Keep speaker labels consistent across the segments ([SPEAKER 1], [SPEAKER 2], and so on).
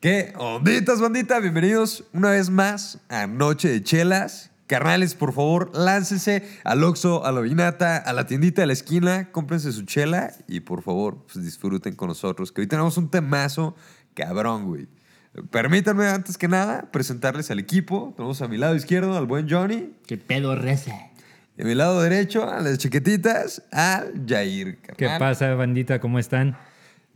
[SPEAKER 1] ¿Qué onditas, bandita? Bienvenidos una vez más a Noche de Chelas. Carnales, por favor, láncese al Oxxo, a la Vinata, a la tiendita de la esquina, cómprense su chela y por favor, pues, disfruten con nosotros, que hoy tenemos un temazo cabrón, güey. Permítanme antes que nada presentarles al equipo. Tenemos a mi lado izquierdo al buen Johnny
[SPEAKER 2] ¿Qué pedo reza?
[SPEAKER 1] y a mi lado derecho a las chiquititas al Jair.
[SPEAKER 3] ¿Qué
[SPEAKER 2] Ah.
[SPEAKER 1] carnal.
[SPEAKER 3] pasa, bandita? ¿Cómo están?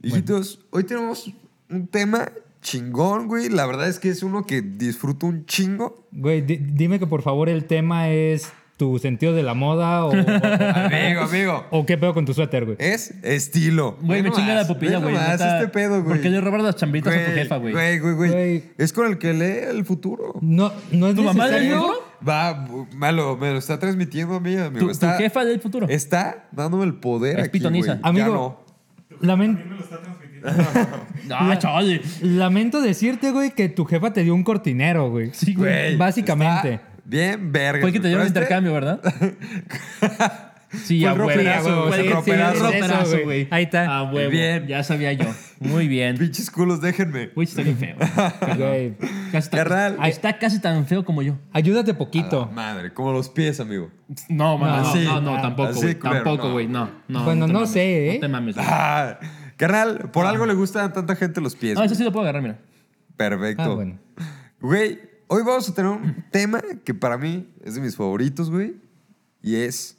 [SPEAKER 1] Hijitos, hoy tenemos un tema chingón, güey. La verdad es que es uno que disfruto un chingo.
[SPEAKER 3] Güey, di- dime que por favor el tema es tu sentido de la moda o,
[SPEAKER 1] Amigo, amigo.
[SPEAKER 3] o qué pedo con tu suéter, güey.
[SPEAKER 1] Es estilo.
[SPEAKER 2] Güey,
[SPEAKER 1] Ve
[SPEAKER 2] me chinga
[SPEAKER 1] nomás,
[SPEAKER 2] la pupila,
[SPEAKER 1] ve
[SPEAKER 2] güey.
[SPEAKER 1] nomás
[SPEAKER 2] neta.
[SPEAKER 1] este pedo, güey.
[SPEAKER 2] ¿Por qué le robas las chambritas a tu jefa, güey?
[SPEAKER 1] Güey, güey, güey.
[SPEAKER 3] Güey.
[SPEAKER 1] Es con el que lee el futuro.
[SPEAKER 3] No, no es
[SPEAKER 2] ¿Tu mamá del
[SPEAKER 3] necesario.
[SPEAKER 2] futuro?
[SPEAKER 1] Va, bu- malo, me lo está transmitiendo a mí, amigo.
[SPEAKER 2] ¿Tu, tu
[SPEAKER 1] está,
[SPEAKER 2] jefa del futuro?
[SPEAKER 1] Está dándome el poder
[SPEAKER 2] Es
[SPEAKER 1] aquí,
[SPEAKER 2] pitoniza.
[SPEAKER 1] güey. Ya
[SPEAKER 3] Amigo, lamen-
[SPEAKER 2] Ah, chale.
[SPEAKER 3] lamento decirte, güey, que tu jefa te dio un cortinero, güey.
[SPEAKER 2] Sí,
[SPEAKER 1] no. Güey,
[SPEAKER 3] Básicamente.
[SPEAKER 1] está Bien, verga. este
[SPEAKER 2] Fue el que te
[SPEAKER 1] dieron
[SPEAKER 2] dieron el intercambio, ¿verdad? Sí,
[SPEAKER 1] Fue
[SPEAKER 2] a
[SPEAKER 1] el
[SPEAKER 2] huevo.
[SPEAKER 1] roperazo,
[SPEAKER 2] Güey,
[SPEAKER 1] fue el
[SPEAKER 2] sí,
[SPEAKER 1] roperazo.
[SPEAKER 2] el roperazo,
[SPEAKER 3] Eso, güey.
[SPEAKER 2] güey.
[SPEAKER 3] Ahí está.
[SPEAKER 2] A huevo.
[SPEAKER 1] Bien.
[SPEAKER 2] Ya sabía yo. Muy bien.
[SPEAKER 1] Pinches culos, déjenme.
[SPEAKER 2] Uy, está bien feo.
[SPEAKER 3] Güey,
[SPEAKER 2] Casi tan-
[SPEAKER 1] Carnal.
[SPEAKER 2] Está casi tan feo como yo.
[SPEAKER 3] ayúdate
[SPEAKER 1] Ah,
[SPEAKER 3] poquito.
[SPEAKER 1] Madre, como los pies, amigo.
[SPEAKER 2] No, man, no,
[SPEAKER 1] Así.
[SPEAKER 2] no, no, tampoco,
[SPEAKER 1] Así,
[SPEAKER 2] güey.
[SPEAKER 1] culero,
[SPEAKER 2] Tampoco,
[SPEAKER 1] no.
[SPEAKER 2] güey. No, no.
[SPEAKER 3] Bueno,
[SPEAKER 2] te
[SPEAKER 3] no
[SPEAKER 2] mames,
[SPEAKER 3] sé, ¿eh?
[SPEAKER 2] No te mames. güey.
[SPEAKER 1] Ah, carnal, por algo le gustan a tanta gente los pies.
[SPEAKER 2] No, eso
[SPEAKER 1] güey.
[SPEAKER 2] sí lo puedo agarrar, mira.
[SPEAKER 1] Perfecto.
[SPEAKER 3] Ah, bueno.
[SPEAKER 1] Güey, hoy vamos a tener un tema que para mí es de mis favoritos, güey. Y es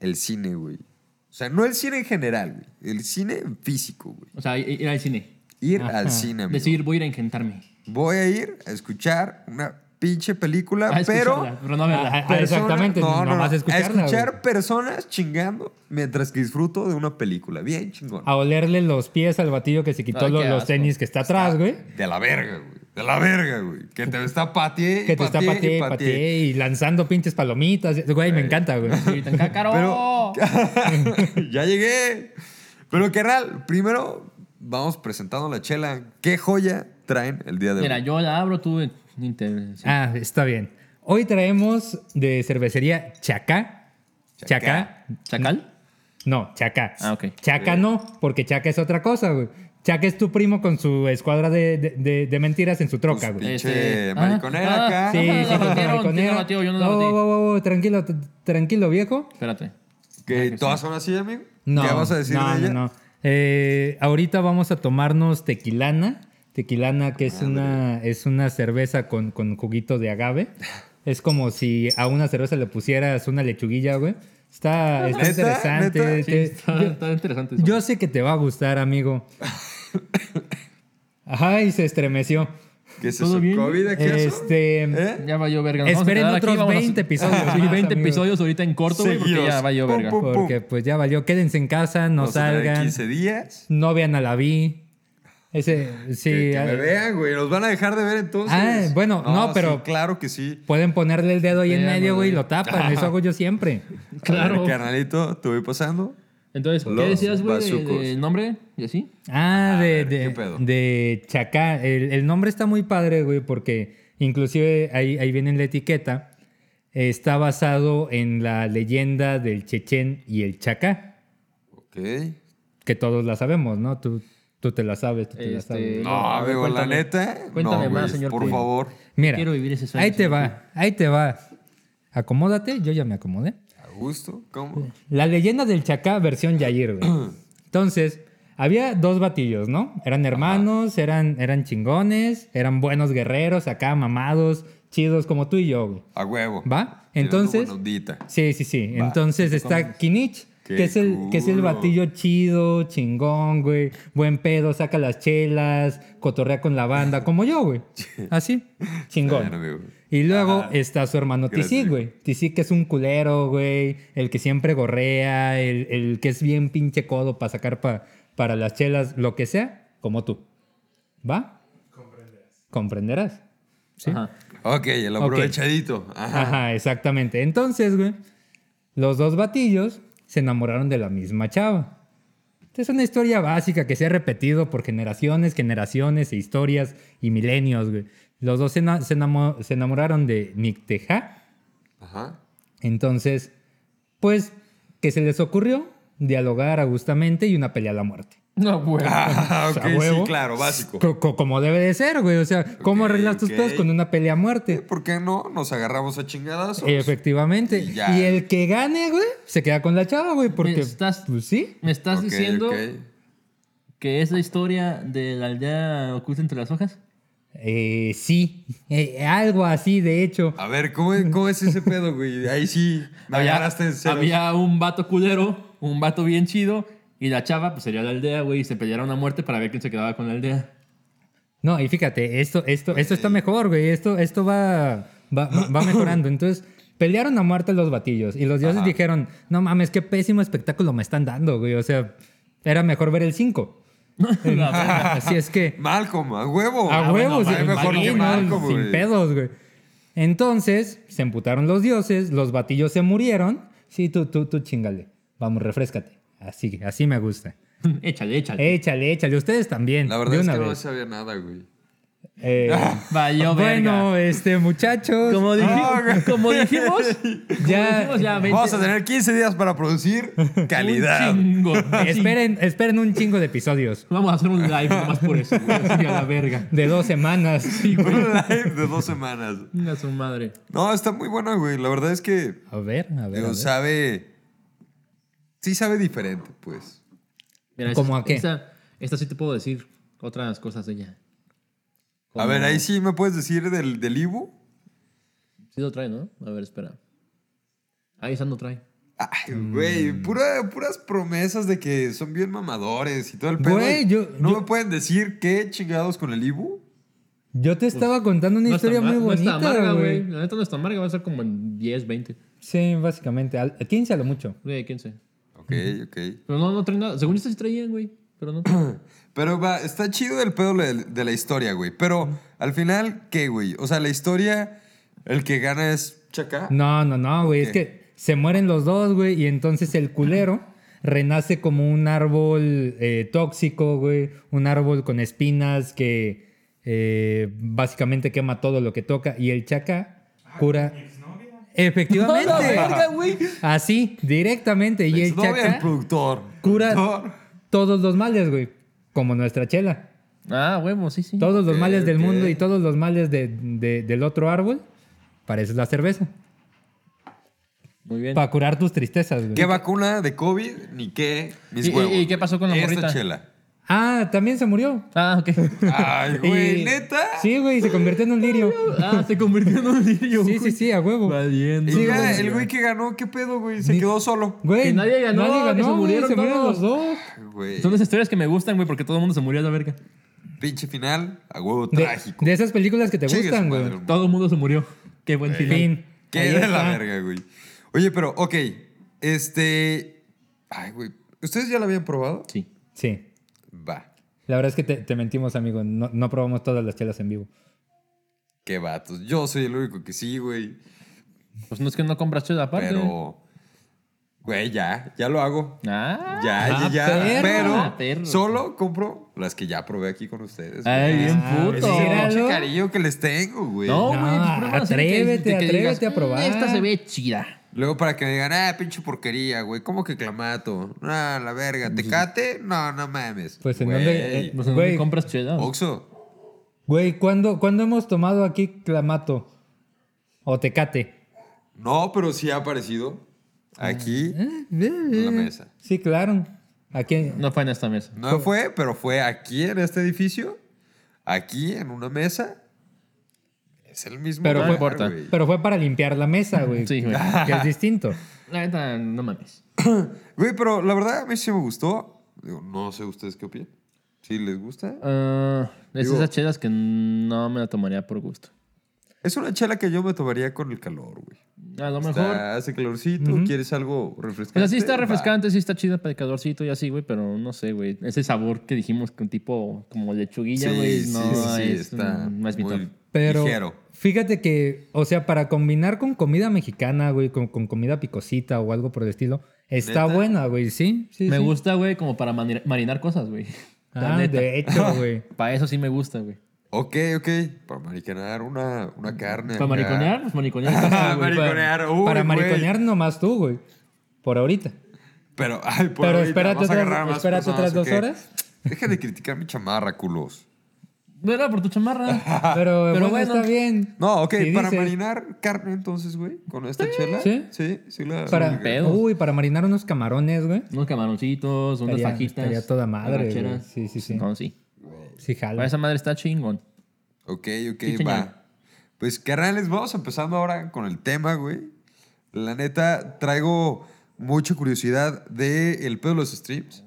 [SPEAKER 1] el cine, güey. O sea, no el cine en general, güey. El cine en físico, güey.
[SPEAKER 2] O sea, ir al cine.
[SPEAKER 1] Ir
[SPEAKER 3] Ajá.
[SPEAKER 1] al cine, amigo.
[SPEAKER 2] Decir, voy a ir a engentarme.
[SPEAKER 1] Voy a ir a escuchar una pinche película,
[SPEAKER 2] A
[SPEAKER 1] pero...
[SPEAKER 2] escucharla, pero no a verla.
[SPEAKER 3] Ah, exactamente, nomás
[SPEAKER 1] A
[SPEAKER 3] escucharla,
[SPEAKER 1] escuchar
[SPEAKER 3] güey.
[SPEAKER 1] personas chingando mientras que disfruto de una película. Bien chingón.
[SPEAKER 3] A olerle los pies al batillo que se quitó
[SPEAKER 2] Ay,
[SPEAKER 3] lo-
[SPEAKER 2] qué
[SPEAKER 3] los
[SPEAKER 2] asco.
[SPEAKER 3] tenis que está atrás, güey.
[SPEAKER 1] De la verga, güey. De la verga, güey. Que te está pateé y
[SPEAKER 3] Que te está
[SPEAKER 1] pateé y
[SPEAKER 3] pateé,
[SPEAKER 1] pateé.
[SPEAKER 3] pateé y lanzando pinches palomitas. Güey, me encanta, güey.
[SPEAKER 2] Y gritan, ¡Cácaro!
[SPEAKER 1] Pero- ya llegué. Pero, carnal, primero vamos presentando la chela. ¿Qué joya traen el día de
[SPEAKER 2] Mira,
[SPEAKER 1] hoy?
[SPEAKER 2] yo la abro, tú eh, ni te-
[SPEAKER 3] Ah, está bien. Hoy traemos de cervecería Chacá.
[SPEAKER 1] Chacá.
[SPEAKER 3] Chacá.
[SPEAKER 2] ¿Chacal?
[SPEAKER 3] No, Chacá.
[SPEAKER 2] Ah, ok.
[SPEAKER 3] Chacá no, porque Chacá es otra cosa, güey. Chacá es tu primo con su escuadra de, de- de- de mentiras en su
[SPEAKER 1] Pues,
[SPEAKER 3] troca, güey.
[SPEAKER 1] Pinche
[SPEAKER 2] Este,
[SPEAKER 1] mariconera
[SPEAKER 2] ah,
[SPEAKER 1] acá.
[SPEAKER 2] ah,
[SPEAKER 3] Sí,
[SPEAKER 2] no,
[SPEAKER 3] sí, con
[SPEAKER 2] no, no,
[SPEAKER 3] su
[SPEAKER 2] no,
[SPEAKER 3] mariconera.
[SPEAKER 2] no, no, tío, yo no la
[SPEAKER 3] Oh,
[SPEAKER 2] metí.
[SPEAKER 3] oh, oh, oh, Tranquilo, t- tranquilo, viejo.
[SPEAKER 2] Espérate.
[SPEAKER 1] Que todas son así, amigo.
[SPEAKER 3] No,
[SPEAKER 1] ¿Qué vas a decir
[SPEAKER 3] no,
[SPEAKER 1] de ella?
[SPEAKER 3] No, no. Eh, ahorita vamos a tomarnos tequilana. Tequilana, que
[SPEAKER 1] Ah,
[SPEAKER 3] es una, es una cerveza con, con juguito de agave. Es como si a una cerveza le pusieras una lechuguilla, güey. Está, está
[SPEAKER 1] ¿Neta?
[SPEAKER 3] interesante.
[SPEAKER 1] ¿Neta?
[SPEAKER 2] Sí,
[SPEAKER 3] Te-
[SPEAKER 2] está,
[SPEAKER 3] yo,
[SPEAKER 2] está interesante eso.
[SPEAKER 3] yo sé que te va a gustar, amigo. Ajá, y se estremeció.
[SPEAKER 1] ¿Qué es
[SPEAKER 2] ¿Todo
[SPEAKER 1] eso?
[SPEAKER 2] bien?
[SPEAKER 1] ¿COVID aquí eso?
[SPEAKER 3] Este.
[SPEAKER 1] ¿Eh?
[SPEAKER 2] Ya va yo verga. Nos vamos a
[SPEAKER 3] Esperen
[SPEAKER 2] quedar aquí,
[SPEAKER 3] otros
[SPEAKER 2] vámonos. Ah,
[SPEAKER 3] 20 episodios
[SPEAKER 2] Sí,
[SPEAKER 3] más,
[SPEAKER 2] 20
[SPEAKER 3] amigos.
[SPEAKER 2] episodios ahorita en corto, güey, porque
[SPEAKER 1] Seguidos.
[SPEAKER 2] ya va yo
[SPEAKER 1] Pum,
[SPEAKER 2] verga.
[SPEAKER 1] pum.
[SPEAKER 3] Porque pues ya valió. Quédense en casa, no
[SPEAKER 1] Vamos a tener
[SPEAKER 3] salgan.
[SPEAKER 1] 15 días.
[SPEAKER 3] No vean a la vi. Ese, sí.
[SPEAKER 1] que, que me
[SPEAKER 3] ah,
[SPEAKER 1] vean, güey. Los van a dejar de ver entonces.
[SPEAKER 3] Ah, bueno, no, pero-
[SPEAKER 1] claro que sí.
[SPEAKER 3] Pueden ponerle el dedo ahí en
[SPEAKER 2] Vean,
[SPEAKER 3] medio, güey, y
[SPEAKER 2] güey.
[SPEAKER 3] lo tapan. Eso hago yo siempre.
[SPEAKER 1] A
[SPEAKER 2] Claro.
[SPEAKER 1] ver, carnalito, te voy pasando.
[SPEAKER 2] Entonces, ¿qué
[SPEAKER 1] Los
[SPEAKER 2] decías, güey, de-
[SPEAKER 1] bazucos.
[SPEAKER 2] del nombre? ¿Y así?
[SPEAKER 3] Ah, de,
[SPEAKER 1] ver,
[SPEAKER 3] de,
[SPEAKER 1] ¿qué pedo?
[SPEAKER 3] de Chacá. El, el nombre está muy padre, güey, porque inclusive ahí, ahí viene en la etiqueta. Está basado en la leyenda del Chechen y el Chacá,
[SPEAKER 1] Ok.
[SPEAKER 3] que todos la sabemos, ¿no? Tú, tú te la sabes, tú te la
[SPEAKER 2] Este,
[SPEAKER 3] sabes.
[SPEAKER 1] No,
[SPEAKER 2] a ver,
[SPEAKER 1] amigo, la
[SPEAKER 2] cuéntame.
[SPEAKER 1] neta.
[SPEAKER 2] Cuéntame
[SPEAKER 1] no,
[SPEAKER 2] más,
[SPEAKER 1] güey,
[SPEAKER 2] señor
[SPEAKER 1] Por
[SPEAKER 2] Queen.
[SPEAKER 1] favor.
[SPEAKER 3] Mira,
[SPEAKER 2] quiero vivir ese sueño,
[SPEAKER 3] ahí te
[SPEAKER 2] sí,
[SPEAKER 3] va,
[SPEAKER 2] sí.
[SPEAKER 3] ahí te va. Acomódate, yo ya me acomodé.
[SPEAKER 1] A gusto. ¿Cómo?
[SPEAKER 3] La leyenda del Chacá versión Yair, güey. Entonces, había dos batillos, ¿no? Eran hermanos, eran, eran chingones, eran buenos guerreros, acá mamados, chidos como tú y yo, güey.
[SPEAKER 1] A huevo.
[SPEAKER 3] ¿Va?
[SPEAKER 1] Tirando
[SPEAKER 3] Entonces...
[SPEAKER 1] buena ondita.
[SPEAKER 3] Sí, sí, sí. Entonces está Kinich,
[SPEAKER 1] Qué
[SPEAKER 3] que es, el, que es el
[SPEAKER 1] culo.
[SPEAKER 3] batillo chido, chingón, güey. Buen pedo, saca las chelas, cotorrea con la banda, como yo, güey. Así, chingón.
[SPEAKER 1] Está bien, amigo.
[SPEAKER 3] Y luego
[SPEAKER 1] Ajá.
[SPEAKER 3] está su hermano
[SPEAKER 1] Gracias.
[SPEAKER 3] Tizi, güey. Tizi que es un culero, güey. El que siempre gorrea, el, el que es bien pinche codo para sacar pa- para las chelas, lo que sea, como tú. ¿Va? Comprenderás. Comprenderás. Sí.
[SPEAKER 2] Ajá.
[SPEAKER 1] Ok, el aprovechadito. Ajá.
[SPEAKER 3] Ajá, exactamente. Entonces, güey, los dos batillos se enamoraron de la misma chava. Es una historia básica que se ha repetido por generaciones, generaciones e historias y milenios, güey. Los dos se, ena- se enamo- se enamoraron de Nicteja.
[SPEAKER 1] Ajá.
[SPEAKER 3] Entonces, pues, ¿qué se les ocurrió? Dialogar a gustamente y una pelea a la muerte.
[SPEAKER 2] No, güey.
[SPEAKER 1] Ah,
[SPEAKER 3] O sea,
[SPEAKER 1] ok, sí,
[SPEAKER 3] huevo.
[SPEAKER 1] claro, básico.
[SPEAKER 3] Co- co- como debe de ser, güey. O sea, ¿cómo
[SPEAKER 1] Ok,
[SPEAKER 3] arreglas tus
[SPEAKER 1] ok.
[SPEAKER 3] pedos con una pelea a muerte?
[SPEAKER 1] ¿Por qué no? Nos agarramos a chingadas.
[SPEAKER 3] Efectivamente.
[SPEAKER 1] Y
[SPEAKER 3] Y,
[SPEAKER 1] ya.
[SPEAKER 3] el que gane, güey, se queda con la chava, güey, porque.
[SPEAKER 2] Estás-
[SPEAKER 3] Pues sí.
[SPEAKER 2] ¿Me estás diciendo que es la historia de la aldea oculta entre las hojas?
[SPEAKER 3] Eh, sí. Eh, algo así, de hecho.
[SPEAKER 1] A ver, ¿cómo, es- cómo es ese pedo, güey? Ahí sí me agarraste en cero.
[SPEAKER 2] había un vato culero, un vato bien chido, y la chava, pues sería la aldea, güey, y se pelearon a muerte para ver quién se quedaba con la aldea.
[SPEAKER 3] No, y fíjate, esto, esto, esto está mejor, güey. Esto, esto va, va, va mejorando. Entonces, pelearon a muerte los batillos. Y los dioses
[SPEAKER 1] Ajá.
[SPEAKER 3] dijeron, no mames, qué pésimo espectáculo me están dando, güey. O sea, era mejor ver el 5.
[SPEAKER 2] La verga.
[SPEAKER 3] Así es que...
[SPEAKER 1] Malcolm, a huevo.
[SPEAKER 3] A
[SPEAKER 2] Ah, bueno,
[SPEAKER 3] huevos,
[SPEAKER 2] va-
[SPEAKER 3] eh,
[SPEAKER 2] mejor
[SPEAKER 3] sí,
[SPEAKER 2] que
[SPEAKER 3] no,
[SPEAKER 1] Marco, güey.
[SPEAKER 3] sin pedos, güey. Entonces, se emputaron los dioses, los batillos se murieron. Sí, tú, tú, tú chingale. Vamos, refrescate. Así, así me gusta.
[SPEAKER 2] échale,
[SPEAKER 3] Eh,
[SPEAKER 2] échale.
[SPEAKER 3] Échale, échale. Ustedes también.
[SPEAKER 1] La verdad
[SPEAKER 3] de
[SPEAKER 1] es
[SPEAKER 3] una
[SPEAKER 1] que no
[SPEAKER 3] vez.
[SPEAKER 1] sabía nada, güey.
[SPEAKER 3] Eh,
[SPEAKER 2] Valió
[SPEAKER 3] bueno, pues,
[SPEAKER 2] verga.
[SPEAKER 3] este, muchachos.
[SPEAKER 2] Como dijimos,
[SPEAKER 1] Ah, güey.
[SPEAKER 2] como dijimos, como
[SPEAKER 3] Ya.
[SPEAKER 2] dijimos, ya
[SPEAKER 1] Vamos
[SPEAKER 2] 20
[SPEAKER 1] a tener 15 días para producir calidad.
[SPEAKER 2] Un chingo.
[SPEAKER 3] Esperen, esperen un chingo de episodios.
[SPEAKER 2] Vamos a hacer un live nomás por eso, güey. Así a la verga.
[SPEAKER 3] De dos semanas.
[SPEAKER 1] Un live de dos semanas.
[SPEAKER 2] Venga su madre.
[SPEAKER 1] No, está muy bueno, güey. La verdad es que
[SPEAKER 3] A ver, a ver.
[SPEAKER 1] digo,
[SPEAKER 3] a ver.
[SPEAKER 1] sabe. Sí, sabe diferente, pues.
[SPEAKER 2] Mira,
[SPEAKER 3] ¿Cómo
[SPEAKER 2] esa-
[SPEAKER 3] a qué?
[SPEAKER 2] Esta, esta sí te puedo decir otras cosas de ella.
[SPEAKER 1] A ver, ahí sí me puedes decir del, del Ibu.
[SPEAKER 2] Sí lo trae, ¿no? A ver, espera. Ahí Sando trae.
[SPEAKER 1] Ay,
[SPEAKER 3] Mm.
[SPEAKER 1] güey, pura- puras promesas de que son bien mamadores y todo el pedo.
[SPEAKER 3] Güey, yo-
[SPEAKER 1] ¿No
[SPEAKER 3] yo-
[SPEAKER 1] me pueden decir qué chingados con el Ibu?
[SPEAKER 3] Yo te estaba contando una
[SPEAKER 2] pues, No está
[SPEAKER 3] historia
[SPEAKER 2] ma-
[SPEAKER 3] muy
[SPEAKER 2] No está amarga,
[SPEAKER 3] bonita,
[SPEAKER 2] güey.
[SPEAKER 3] güey.
[SPEAKER 2] La neta no está amarga, va a ser como en 10, 20.
[SPEAKER 3] Sí, básicamente. al- 15 a lo mucho.
[SPEAKER 2] Güey, 15.
[SPEAKER 1] Ok, ok.
[SPEAKER 2] Pero no, no trae nada. Según esto sí traían, güey. Pero no.
[SPEAKER 1] Pero va, está chido el pedo de, de la historia, güey. Pero al final, ¿qué, güey? O sea, la historia, el que gana es Chaca.
[SPEAKER 3] No, no, no, güey. Es
[SPEAKER 1] Ok.
[SPEAKER 3] que se mueren los dos, güey. Y entonces el culero renace como un árbol eh, tóxico, güey. Un árbol con espinas que eh, básicamente quema todo lo que toca. Y el chaca cura. Efectivamente.
[SPEAKER 2] güey!
[SPEAKER 3] Así, directamente. Y el
[SPEAKER 1] No voy al
[SPEAKER 3] chaca
[SPEAKER 1] productor.
[SPEAKER 3] cura
[SPEAKER 1] Productor.
[SPEAKER 3] todos los males, güey. Como nuestra chela.
[SPEAKER 2] Ah, huevo, sí, sí.
[SPEAKER 3] Todos los
[SPEAKER 1] Ok,
[SPEAKER 3] males del
[SPEAKER 1] ok.
[SPEAKER 3] mundo y todos los males de- de- del otro árbol. Parece la cerveza.
[SPEAKER 2] Muy bien.
[SPEAKER 3] Para curar tus tristezas, güey.
[SPEAKER 1] ¿Qué vacuna de COVID? Ni qué. Mis
[SPEAKER 2] ¿Y- y-
[SPEAKER 1] huevos.
[SPEAKER 2] y qué pasó con la
[SPEAKER 1] Esta
[SPEAKER 2] morrita?
[SPEAKER 1] chela.
[SPEAKER 3] Ah, también se murió.
[SPEAKER 2] Ah, ok.
[SPEAKER 1] Ay, güey,
[SPEAKER 3] Y-
[SPEAKER 1] neta.
[SPEAKER 3] Sí, güey, se convirtió en un lirio.
[SPEAKER 2] Ah, se convirtió en un lirio.
[SPEAKER 3] Sí, sí, sí, a huevo.
[SPEAKER 2] Valiendo.
[SPEAKER 1] Y ya, el güey que ganó, ¿qué pedo, güey? Se
[SPEAKER 3] Ni-
[SPEAKER 1] quedó solo.
[SPEAKER 3] Güey,
[SPEAKER 2] Que nadie ganó, que se
[SPEAKER 3] güey,
[SPEAKER 2] murieron
[SPEAKER 3] se murieron los
[SPEAKER 2] todos.
[SPEAKER 3] dos.
[SPEAKER 1] Güey,
[SPEAKER 2] Son las historias que me gustan, güey, porque todo el mundo se murió a la verga.
[SPEAKER 1] pinche final, a huevo
[SPEAKER 3] De,
[SPEAKER 1] trágico.
[SPEAKER 3] de esas películas que te
[SPEAKER 1] Chingue su
[SPEAKER 3] gustan, güey.
[SPEAKER 1] madre,
[SPEAKER 2] Todo el mundo se murió. Qué buen final.
[SPEAKER 3] Fin.
[SPEAKER 1] Qué
[SPEAKER 3] Ahí
[SPEAKER 1] de la
[SPEAKER 3] está.
[SPEAKER 1] verga, güey. Oye, pero, ok. Este. Ay, güey. ¿Ustedes ya la habían probado?
[SPEAKER 2] Sí.
[SPEAKER 3] Sí.
[SPEAKER 1] Va.
[SPEAKER 3] La verdad es que te, te mentimos, amigo. No, no probamos todas las chelas en vivo.
[SPEAKER 1] Qué vatos. Yo soy el único que sí, güey.
[SPEAKER 2] Pues no es que no compraste la parte.
[SPEAKER 1] Pero. Güey, ya. Ya lo hago.
[SPEAKER 2] Ah.
[SPEAKER 1] Ya, ya,
[SPEAKER 3] Ah,
[SPEAKER 1] ya.
[SPEAKER 3] perro.
[SPEAKER 1] Pero
[SPEAKER 2] Ah, perro.
[SPEAKER 1] solo compro las que ya probé aquí con ustedes.
[SPEAKER 2] pues, Ay,
[SPEAKER 1] güey.
[SPEAKER 2] bien
[SPEAKER 3] Ah,
[SPEAKER 2] puto.
[SPEAKER 3] mira.
[SPEAKER 1] Pinche
[SPEAKER 3] ¿no?
[SPEAKER 1] cariño que les tengo, güey.
[SPEAKER 2] No, güey. pues
[SPEAKER 3] No,
[SPEAKER 2] prueba así que-
[SPEAKER 3] atrévete,
[SPEAKER 2] que
[SPEAKER 3] atrévete
[SPEAKER 2] digas,
[SPEAKER 3] a probar.
[SPEAKER 2] "Mm, Esta se ve chida.
[SPEAKER 1] Luego para que me digan, ah, pinche porquería, güey. ¿Cómo que clamato? Ah, la verga. ¿Tecate? No, no mames.
[SPEAKER 3] Pues, ¿en
[SPEAKER 1] Güey.
[SPEAKER 3] dónde, eh,
[SPEAKER 2] Pues no
[SPEAKER 3] Güey.
[SPEAKER 2] compras chida.
[SPEAKER 1] Oxxo.
[SPEAKER 3] Güey, ¿cuándo, ¿cuándo hemos tomado aquí clamato? O tecate.
[SPEAKER 1] No, pero sí ha aparecido aquí en
[SPEAKER 3] Ah.
[SPEAKER 1] la mesa.
[SPEAKER 3] Sí, claro. Aquí.
[SPEAKER 2] No fue en esta mesa.
[SPEAKER 1] No fue, pero fue aquí en este edificio, aquí en una mesa. Es el mismo.
[SPEAKER 3] Pero
[SPEAKER 1] lugar,
[SPEAKER 2] no importa.
[SPEAKER 1] güey.
[SPEAKER 3] Pero fue para limpiar la mesa, güey.
[SPEAKER 2] Sí, güey.
[SPEAKER 3] Que es distinto.
[SPEAKER 2] La neta, no mames.
[SPEAKER 1] Güey, pero la verdad a mí sí me gustó. Digo, no sé ustedes qué opinan. Si les gusta.
[SPEAKER 2] Ah, es
[SPEAKER 1] Digo-
[SPEAKER 2] esas chelas que no me la tomaría por gusto.
[SPEAKER 1] Es una chela que yo me tomaría con el calor, güey.
[SPEAKER 2] A lo mejor.
[SPEAKER 1] Está- hace calorcito, quieres algo refrescante.
[SPEAKER 2] O sea, sí
[SPEAKER 3] Este,
[SPEAKER 2] está
[SPEAKER 1] Va.
[SPEAKER 2] refrescante, sí está chida para el calorcito y así, güey, pero no sé, güey. Ese sabor que dijimos con tipo como lechuguilla,
[SPEAKER 1] Sí,
[SPEAKER 2] güey,
[SPEAKER 1] sí,
[SPEAKER 2] no
[SPEAKER 1] sí, sí,
[SPEAKER 2] es,
[SPEAKER 1] está
[SPEAKER 2] mm, no es mi
[SPEAKER 1] muy
[SPEAKER 2] top.
[SPEAKER 3] Pero
[SPEAKER 1] ligero.
[SPEAKER 3] fíjate que, o sea, para combinar con comida mexicana, güey, con, con comida picosita o algo por el estilo, está
[SPEAKER 1] ¿Neta?
[SPEAKER 3] buena, güey, sí. sí
[SPEAKER 2] Me
[SPEAKER 3] sí.
[SPEAKER 2] gusta, güey, como para mani- marinar cosas, güey. La
[SPEAKER 3] Ah,
[SPEAKER 2] neta.
[SPEAKER 3] de Eh, hecho, güey.
[SPEAKER 2] Para eso sí me gusta, güey.
[SPEAKER 1] Ok, ok. Para mariconear una, una carne.
[SPEAKER 2] Para
[SPEAKER 1] acá.
[SPEAKER 2] mariconear, pues mariconear. en
[SPEAKER 1] Ah,
[SPEAKER 2] casa, güey, para-
[SPEAKER 1] mariconear. uy,
[SPEAKER 3] para
[SPEAKER 1] güey.
[SPEAKER 3] mariconear nomás tú, güey. Por ahorita.
[SPEAKER 1] Pero, ay, por
[SPEAKER 3] Pero
[SPEAKER 1] ahorita,
[SPEAKER 3] espérate
[SPEAKER 1] vamos a
[SPEAKER 3] otras-
[SPEAKER 1] agarrar más
[SPEAKER 3] espérate
[SPEAKER 1] personas,
[SPEAKER 3] otras dos
[SPEAKER 1] ¿ok?
[SPEAKER 3] horas.
[SPEAKER 1] Deja de criticar mi chamarra, culos.
[SPEAKER 2] No era por tu chamarra.
[SPEAKER 3] Pero,
[SPEAKER 2] Pero
[SPEAKER 3] bueno,
[SPEAKER 2] bueno.
[SPEAKER 3] está bien.
[SPEAKER 1] Ah, No, ok,
[SPEAKER 3] Si
[SPEAKER 1] para
[SPEAKER 3] dices-
[SPEAKER 1] marinar carne entonces, güey, con esta chela.
[SPEAKER 3] ¿Sí?
[SPEAKER 1] Sí, sí la...
[SPEAKER 3] Para,
[SPEAKER 2] pedos.
[SPEAKER 3] uy, para marinar unos camarones, güey.
[SPEAKER 2] Unos camaroncitos, unas
[SPEAKER 3] Estaría-
[SPEAKER 2] fajitas.
[SPEAKER 3] estaría toda madre,
[SPEAKER 2] unas
[SPEAKER 3] güey.
[SPEAKER 2] cheras.
[SPEAKER 3] Sí, sí, sí.
[SPEAKER 2] No, sí.
[SPEAKER 3] Sí, jala.
[SPEAKER 2] Para esa madre está chingón.
[SPEAKER 1] Ok, ok,
[SPEAKER 2] Sí, señor.
[SPEAKER 1] va. Pues, carnales, vamos empezando ahora con el tema, güey. La neta, traigo mucha curiosidad de el pedo de los streams.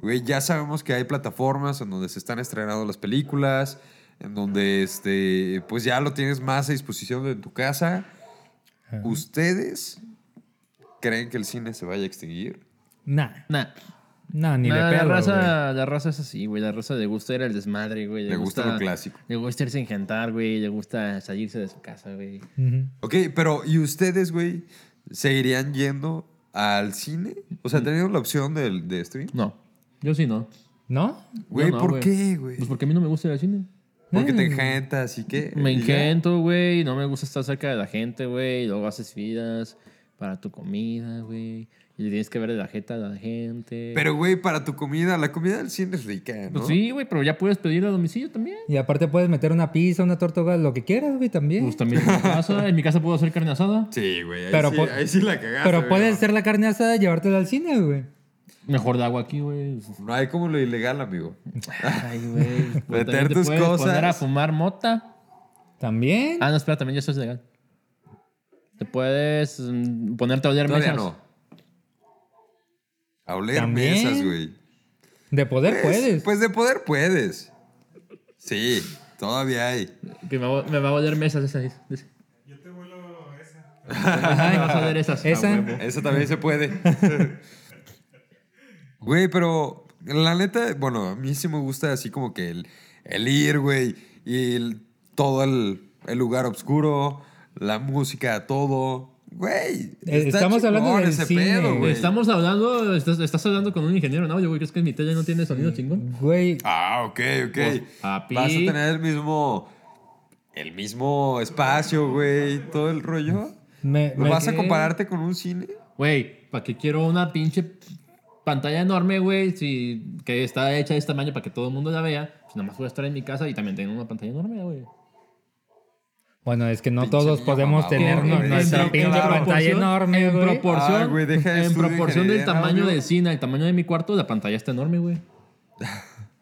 [SPEAKER 1] Güey, ya sabemos que hay plataformas en donde se están estrenando las películas, en donde, este, pues ya lo tienes más a disposición de tu casa. ¿Ustedes creen que el cine se vaya a extinguir?
[SPEAKER 3] Nah,
[SPEAKER 2] Nah.
[SPEAKER 3] nah, ni
[SPEAKER 2] Nah,
[SPEAKER 3] de
[SPEAKER 2] la,
[SPEAKER 3] pedo, güey.
[SPEAKER 2] raza, la raza es así, güey. La raza le gusta ir al desmadre, güey.
[SPEAKER 1] Le gusta lo clásico.
[SPEAKER 2] Le gusta irse a engentar, güey. Le gusta salirse de su casa, güey.
[SPEAKER 3] Ujú.
[SPEAKER 1] Ok, pero ¿y ustedes, güey, seguirían yendo al cine? O
[SPEAKER 2] Mm.
[SPEAKER 1] sea, ¿teniendo la opción del de stream?
[SPEAKER 2] No. Yo sí no.
[SPEAKER 3] ¿No?
[SPEAKER 1] Güey,
[SPEAKER 2] Yo no,
[SPEAKER 1] ¿por
[SPEAKER 2] güey.
[SPEAKER 1] qué, güey?
[SPEAKER 2] Pues porque a mí no me gusta ir al cine.
[SPEAKER 1] Porque te engentas y qué.
[SPEAKER 2] Me
[SPEAKER 1] ¿Y ya?
[SPEAKER 2] engento, güey. No me gusta estar cerca de la gente, güey. y Luego haces vidas para tu comida, güey. Y le tienes que ver de la jeta a la gente.
[SPEAKER 1] Pero, güey, para tu comida, la comida del cine es rica, ¿no?
[SPEAKER 2] Pues sí, güey, pero ya puedes pedir a domicilio también.
[SPEAKER 3] Y aparte puedes meter una pizza, una tortuga, lo que quieras, güey, también.
[SPEAKER 2] Pues también en mi casa. En mi casa puedo hacer carne asada.
[SPEAKER 1] Sí, güey. Ahí,
[SPEAKER 3] Pero
[SPEAKER 1] sí,
[SPEAKER 3] po-
[SPEAKER 1] ahí sí la cagaste.
[SPEAKER 3] Pero
[SPEAKER 1] güey.
[SPEAKER 3] puedes hacer la carne asada y llevártela al cine, güey.
[SPEAKER 2] Mejor de agua aquí, güey.
[SPEAKER 1] No hay como lo ilegal, amigo.
[SPEAKER 2] Ay, güey. pues
[SPEAKER 1] Meter
[SPEAKER 2] también te
[SPEAKER 1] tus
[SPEAKER 2] puedes
[SPEAKER 1] cosas.
[SPEAKER 2] poner a fumar mota.
[SPEAKER 3] También.
[SPEAKER 2] Ah, no, espera, también ya eso es legal. Te puedes mm, ponerte a odiar
[SPEAKER 1] Todavía
[SPEAKER 2] mesas.
[SPEAKER 1] no. A oler
[SPEAKER 3] También.
[SPEAKER 1] mesas, güey.
[SPEAKER 3] De poder puedes.
[SPEAKER 1] Pues, pues de poder puedes. Sí, todavía hay.
[SPEAKER 2] Que me va, me va a oler mesas esa. Yo te vuelo esa. Ay, vas a oler esas.
[SPEAKER 3] Esa.
[SPEAKER 2] a huevo.
[SPEAKER 1] Eso también se puede. Güey, pero la neta, bueno, a mí sí me gusta así como que el, el ir, güey, y el- todo el, el lugar oscuro, la música, todo. Güey,
[SPEAKER 3] Eh,
[SPEAKER 1] está
[SPEAKER 3] estamos hablando
[SPEAKER 1] chingón
[SPEAKER 3] del
[SPEAKER 1] ese
[SPEAKER 3] cine,
[SPEAKER 1] pedo, güey.
[SPEAKER 2] Estamos hablando, estás, estás hablando con un ingeniero, ¿no? Yo, güey, ¿crees que mi tele no tiene sonido chingón?
[SPEAKER 3] Güey,
[SPEAKER 1] Ah, ok, ok.
[SPEAKER 2] Pues, papi.
[SPEAKER 1] Vas a tener el mismo, el mismo espacio, güey, todo el rollo.
[SPEAKER 3] me, me-
[SPEAKER 1] ¿Vas a compararte con un cine?
[SPEAKER 2] Güey, ¿para qué quiero una pinche pantalla enorme, güey? Si, que está hecha de este tamaño para que todo el mundo la vea. Pues nada más voy a estar en mi casa y también tengo una pantalla enorme, güey.
[SPEAKER 3] Bueno, es que no
[SPEAKER 1] Pinche
[SPEAKER 3] todos
[SPEAKER 1] niño mamador,
[SPEAKER 3] podemos tener
[SPEAKER 1] güey.
[SPEAKER 3] no-
[SPEAKER 1] En
[SPEAKER 3] nuestra
[SPEAKER 1] pro-
[SPEAKER 3] pinche
[SPEAKER 1] en
[SPEAKER 3] pantalla
[SPEAKER 2] proporción-
[SPEAKER 3] enorme,
[SPEAKER 2] en
[SPEAKER 3] güey.
[SPEAKER 2] proporción,
[SPEAKER 1] Ay, güey, deja de
[SPEAKER 2] en
[SPEAKER 1] estudiar
[SPEAKER 2] proporción del
[SPEAKER 1] ingeniería, ¿no,
[SPEAKER 2] tamaño
[SPEAKER 1] amigo?
[SPEAKER 2] del cine, el tamaño de mi cuarto, la pantalla está enorme, güey.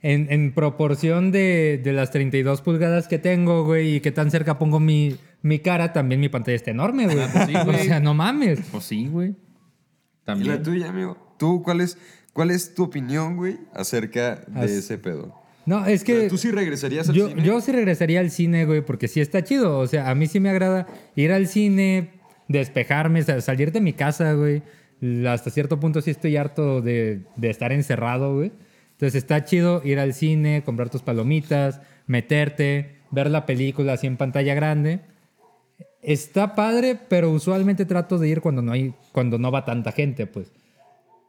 [SPEAKER 3] En, en proporción de, de las 32 pulgadas que tengo, güey, y qué tan cerca pongo mi, mi cara, también mi pantalla está enorme, güey.
[SPEAKER 2] pues sí, güey.
[SPEAKER 3] o sea, no mames.
[SPEAKER 2] Pues sí, güey.
[SPEAKER 1] Y la
[SPEAKER 2] También.
[SPEAKER 1] tuya, amigo. ¿Tú cuál es, cuál es tu opinión, güey, acerca de
[SPEAKER 3] As-
[SPEAKER 1] ese pedo?
[SPEAKER 3] No, es que...
[SPEAKER 1] ¿Tú sí regresarías al
[SPEAKER 3] yo,
[SPEAKER 1] cine?
[SPEAKER 3] yo sí regresaría al cine, güey, porque sí está chido. O sea, a mí sí me agrada ir al cine, despejarme, sa- salir de mi casa, güey. L- Hasta cierto punto sí estoy harto de, de estar encerrado, güey. Entonces está chido ir al cine, comprar tus palomitas, meterte, ver la película así en pantalla grande. Está padre, pero usualmente trato de ir cuando no hay, cuando no va tanta gente, pues.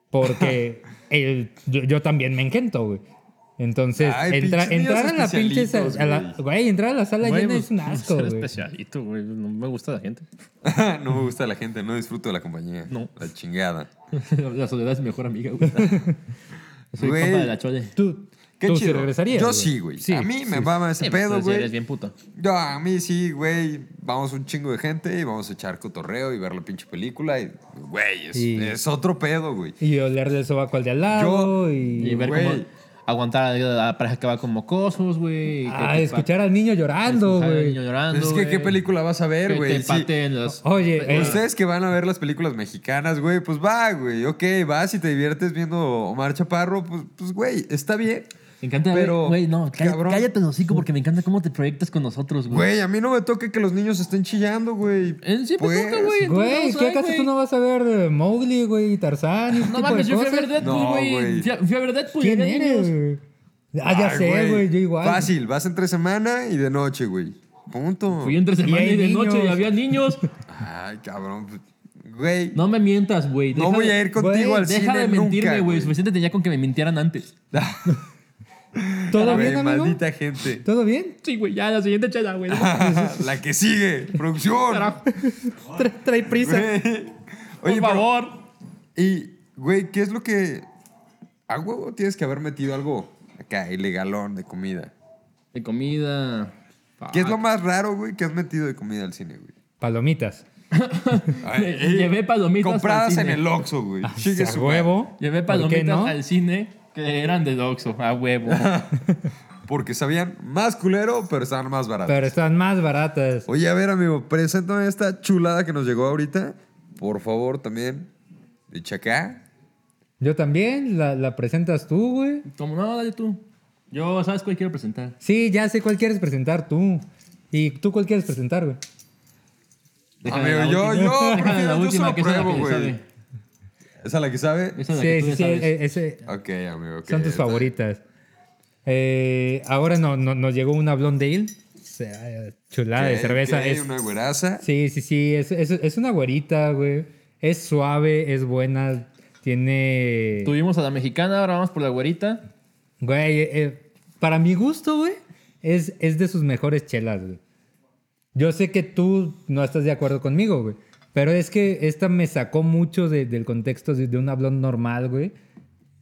[SPEAKER 3] Porque el- yo, yo también me engento, güey. Entonces,
[SPEAKER 1] Ay,
[SPEAKER 3] entra-
[SPEAKER 1] pinches
[SPEAKER 3] entrar a
[SPEAKER 1] niños
[SPEAKER 3] la pinche sa-
[SPEAKER 1] especialitos,
[SPEAKER 3] a la-
[SPEAKER 1] güey.
[SPEAKER 3] güey, entrar a la sala
[SPEAKER 2] Güey,
[SPEAKER 3] llena
[SPEAKER 2] pues,
[SPEAKER 3] es un asco,
[SPEAKER 2] ser
[SPEAKER 3] güey.
[SPEAKER 2] especialito, güey. No me gusta la gente.
[SPEAKER 1] Ah, no me gusta la gente, no disfruto de la compañía.
[SPEAKER 2] No.
[SPEAKER 1] La chingada.
[SPEAKER 2] la soledad es mi mejor amiga, güey. Soy
[SPEAKER 1] Güey.
[SPEAKER 2] compa de la chole.
[SPEAKER 3] Tú,
[SPEAKER 1] Qué
[SPEAKER 3] tú sí
[SPEAKER 1] chido.
[SPEAKER 3] regresarías.
[SPEAKER 1] Yo sí, güey. a mí me mama ese
[SPEAKER 2] Sí,
[SPEAKER 1] pedo,
[SPEAKER 2] pues,
[SPEAKER 1] güey.
[SPEAKER 2] Eres bien puto.
[SPEAKER 1] Yo, a mí sí, güey. Vamos un chingo de gente y vamos a echar cotorreo y ver la pinche película. Y, güey, es,
[SPEAKER 3] Y-
[SPEAKER 1] es otro pedo, güey.
[SPEAKER 3] Y olerle el sobaco al de al lado
[SPEAKER 1] Yo-
[SPEAKER 3] y...
[SPEAKER 2] Y ver
[SPEAKER 1] Güey.
[SPEAKER 2] cómo aguantar a la pareja que va con mocosos, güey.
[SPEAKER 3] Ah, escuchar al niño llorando, güey.
[SPEAKER 1] Pues Es que, ¿qué película vas a ver,
[SPEAKER 2] Que
[SPEAKER 1] güey?
[SPEAKER 2] te
[SPEAKER 1] Sí.
[SPEAKER 2] pateen los...
[SPEAKER 3] Oye, eh,
[SPEAKER 1] Ustedes que van a ver las películas mexicanas, güey, pues va, güey, ok, vas y te diviertes viendo Omar Chaparro, pues, pues güey, está bien.
[SPEAKER 2] Me encanta, güey.
[SPEAKER 1] Pero,
[SPEAKER 2] güey, no, cállate,
[SPEAKER 1] cabrón.
[SPEAKER 2] cállate el hocico porque me encanta cómo te proyectas con nosotros, güey.
[SPEAKER 1] Güey, a mí no me toque que los niños estén chillando, güey. Pues,
[SPEAKER 2] Eh, sí me toca, güey. en todos
[SPEAKER 3] Güey,
[SPEAKER 2] lados
[SPEAKER 3] ¿qué
[SPEAKER 2] hay,
[SPEAKER 3] acaso
[SPEAKER 2] güey.
[SPEAKER 3] tú no vas a ver eh, Mowgli, güey, Tarzán y ese
[SPEAKER 2] No
[SPEAKER 3] tipo
[SPEAKER 2] mames,
[SPEAKER 3] de
[SPEAKER 2] yo fui a
[SPEAKER 3] cosas?
[SPEAKER 2] ver Deadpool,
[SPEAKER 1] No, güey.
[SPEAKER 2] güey. Fui a- fui a ver Deadpool. y
[SPEAKER 3] ¿Quién
[SPEAKER 2] había
[SPEAKER 3] eres?
[SPEAKER 2] niños.
[SPEAKER 3] güey? Ah, ya
[SPEAKER 1] Ay,
[SPEAKER 3] sé, güey, yo igual.
[SPEAKER 1] Fácil, vas entre semana y de noche, güey. Punto.
[SPEAKER 2] Fui entre semana
[SPEAKER 3] hay
[SPEAKER 2] y de noche y
[SPEAKER 3] niños.
[SPEAKER 2] había niños.
[SPEAKER 1] Ay, cabrón. pues, Güey, no,
[SPEAKER 2] No me mientas, güey. Deja
[SPEAKER 1] voy
[SPEAKER 2] de-
[SPEAKER 1] a ir contigo
[SPEAKER 3] güey,
[SPEAKER 1] al cine
[SPEAKER 2] Deja de mentirme,
[SPEAKER 1] nunca, Ah,
[SPEAKER 2] güey. pues. Suficiente tenía con que me mintieran antes.
[SPEAKER 3] ¿Todo
[SPEAKER 1] Güey,
[SPEAKER 3] bien, amigo?
[SPEAKER 1] maldita gente.
[SPEAKER 3] ¿Todo bien?
[SPEAKER 2] Sí, güey, ya la siguiente chela, güey. pues,
[SPEAKER 1] La que sigue, producción.
[SPEAKER 2] Carajo.
[SPEAKER 3] Tra- trae prisa.
[SPEAKER 1] Güey.
[SPEAKER 2] Por
[SPEAKER 1] Oye, pero-
[SPEAKER 2] favor.
[SPEAKER 1] Y, güey, ¿qué es lo que. A huevo tienes que haber metido algo Acá, ilegalón de comida.
[SPEAKER 2] De comida. Fuck.
[SPEAKER 1] ¿Qué es
[SPEAKER 3] Ah.
[SPEAKER 1] lo más raro, güey, que has metido de comida al cine, güey?
[SPEAKER 3] Palomitas.
[SPEAKER 2] Lle- Llevé palomitas. al
[SPEAKER 1] Compradas
[SPEAKER 2] cine.
[SPEAKER 1] en el Oxxo, güey. Chingue
[SPEAKER 3] A
[SPEAKER 1] su
[SPEAKER 3] Ah, huevo.
[SPEAKER 2] Llevé
[SPEAKER 3] ¿Por qué
[SPEAKER 2] palomitas
[SPEAKER 3] no?
[SPEAKER 2] al cine que eran de Oxxo, a huevo.
[SPEAKER 1] madre. Porque sabían más culero, pero estaban más baratas.
[SPEAKER 3] Pero están más baratas.
[SPEAKER 1] Oye, a ver, amigo, preséntame esta chulada que nos llegó ahorita. Por favor, también. De Chacá.
[SPEAKER 3] Yo también, la, la presentas tú, güey.
[SPEAKER 2] Como no, dale tú. Yo, ¿sabes cuál quiero presentar?
[SPEAKER 3] Sí, ya sé cuál quieres presentar tú. ¿Y tú cuál quieres presentar, güey?
[SPEAKER 2] Déjame
[SPEAKER 1] Amigo,
[SPEAKER 2] la
[SPEAKER 1] yo,
[SPEAKER 2] última.
[SPEAKER 1] yo,
[SPEAKER 2] Déjame
[SPEAKER 1] prefiero-
[SPEAKER 2] la
[SPEAKER 1] yo se
[SPEAKER 2] última,
[SPEAKER 1] lo
[SPEAKER 2] que esa es la
[SPEAKER 1] pruebo,
[SPEAKER 2] que
[SPEAKER 1] güey.
[SPEAKER 2] sabe.
[SPEAKER 1] ¿Esa es la que sabe?
[SPEAKER 2] Esa es la
[SPEAKER 3] Sí,
[SPEAKER 2] que tú
[SPEAKER 3] sí,
[SPEAKER 2] ya
[SPEAKER 3] sí,
[SPEAKER 2] sabes.
[SPEAKER 3] e- ese,
[SPEAKER 1] Ok, amigo. ok.
[SPEAKER 3] son tus favoritas. Eh, ahora no, no- nos llegó una Blonde Ale. O sea, Chulada
[SPEAKER 1] Ok,
[SPEAKER 3] de cerveza.
[SPEAKER 1] ok,
[SPEAKER 3] es,
[SPEAKER 1] Una güeraza.
[SPEAKER 3] Sí, sí, sí. Es, es- es una güerita, güey. Es suave, es buena. Tiene.
[SPEAKER 2] Tuvimos a la mexicana, ahora vamos por la güerita.
[SPEAKER 3] Güey, eh, eh, para mi gusto, güey, es, es de sus mejores chelas, güey. Yo sé que tú no estás de acuerdo conmigo, güey. Pero es que esta me sacó mucho de- del contexto de, de una blonde normal, güey.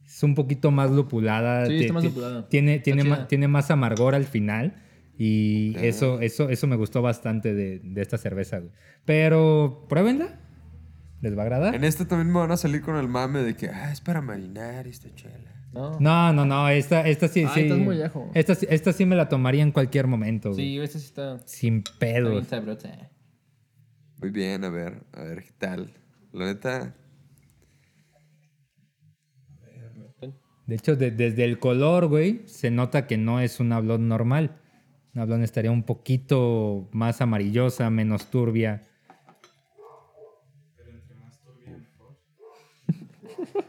[SPEAKER 3] Es un poquito más lupulada.
[SPEAKER 2] Sí,
[SPEAKER 3] ti-
[SPEAKER 2] está más
[SPEAKER 3] ti-
[SPEAKER 2] lupulada.
[SPEAKER 3] Tiene,
[SPEAKER 2] Está
[SPEAKER 3] tiene, ma-
[SPEAKER 2] chida.
[SPEAKER 3] tiene más amargor al final. Y eso, eso, eso me gustó bastante de, de esta cerveza, güey. Pero pruébenla. ¿Les va a agradar?
[SPEAKER 1] En este también me van a salir con el mame de que, ah, es para marinar esta chela.
[SPEAKER 2] No.
[SPEAKER 3] No, no, no. Esta, esta sí.
[SPEAKER 2] Ah,
[SPEAKER 3] sí.
[SPEAKER 2] estás muy viejo.
[SPEAKER 3] Esta, sí- esta sí me la tomaría en cualquier momento, güey.
[SPEAKER 2] Sí, esta sí está, está
[SPEAKER 3] Sin
[SPEAKER 2] bien
[SPEAKER 3] pedos.
[SPEAKER 2] sabrosa.
[SPEAKER 1] Muy bien, a ver, a ver qué tal. La neta,
[SPEAKER 3] De hecho, de- desde el color, güey, se nota que no es una blonde normal. Una blonde estaría un poquito más amarillosa, menos turbia.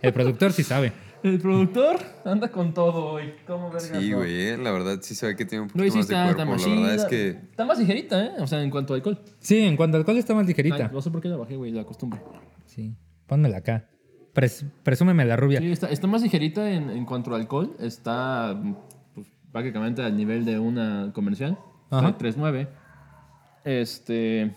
[SPEAKER 3] El productor sí sabe.
[SPEAKER 2] El productor anda con todo hoy. ¿Cómo verga?
[SPEAKER 1] sí,
[SPEAKER 2] no?
[SPEAKER 1] güey, eh, la verdad sí se ve que tiene un
[SPEAKER 2] No,
[SPEAKER 1] poquito
[SPEAKER 2] y sí
[SPEAKER 1] más de
[SPEAKER 2] está,
[SPEAKER 1] cuerpo. La
[SPEAKER 2] está más. sí,
[SPEAKER 1] verdad es
[SPEAKER 2] la-
[SPEAKER 1] que
[SPEAKER 2] Está más ligerita, ¿eh? O sea, en cuanto a alcohol.
[SPEAKER 3] Sí, en cuanto al alcohol está más
[SPEAKER 2] Ay,
[SPEAKER 3] ligerita.
[SPEAKER 2] no sé por qué la bajé, güey, la costumbre.
[SPEAKER 3] Sí, pónmela acá. Pres- presúmeme la rubia.
[SPEAKER 2] Sí, está, está más ligerita en, en cuanto al alcohol. Está pues, prácticamente al nivel de una comercial.
[SPEAKER 3] Ajá.
[SPEAKER 2] Está de 3.9. Este.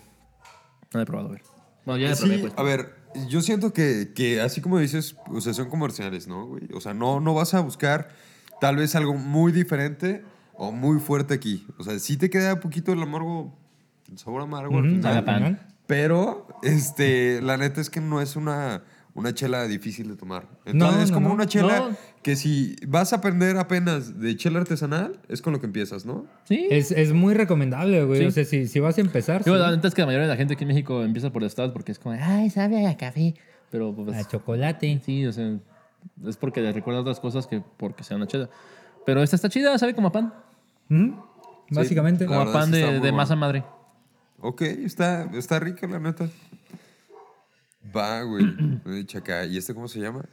[SPEAKER 2] No la he probado, a ver. Bueno, ya la
[SPEAKER 1] eh, Sí,
[SPEAKER 2] probé, pues.
[SPEAKER 1] a ver, yo siento que, que así como dices, o sea, son comerciales, ¿no, güey? O sea, no, no vas a buscar tal vez algo muy diferente o muy fuerte aquí. O sea, sí te queda poquito el amargo, el sabor amargo al
[SPEAKER 3] Ujú,
[SPEAKER 1] final,
[SPEAKER 2] a la
[SPEAKER 3] al final.
[SPEAKER 1] Pero, este, la neta es que no es una, una chela difícil de tomar. Entonces,
[SPEAKER 3] No,
[SPEAKER 1] es
[SPEAKER 3] no,
[SPEAKER 1] como
[SPEAKER 3] no.
[SPEAKER 1] una chela
[SPEAKER 2] No.
[SPEAKER 1] que si vas a aprender apenas de chela artesanal, es con lo que empiezas, ¿no?
[SPEAKER 2] Sí.
[SPEAKER 3] Es, es muy recomendable, güey.
[SPEAKER 2] Sí.
[SPEAKER 3] O sea, si, si vas a empezar...
[SPEAKER 2] Yo,
[SPEAKER 3] sí.
[SPEAKER 2] la neta es que la mayoría de la gente aquí en México empieza por el Stout porque es como, ay, sabe a café. Pero pues.
[SPEAKER 3] A chocolate.
[SPEAKER 2] Sí, o sea, es porque le recuerda otras cosas que porque sea una chela. Pero esta está chida, sabe como a pan.
[SPEAKER 3] Ujú, Básicamente.
[SPEAKER 1] La
[SPEAKER 2] Como a
[SPEAKER 1] verdad
[SPEAKER 2] pan
[SPEAKER 1] sí
[SPEAKER 2] de,
[SPEAKER 1] está muy
[SPEAKER 2] de
[SPEAKER 1] bueno.
[SPEAKER 2] masa madre.
[SPEAKER 1] Ok, está, está rica, la neta. Va, güey. Eh, Chaca. ¿Y este cómo se llama?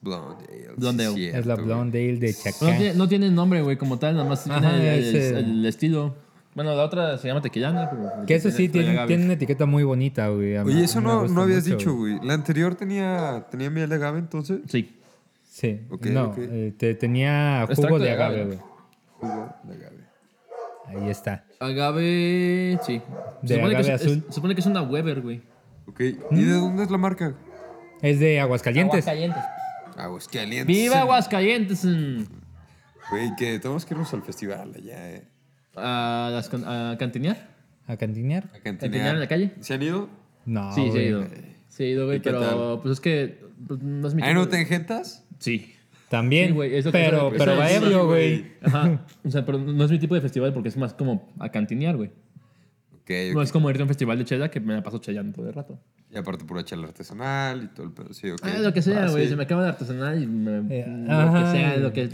[SPEAKER 1] Blonde Ale.
[SPEAKER 2] Blonde
[SPEAKER 1] sí
[SPEAKER 2] Ale.
[SPEAKER 1] cierto,
[SPEAKER 3] Es la
[SPEAKER 1] güey.
[SPEAKER 3] Blonde Ale de
[SPEAKER 2] No
[SPEAKER 3] Chacán.
[SPEAKER 2] tiene, no tiene nombre, güey, como tal, nada más
[SPEAKER 3] Ajá,
[SPEAKER 2] tiene el,
[SPEAKER 3] ese-
[SPEAKER 2] el estilo. Bueno, la otra se llama tequillana. pero- pues,
[SPEAKER 3] Que eso sí,
[SPEAKER 2] pero ya
[SPEAKER 3] tiene,
[SPEAKER 2] Gaby.
[SPEAKER 3] tiene una etiqueta muy bonita, güey. A mí-
[SPEAKER 1] Oye, eso
[SPEAKER 3] a mí me
[SPEAKER 1] no,
[SPEAKER 3] gusta
[SPEAKER 1] no habías
[SPEAKER 3] mucho,
[SPEAKER 1] dicho,
[SPEAKER 3] güey.
[SPEAKER 1] güey. La anterior tenía, tenía miel de agave, entonces.
[SPEAKER 2] Sí.
[SPEAKER 3] Sí.
[SPEAKER 1] Ok,
[SPEAKER 3] no,
[SPEAKER 1] ok.
[SPEAKER 3] eh, te, tenía
[SPEAKER 2] Extracto
[SPEAKER 3] jugo de
[SPEAKER 2] de agave,
[SPEAKER 3] agave, güey.
[SPEAKER 1] Jugo de agave.
[SPEAKER 3] Ahí está.
[SPEAKER 2] Agave, sí.
[SPEAKER 3] De
[SPEAKER 2] supone que
[SPEAKER 3] agave
[SPEAKER 2] es- es-
[SPEAKER 3] azul.
[SPEAKER 2] se supone que es una Weber, güey.
[SPEAKER 1] Ok. ¿Y
[SPEAKER 3] Mm.
[SPEAKER 1] de dónde es la marca? Ah,
[SPEAKER 3] Es de Aguascalientes.
[SPEAKER 2] Aguascalientes.
[SPEAKER 1] Aguascalientes.
[SPEAKER 2] ¡Viva Aguascalientes! mm.
[SPEAKER 1] Güey, que tenemos que irnos al festival allá, eh.
[SPEAKER 2] A, las, can- a cantinear.
[SPEAKER 3] ¿A cantinear?
[SPEAKER 1] A
[SPEAKER 2] ¿Cantinear en la calle?
[SPEAKER 1] ¿Se han ido?
[SPEAKER 3] No,
[SPEAKER 2] sí, sí he
[SPEAKER 3] güey.
[SPEAKER 2] ido. Sí he ido, güey,
[SPEAKER 1] Ah, ¿Y qué
[SPEAKER 2] pero
[SPEAKER 1] tal?
[SPEAKER 2] pues es que pues, no es mi
[SPEAKER 1] ¿Ahí
[SPEAKER 2] tipo
[SPEAKER 1] Ah, no
[SPEAKER 2] de-
[SPEAKER 1] te enjetas?
[SPEAKER 2] Sí.
[SPEAKER 3] También.
[SPEAKER 2] Sí, güey, es lo que-
[SPEAKER 3] pero
[SPEAKER 2] eso-
[SPEAKER 3] pero
[SPEAKER 2] eso
[SPEAKER 3] va
[SPEAKER 2] es-
[SPEAKER 3] ebrio,
[SPEAKER 1] sí, güey.
[SPEAKER 3] güey.
[SPEAKER 2] Ajá. O sea, pero no es mi tipo de festival porque es más como a cantinear, güey.
[SPEAKER 1] Ok,
[SPEAKER 2] No
[SPEAKER 1] ok.
[SPEAKER 2] es como irte a un festival de chela que me la paso chellando todo el rato.
[SPEAKER 1] Y aparte pura chela artesanal y todo el pedo. Sí, ok.
[SPEAKER 2] Ah, lo que sea,
[SPEAKER 1] Ah,
[SPEAKER 2] güey.
[SPEAKER 1] sí.
[SPEAKER 2] Se me acaba de artesanal y me,
[SPEAKER 3] Eh,
[SPEAKER 2] lo
[SPEAKER 3] ajá.
[SPEAKER 2] que sea, lo que.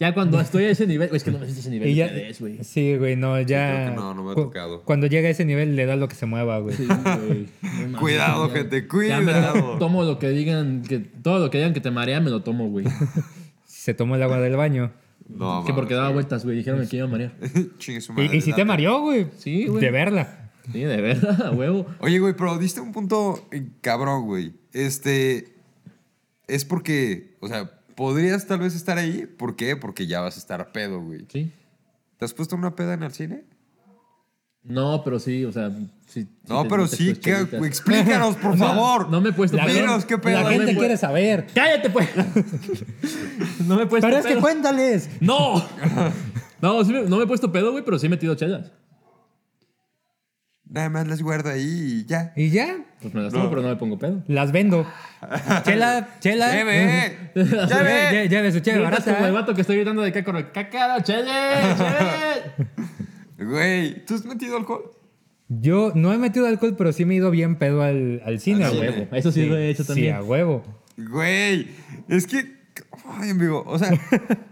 [SPEAKER 2] Ya cuando estoy a ese nivel, güey, es que no me a ese nivel
[SPEAKER 3] Y ya-
[SPEAKER 2] de pedez, güey.
[SPEAKER 3] sí, güey, no, ya.
[SPEAKER 1] creo que no, no me ha
[SPEAKER 3] cu-
[SPEAKER 1] tocado.
[SPEAKER 3] Cuando llega a ese nivel, le da lo que se mueva, güey.
[SPEAKER 2] Sí, güey. No mames,
[SPEAKER 1] Cuidado,
[SPEAKER 2] ya-
[SPEAKER 1] gente,
[SPEAKER 2] Ya me lo-
[SPEAKER 1] cuidado.
[SPEAKER 2] tomo lo que digan, que todo lo que digan que te marea, me lo tomo, güey.
[SPEAKER 3] Se tomó el agua del baño.
[SPEAKER 1] No,
[SPEAKER 2] que porque
[SPEAKER 1] mames.
[SPEAKER 2] daba vueltas, güey. Dijeron que iba a marear.
[SPEAKER 1] Chingue su madre,
[SPEAKER 3] Y, y si
[SPEAKER 1] date.
[SPEAKER 3] te mareó, güey.
[SPEAKER 2] Sí, güey.
[SPEAKER 3] De verla.
[SPEAKER 2] Sí, de verdad, a huevo.
[SPEAKER 1] Oye, güey, pero diste un punto eh, cabrón, güey. Este. Es porque. O sea, podrías tal vez estar ahí. ¿Por qué? Porque ya vas a estar a pedo, güey.
[SPEAKER 2] Sí.
[SPEAKER 1] ¿Te has puesto una peda en el cine?
[SPEAKER 2] No, pero sí, o sea. sí- sí
[SPEAKER 1] No,
[SPEAKER 2] te
[SPEAKER 1] pero
[SPEAKER 2] metes
[SPEAKER 1] sí,
[SPEAKER 2] tus
[SPEAKER 1] que-
[SPEAKER 2] chelitas.
[SPEAKER 1] explícanos, por favor.
[SPEAKER 2] no me he puesto
[SPEAKER 1] Dinos,
[SPEAKER 2] pedo.
[SPEAKER 1] qué pedo.
[SPEAKER 3] La gente
[SPEAKER 2] me-
[SPEAKER 3] quiere saber.
[SPEAKER 2] ¡Cállate, pues! no me he puesto
[SPEAKER 3] Pero es que
[SPEAKER 2] pedo.
[SPEAKER 3] cuéntales.
[SPEAKER 2] ¡No! No, sí me- no me he puesto pedo, güey, pero sí he metido chelas.
[SPEAKER 1] Nada más las guardo ahí y ya.
[SPEAKER 3] Y ya,
[SPEAKER 2] Pues me las tomo, pero no me pongo pedo.
[SPEAKER 3] las vendo. Chela, chela.
[SPEAKER 2] ¿Eh?
[SPEAKER 1] ¡Lleve!
[SPEAKER 3] Lle-
[SPEAKER 1] ¡Lleve!
[SPEAKER 3] lle- Lleve su chela
[SPEAKER 2] Gritas como el
[SPEAKER 3] barata.
[SPEAKER 2] vato que estoy gritando de cácaro. ¡Cácaro, chelas! chelas".
[SPEAKER 1] Güey, ¿tú has metido alcohol?
[SPEAKER 3] Yo no he metido alcohol, pero sí me he ido bien pedo al, al cine.
[SPEAKER 1] Al
[SPEAKER 3] a
[SPEAKER 1] cine.
[SPEAKER 3] huevo.
[SPEAKER 2] Eso Ah, sí lo he hecho también.
[SPEAKER 3] Sí, a huevo.
[SPEAKER 1] Güey, es que. Ay, amigo, o sea,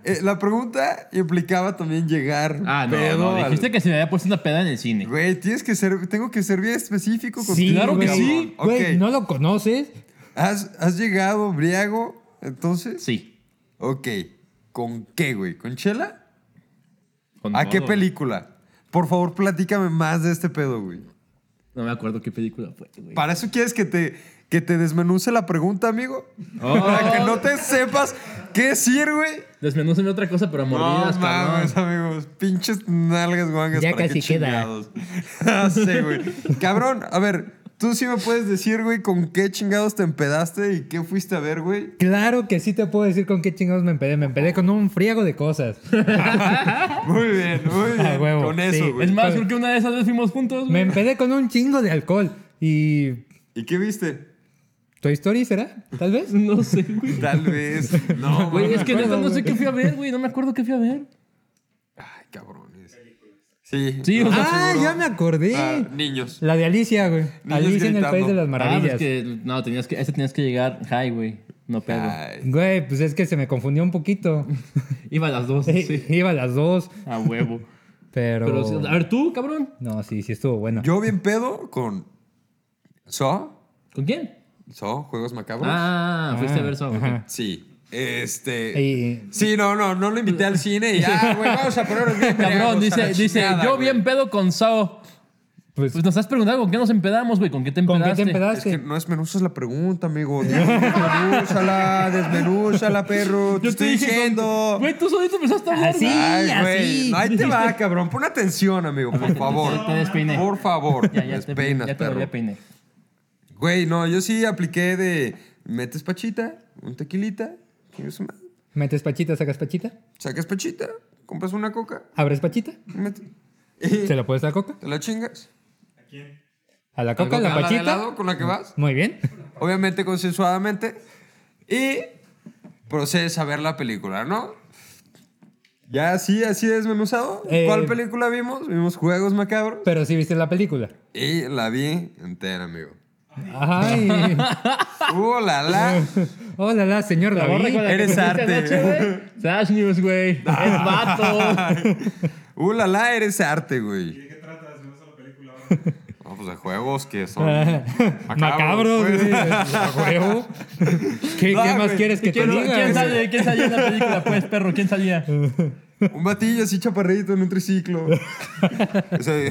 [SPEAKER 1] eh, la pregunta implicaba también llegar.
[SPEAKER 2] Ah, no,
[SPEAKER 1] pedo
[SPEAKER 2] no,
[SPEAKER 1] al-
[SPEAKER 2] Dijiste que se me había puesto una peda en el cine.
[SPEAKER 1] Güey, tienes que ser, tengo que ser bien específico con
[SPEAKER 2] claro que
[SPEAKER 3] güey.
[SPEAKER 2] sí.
[SPEAKER 1] Ok.
[SPEAKER 3] Güey, ¿no lo conoces?
[SPEAKER 1] ¿Has, has llegado briago, entonces?
[SPEAKER 2] Sí.
[SPEAKER 1] Ok. ¿Con qué, güey? ¿Con chela?
[SPEAKER 2] Con
[SPEAKER 1] ¿A
[SPEAKER 2] todo.
[SPEAKER 1] Ah, qué película? Por favor, platícame más de este pedo, güey.
[SPEAKER 2] No me acuerdo qué película fue, güey.
[SPEAKER 1] ¿Para eso quieres que te, que te desmenuce la pregunta, amigo?
[SPEAKER 2] Oh.
[SPEAKER 1] Para que no te sepas qué decir, güey.
[SPEAKER 2] Desmenúceme otra cosa, pero a
[SPEAKER 1] No
[SPEAKER 2] mordidas, cabrón.
[SPEAKER 1] mames, amigos. Pinches nalgas guangas.
[SPEAKER 3] Ya
[SPEAKER 1] ¿para qué
[SPEAKER 3] casi queda.
[SPEAKER 1] chingados? Ah, sí, güey. Cabrón, a ver, tú sí me puedes decir, güey, con qué chingados te empedaste y qué fuiste a ver, güey.
[SPEAKER 3] Claro que sí te puedo decir con qué chingados me empedé. Me empedé con un friego de cosas.
[SPEAKER 1] Muy bien, muy bien.
[SPEAKER 3] A huevo,
[SPEAKER 1] Con eso,
[SPEAKER 3] sí.
[SPEAKER 1] güey.
[SPEAKER 2] Es más, creo que una de esas veces fuimos juntos,
[SPEAKER 3] Me
[SPEAKER 2] güey.
[SPEAKER 3] empedé con un chingo de alcohol. Y.
[SPEAKER 1] ¿Y qué viste?
[SPEAKER 3] ¿Toy Story será? ¿Tal vez?
[SPEAKER 2] No sé, güey.
[SPEAKER 1] Tal vez. No,
[SPEAKER 2] Güey,
[SPEAKER 1] mames.
[SPEAKER 2] es que neta no sé qué fui a ver, güey. No me acuerdo qué fui a ver.
[SPEAKER 1] Ay, cabrones. Sí.
[SPEAKER 2] Sí, o sea,
[SPEAKER 3] Ah,
[SPEAKER 1] seguro.
[SPEAKER 3] ya me acordé.
[SPEAKER 1] Ah, niños.
[SPEAKER 3] La de Alicia, güey.
[SPEAKER 1] Niños
[SPEAKER 3] Alicia en el
[SPEAKER 1] gritando.
[SPEAKER 3] País de las
[SPEAKER 2] Ah,
[SPEAKER 3] Maravillas.
[SPEAKER 2] pues que no, tenías que, ese tenías que llegar high, güey. No pedo.
[SPEAKER 1] Ay.
[SPEAKER 3] Güey, pues es que se me confundió un poquito.
[SPEAKER 2] Iba a las dos, sí.
[SPEAKER 3] Iba a las dos,
[SPEAKER 2] A huevo.
[SPEAKER 3] pero...
[SPEAKER 2] Pero, sí, a ver, tú, cabrón.
[SPEAKER 3] No, sí, sí estuvo buena.
[SPEAKER 1] Yo bien pedo con. ¿So?
[SPEAKER 2] ¿Con quién?
[SPEAKER 1] ¿So? ¿Juegos macabros?
[SPEAKER 2] Ah, fuiste a ver eso.
[SPEAKER 3] Ajá.
[SPEAKER 1] Sí. Este.
[SPEAKER 3] Y-
[SPEAKER 1] Sí, no, no, no lo invité al cine y ah, güey, vamos a ponernos bien.
[SPEAKER 2] Cabrón,
[SPEAKER 1] briagos a la
[SPEAKER 2] dice, dice,
[SPEAKER 1] chingada,
[SPEAKER 2] yo
[SPEAKER 1] güey".
[SPEAKER 2] bien pedo con Sao.
[SPEAKER 3] pues,
[SPEAKER 2] Pues nos estás preguntando con qué nos empedamos, güey. ¿Con qué te
[SPEAKER 3] ¿con
[SPEAKER 2] empedaste?
[SPEAKER 3] qué te
[SPEAKER 1] Es
[SPEAKER 3] empedaste?
[SPEAKER 1] que no desmenuzas la pregunta, amigo. Desmenúzala, desmenúzala, perro. Te
[SPEAKER 2] Yo
[SPEAKER 1] estoy
[SPEAKER 2] te dije, con-
[SPEAKER 1] diciendo.
[SPEAKER 2] Güey, tú solito empezaste a hablar.
[SPEAKER 3] Así,
[SPEAKER 2] güey.
[SPEAKER 1] Ay,
[SPEAKER 3] así.
[SPEAKER 1] güey. Ahí te va, cabrón. Pon atención, amigo, por
[SPEAKER 2] Te
[SPEAKER 1] favor.
[SPEAKER 2] despeiné.
[SPEAKER 1] Por favor.
[SPEAKER 2] Ya, ya te,
[SPEAKER 1] Despeinas,
[SPEAKER 2] ya te
[SPEAKER 1] perro.
[SPEAKER 2] volví a peinar.
[SPEAKER 1] Güey, no, yo sí apliqué de metes pachita, un tequilita, chingas una-
[SPEAKER 3] ¿Metes pachita, sacas pachita?
[SPEAKER 1] sacas pachita, compras una coca,
[SPEAKER 3] ¿Abres pachita?
[SPEAKER 1] metes- y
[SPEAKER 3] ¿Se la puedes a la coca?
[SPEAKER 1] te la chingas.
[SPEAKER 3] ¿A la coca, a la
[SPEAKER 1] Coca de
[SPEAKER 3] pachita?
[SPEAKER 1] helado con la que vas,
[SPEAKER 3] Muy bien.
[SPEAKER 1] obviamente consensuadamente, y procedes a ver la película, ¿no? Ya así, así desmenuzado.
[SPEAKER 3] Eh.
[SPEAKER 1] ¿Cuál película vimos? Vimos Juegos Macabros.
[SPEAKER 3] Pero sí viste la película.
[SPEAKER 1] Y la vi entera, amigo.
[SPEAKER 3] Ay.
[SPEAKER 1] ¡Uh, la, la!
[SPEAKER 3] Hola, la señor
[SPEAKER 2] La borra con
[SPEAKER 3] David.
[SPEAKER 2] la que
[SPEAKER 1] Eres
[SPEAKER 2] pusiste
[SPEAKER 1] arte.
[SPEAKER 2] anoche, güey. Sash News, güey. Es vato.
[SPEAKER 1] ¡Uh, la, la! Eres arte, güey. ¿Y de qué trata? la película No, pues de juegos que son...
[SPEAKER 3] Macabros,
[SPEAKER 1] pues.
[SPEAKER 3] güey. A huevo. ¿Qué,
[SPEAKER 1] No,
[SPEAKER 3] qué más
[SPEAKER 1] güey.
[SPEAKER 3] quieres que te
[SPEAKER 2] ¿Quién,
[SPEAKER 3] diga?
[SPEAKER 2] quién
[SPEAKER 3] güey?
[SPEAKER 2] sale- quién salía en la película, pues, perro? ¿Quién salía?
[SPEAKER 1] Un batillo así chaparrito en un triciclo. o sea, "Eh".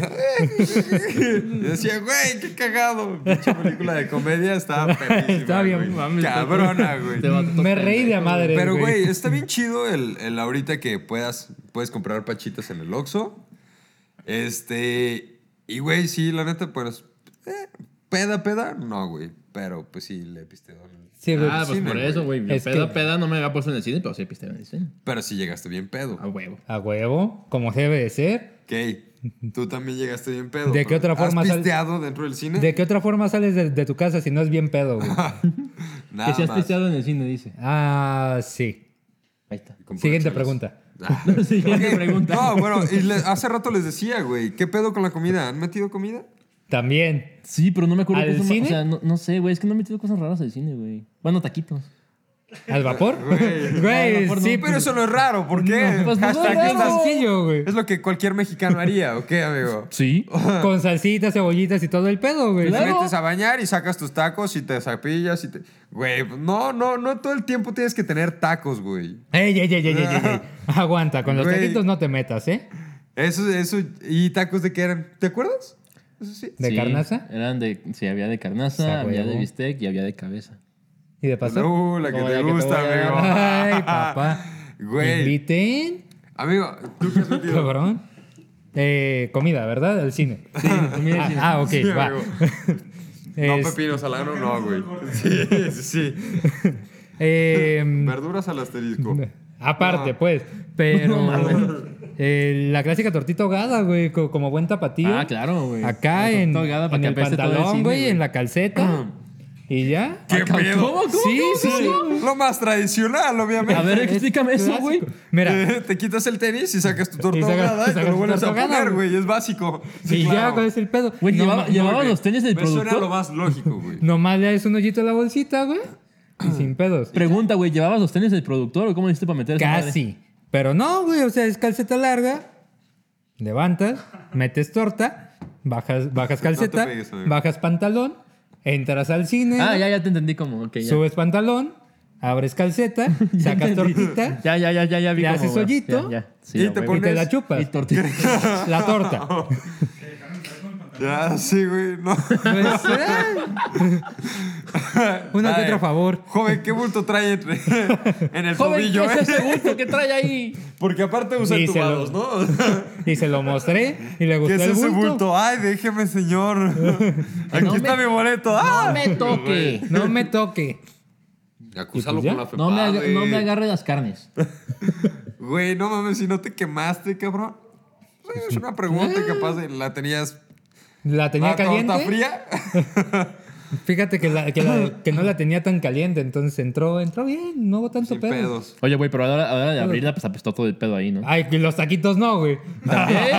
[SPEAKER 1] y decía, güey, qué cagado. Pinche película de comedia estaba perrísima,
[SPEAKER 3] Está bien,
[SPEAKER 1] güey.
[SPEAKER 2] mames.
[SPEAKER 1] Cabrona, güey.
[SPEAKER 2] Te va-
[SPEAKER 3] Me reí de a madre,
[SPEAKER 1] Pero, güey, está bien chido el, el ahorita que puedas puedes comprar pachitas en el Oxxo. Este. Y, güey, sí, la neta, pues. eh, peda, peda, no, güey. Pero, pues sí, le piste
[SPEAKER 3] Sí, güey.
[SPEAKER 2] Ah, pues
[SPEAKER 1] cine,
[SPEAKER 2] por
[SPEAKER 1] güey.
[SPEAKER 2] eso, güey. Mi
[SPEAKER 3] Es
[SPEAKER 2] Peda,
[SPEAKER 3] que-
[SPEAKER 2] peda no me había puesto en el cine, pero sí piste en el cine.
[SPEAKER 1] Pero sí llegaste bien pedo.
[SPEAKER 3] Ah,
[SPEAKER 2] A huevo.
[SPEAKER 3] A huevo, como debe de ser.
[SPEAKER 1] Ok. Tú también llegaste bien pedo.
[SPEAKER 3] ¿De qué
[SPEAKER 1] pero
[SPEAKER 3] otra forma
[SPEAKER 1] ¿Has
[SPEAKER 3] sal-
[SPEAKER 1] pisteado dentro del cine?
[SPEAKER 3] ¿De qué otra forma sales de, de tu casa si no es bien pedo, güey?
[SPEAKER 1] Nada
[SPEAKER 2] que si has
[SPEAKER 1] más.
[SPEAKER 2] pisteado en el cine, dice.
[SPEAKER 3] Ah, sí.
[SPEAKER 2] Ahí está.
[SPEAKER 1] Con puras
[SPEAKER 3] Siguiente
[SPEAKER 1] chelas.
[SPEAKER 3] pregunta.
[SPEAKER 1] Ah.
[SPEAKER 2] Siguiente
[SPEAKER 1] Ok,
[SPEAKER 2] pregunta.
[SPEAKER 1] No, bueno, y le- hace rato les decía, güey, ¿qué pedo con la comida? ¿Han metido comida?
[SPEAKER 3] También.
[SPEAKER 2] Sí, pero no me acuerdo
[SPEAKER 3] ¿Al
[SPEAKER 2] qué es lo más-
[SPEAKER 3] cine?
[SPEAKER 2] O sea, no, no sé, güey. Es que no he metido cosas raras al cine, güey. Bueno, taquitos.
[SPEAKER 3] ¿Al vapor?
[SPEAKER 1] Güey.
[SPEAKER 2] Al
[SPEAKER 3] Güey,
[SPEAKER 2] vapor
[SPEAKER 3] sí,
[SPEAKER 2] no,
[SPEAKER 1] Pero
[SPEAKER 3] pero
[SPEAKER 1] eso no es raro, ¿por qué?
[SPEAKER 2] No, pues, no es
[SPEAKER 1] Hashtag
[SPEAKER 2] raro.
[SPEAKER 3] es
[SPEAKER 1] estás-
[SPEAKER 3] sencillo, güey.
[SPEAKER 1] Es lo que cualquier mexicano haría, ¿ok, amigo?
[SPEAKER 2] Sí.
[SPEAKER 3] Con salsitas, cebollitas y todo el pedo, güey.
[SPEAKER 1] Te
[SPEAKER 2] Claro.
[SPEAKER 1] metes a bañar y sacas tus tacos y te zapillas y te... Güey, pues, no, no, no todo el tiempo tienes que tener tacos, güey.
[SPEAKER 3] Ey, ey, ey, ey, ey, ey, ey. Aguanta, con los
[SPEAKER 1] Güey.
[SPEAKER 3] taquitos no te metas, ¿eh?
[SPEAKER 1] Eso, eso, ¿y tacos de qué eran? ¿Te acuerdas? Eso sí.
[SPEAKER 3] ¿De
[SPEAKER 2] Sí,
[SPEAKER 3] carnaza?
[SPEAKER 2] Eran de. Sí, había de carnaza,
[SPEAKER 3] Está
[SPEAKER 2] había de
[SPEAKER 3] huevo.
[SPEAKER 2] bistec y había de cabeza.
[SPEAKER 3] ¿Y de pastor?
[SPEAKER 1] Uh, la que
[SPEAKER 2] No,
[SPEAKER 1] te
[SPEAKER 2] la que te
[SPEAKER 1] gusta,
[SPEAKER 2] voy a dar.
[SPEAKER 1] amigo.
[SPEAKER 3] Ay, papá.
[SPEAKER 1] Güey.
[SPEAKER 3] Inviten.
[SPEAKER 1] Amigo, ¿tú qué has metido?
[SPEAKER 3] Cabrón. Eh, comida, ¿verdad? Al cine.
[SPEAKER 2] Sí, comida china.
[SPEAKER 3] Ah, ah, ok,
[SPEAKER 1] Sí,
[SPEAKER 3] va.
[SPEAKER 1] amigo. No,
[SPEAKER 3] Es-
[SPEAKER 1] pepinos al ano, no, güey. Sí, sí, sí.
[SPEAKER 3] eh,
[SPEAKER 1] Verduras al asterisco.
[SPEAKER 2] Ah.
[SPEAKER 3] aparte, pues. Pero. eh, la clásica tortita ahogada, güey, co- como buen tapatío.
[SPEAKER 2] Ah, claro, güey.
[SPEAKER 3] Acá
[SPEAKER 2] La
[SPEAKER 3] en,
[SPEAKER 2] torta ahogada para
[SPEAKER 3] en
[SPEAKER 2] que
[SPEAKER 3] el
[SPEAKER 2] apeste todo el
[SPEAKER 3] pantalón,
[SPEAKER 2] cine,
[SPEAKER 3] güey,
[SPEAKER 2] güey.
[SPEAKER 3] en la calceta. y ya.
[SPEAKER 1] ¿Qué
[SPEAKER 2] ¿Cómo,
[SPEAKER 1] pedo?
[SPEAKER 2] cómo,
[SPEAKER 3] Sí,
[SPEAKER 2] cómo,
[SPEAKER 3] sí,
[SPEAKER 2] cómo?
[SPEAKER 3] sí.
[SPEAKER 1] Lo más tradicional, obviamente.
[SPEAKER 2] A ver, explícame eso, güey.
[SPEAKER 3] Clásico. Mira,
[SPEAKER 1] Eh, Te quitas el tenis y sacas tu torta
[SPEAKER 3] Y sacas-
[SPEAKER 1] ahogada y te
[SPEAKER 3] sacas
[SPEAKER 1] lo
[SPEAKER 3] tu
[SPEAKER 1] vuelves a
[SPEAKER 3] torta ahogada,
[SPEAKER 1] poner,
[SPEAKER 3] güey.
[SPEAKER 1] güey. Es básico. Sí,
[SPEAKER 3] y ya,
[SPEAKER 1] claro.
[SPEAKER 3] ¿cuál es el pedo?
[SPEAKER 2] Güey,
[SPEAKER 3] No-
[SPEAKER 2] llevaba-
[SPEAKER 3] no-
[SPEAKER 2] llevaba los tenis del
[SPEAKER 1] Me suena
[SPEAKER 2] productor.
[SPEAKER 1] lo más lógico, güey.
[SPEAKER 3] Nomás le haces un hoyito a la bolsita, güey. Y sin pedos.
[SPEAKER 2] Pregunta, güey, ¿llevabas los tenis del productor o cómo hiciste para meter esa madre?
[SPEAKER 3] Casi. Pero no, güey. O sea, es calceta larga. Levantas, metes torta, bajas, bajas calceta,
[SPEAKER 1] pegues, amigo.
[SPEAKER 3] bajas pantalón, entras al cine,
[SPEAKER 2] Ah, ya, ya te entendí cómo. Ok, ya.
[SPEAKER 3] subes pantalón, abres calceta,
[SPEAKER 2] Ya
[SPEAKER 3] sacas
[SPEAKER 2] entendí.
[SPEAKER 3] tortita
[SPEAKER 2] Ya, ya, ya, ya, ya vi
[SPEAKER 3] le
[SPEAKER 2] cómo,
[SPEAKER 3] haces
[SPEAKER 2] güey.
[SPEAKER 3] hoyito
[SPEAKER 2] Ya, ya. Sí,
[SPEAKER 1] y
[SPEAKER 2] a
[SPEAKER 1] te
[SPEAKER 2] huevo.
[SPEAKER 3] y te
[SPEAKER 1] pones-
[SPEAKER 3] la chupas.
[SPEAKER 2] Y tortilla.
[SPEAKER 3] La torta.
[SPEAKER 1] Ya, sí, güey. No.
[SPEAKER 3] Pues, ah, Una que
[SPEAKER 1] Ay,
[SPEAKER 3] otra a favor.
[SPEAKER 1] Joven, ¿qué bulto trae entre- en el
[SPEAKER 2] Joven,
[SPEAKER 1] tobillo,
[SPEAKER 2] ¿qué es
[SPEAKER 1] eh?
[SPEAKER 2] ese bulto que trae ahí?
[SPEAKER 1] Porque aparte usa
[SPEAKER 3] Díselo.
[SPEAKER 1] entubados, ¿no?
[SPEAKER 3] Y se lo mostré y le
[SPEAKER 1] ¿Qué
[SPEAKER 3] gustó
[SPEAKER 1] es
[SPEAKER 3] el
[SPEAKER 1] ese
[SPEAKER 3] bulto.
[SPEAKER 1] bulto? Ay, déjeme, señor. Aquí
[SPEAKER 2] No
[SPEAKER 1] está
[SPEAKER 2] me-
[SPEAKER 1] mi boleto.
[SPEAKER 2] No
[SPEAKER 1] ¡Ah!
[SPEAKER 2] me toque.
[SPEAKER 3] No me toque.
[SPEAKER 1] Acúsalo
[SPEAKER 3] Y pues
[SPEAKER 1] con
[SPEAKER 3] ya.
[SPEAKER 1] la fe.
[SPEAKER 2] No me, aga- no me agarre las carnes.
[SPEAKER 1] Güey, no mames, si no te quemaste, cabrón. Es una pregunta capaz de la tenías
[SPEAKER 3] La tenía
[SPEAKER 1] la
[SPEAKER 3] caliente.
[SPEAKER 1] torta fría.
[SPEAKER 3] Fíjate que, la- que, la- que no la tenía tan caliente, entonces entró, entró bien, no hubo tanto
[SPEAKER 1] Sin
[SPEAKER 3] pedo.
[SPEAKER 1] pedos.
[SPEAKER 2] Oye, güey, pero ahora, ahora de abrirla, pues apestó todo el pedo ahí, ¿no?
[SPEAKER 3] Ay, que los taquitos no, güey.
[SPEAKER 2] También.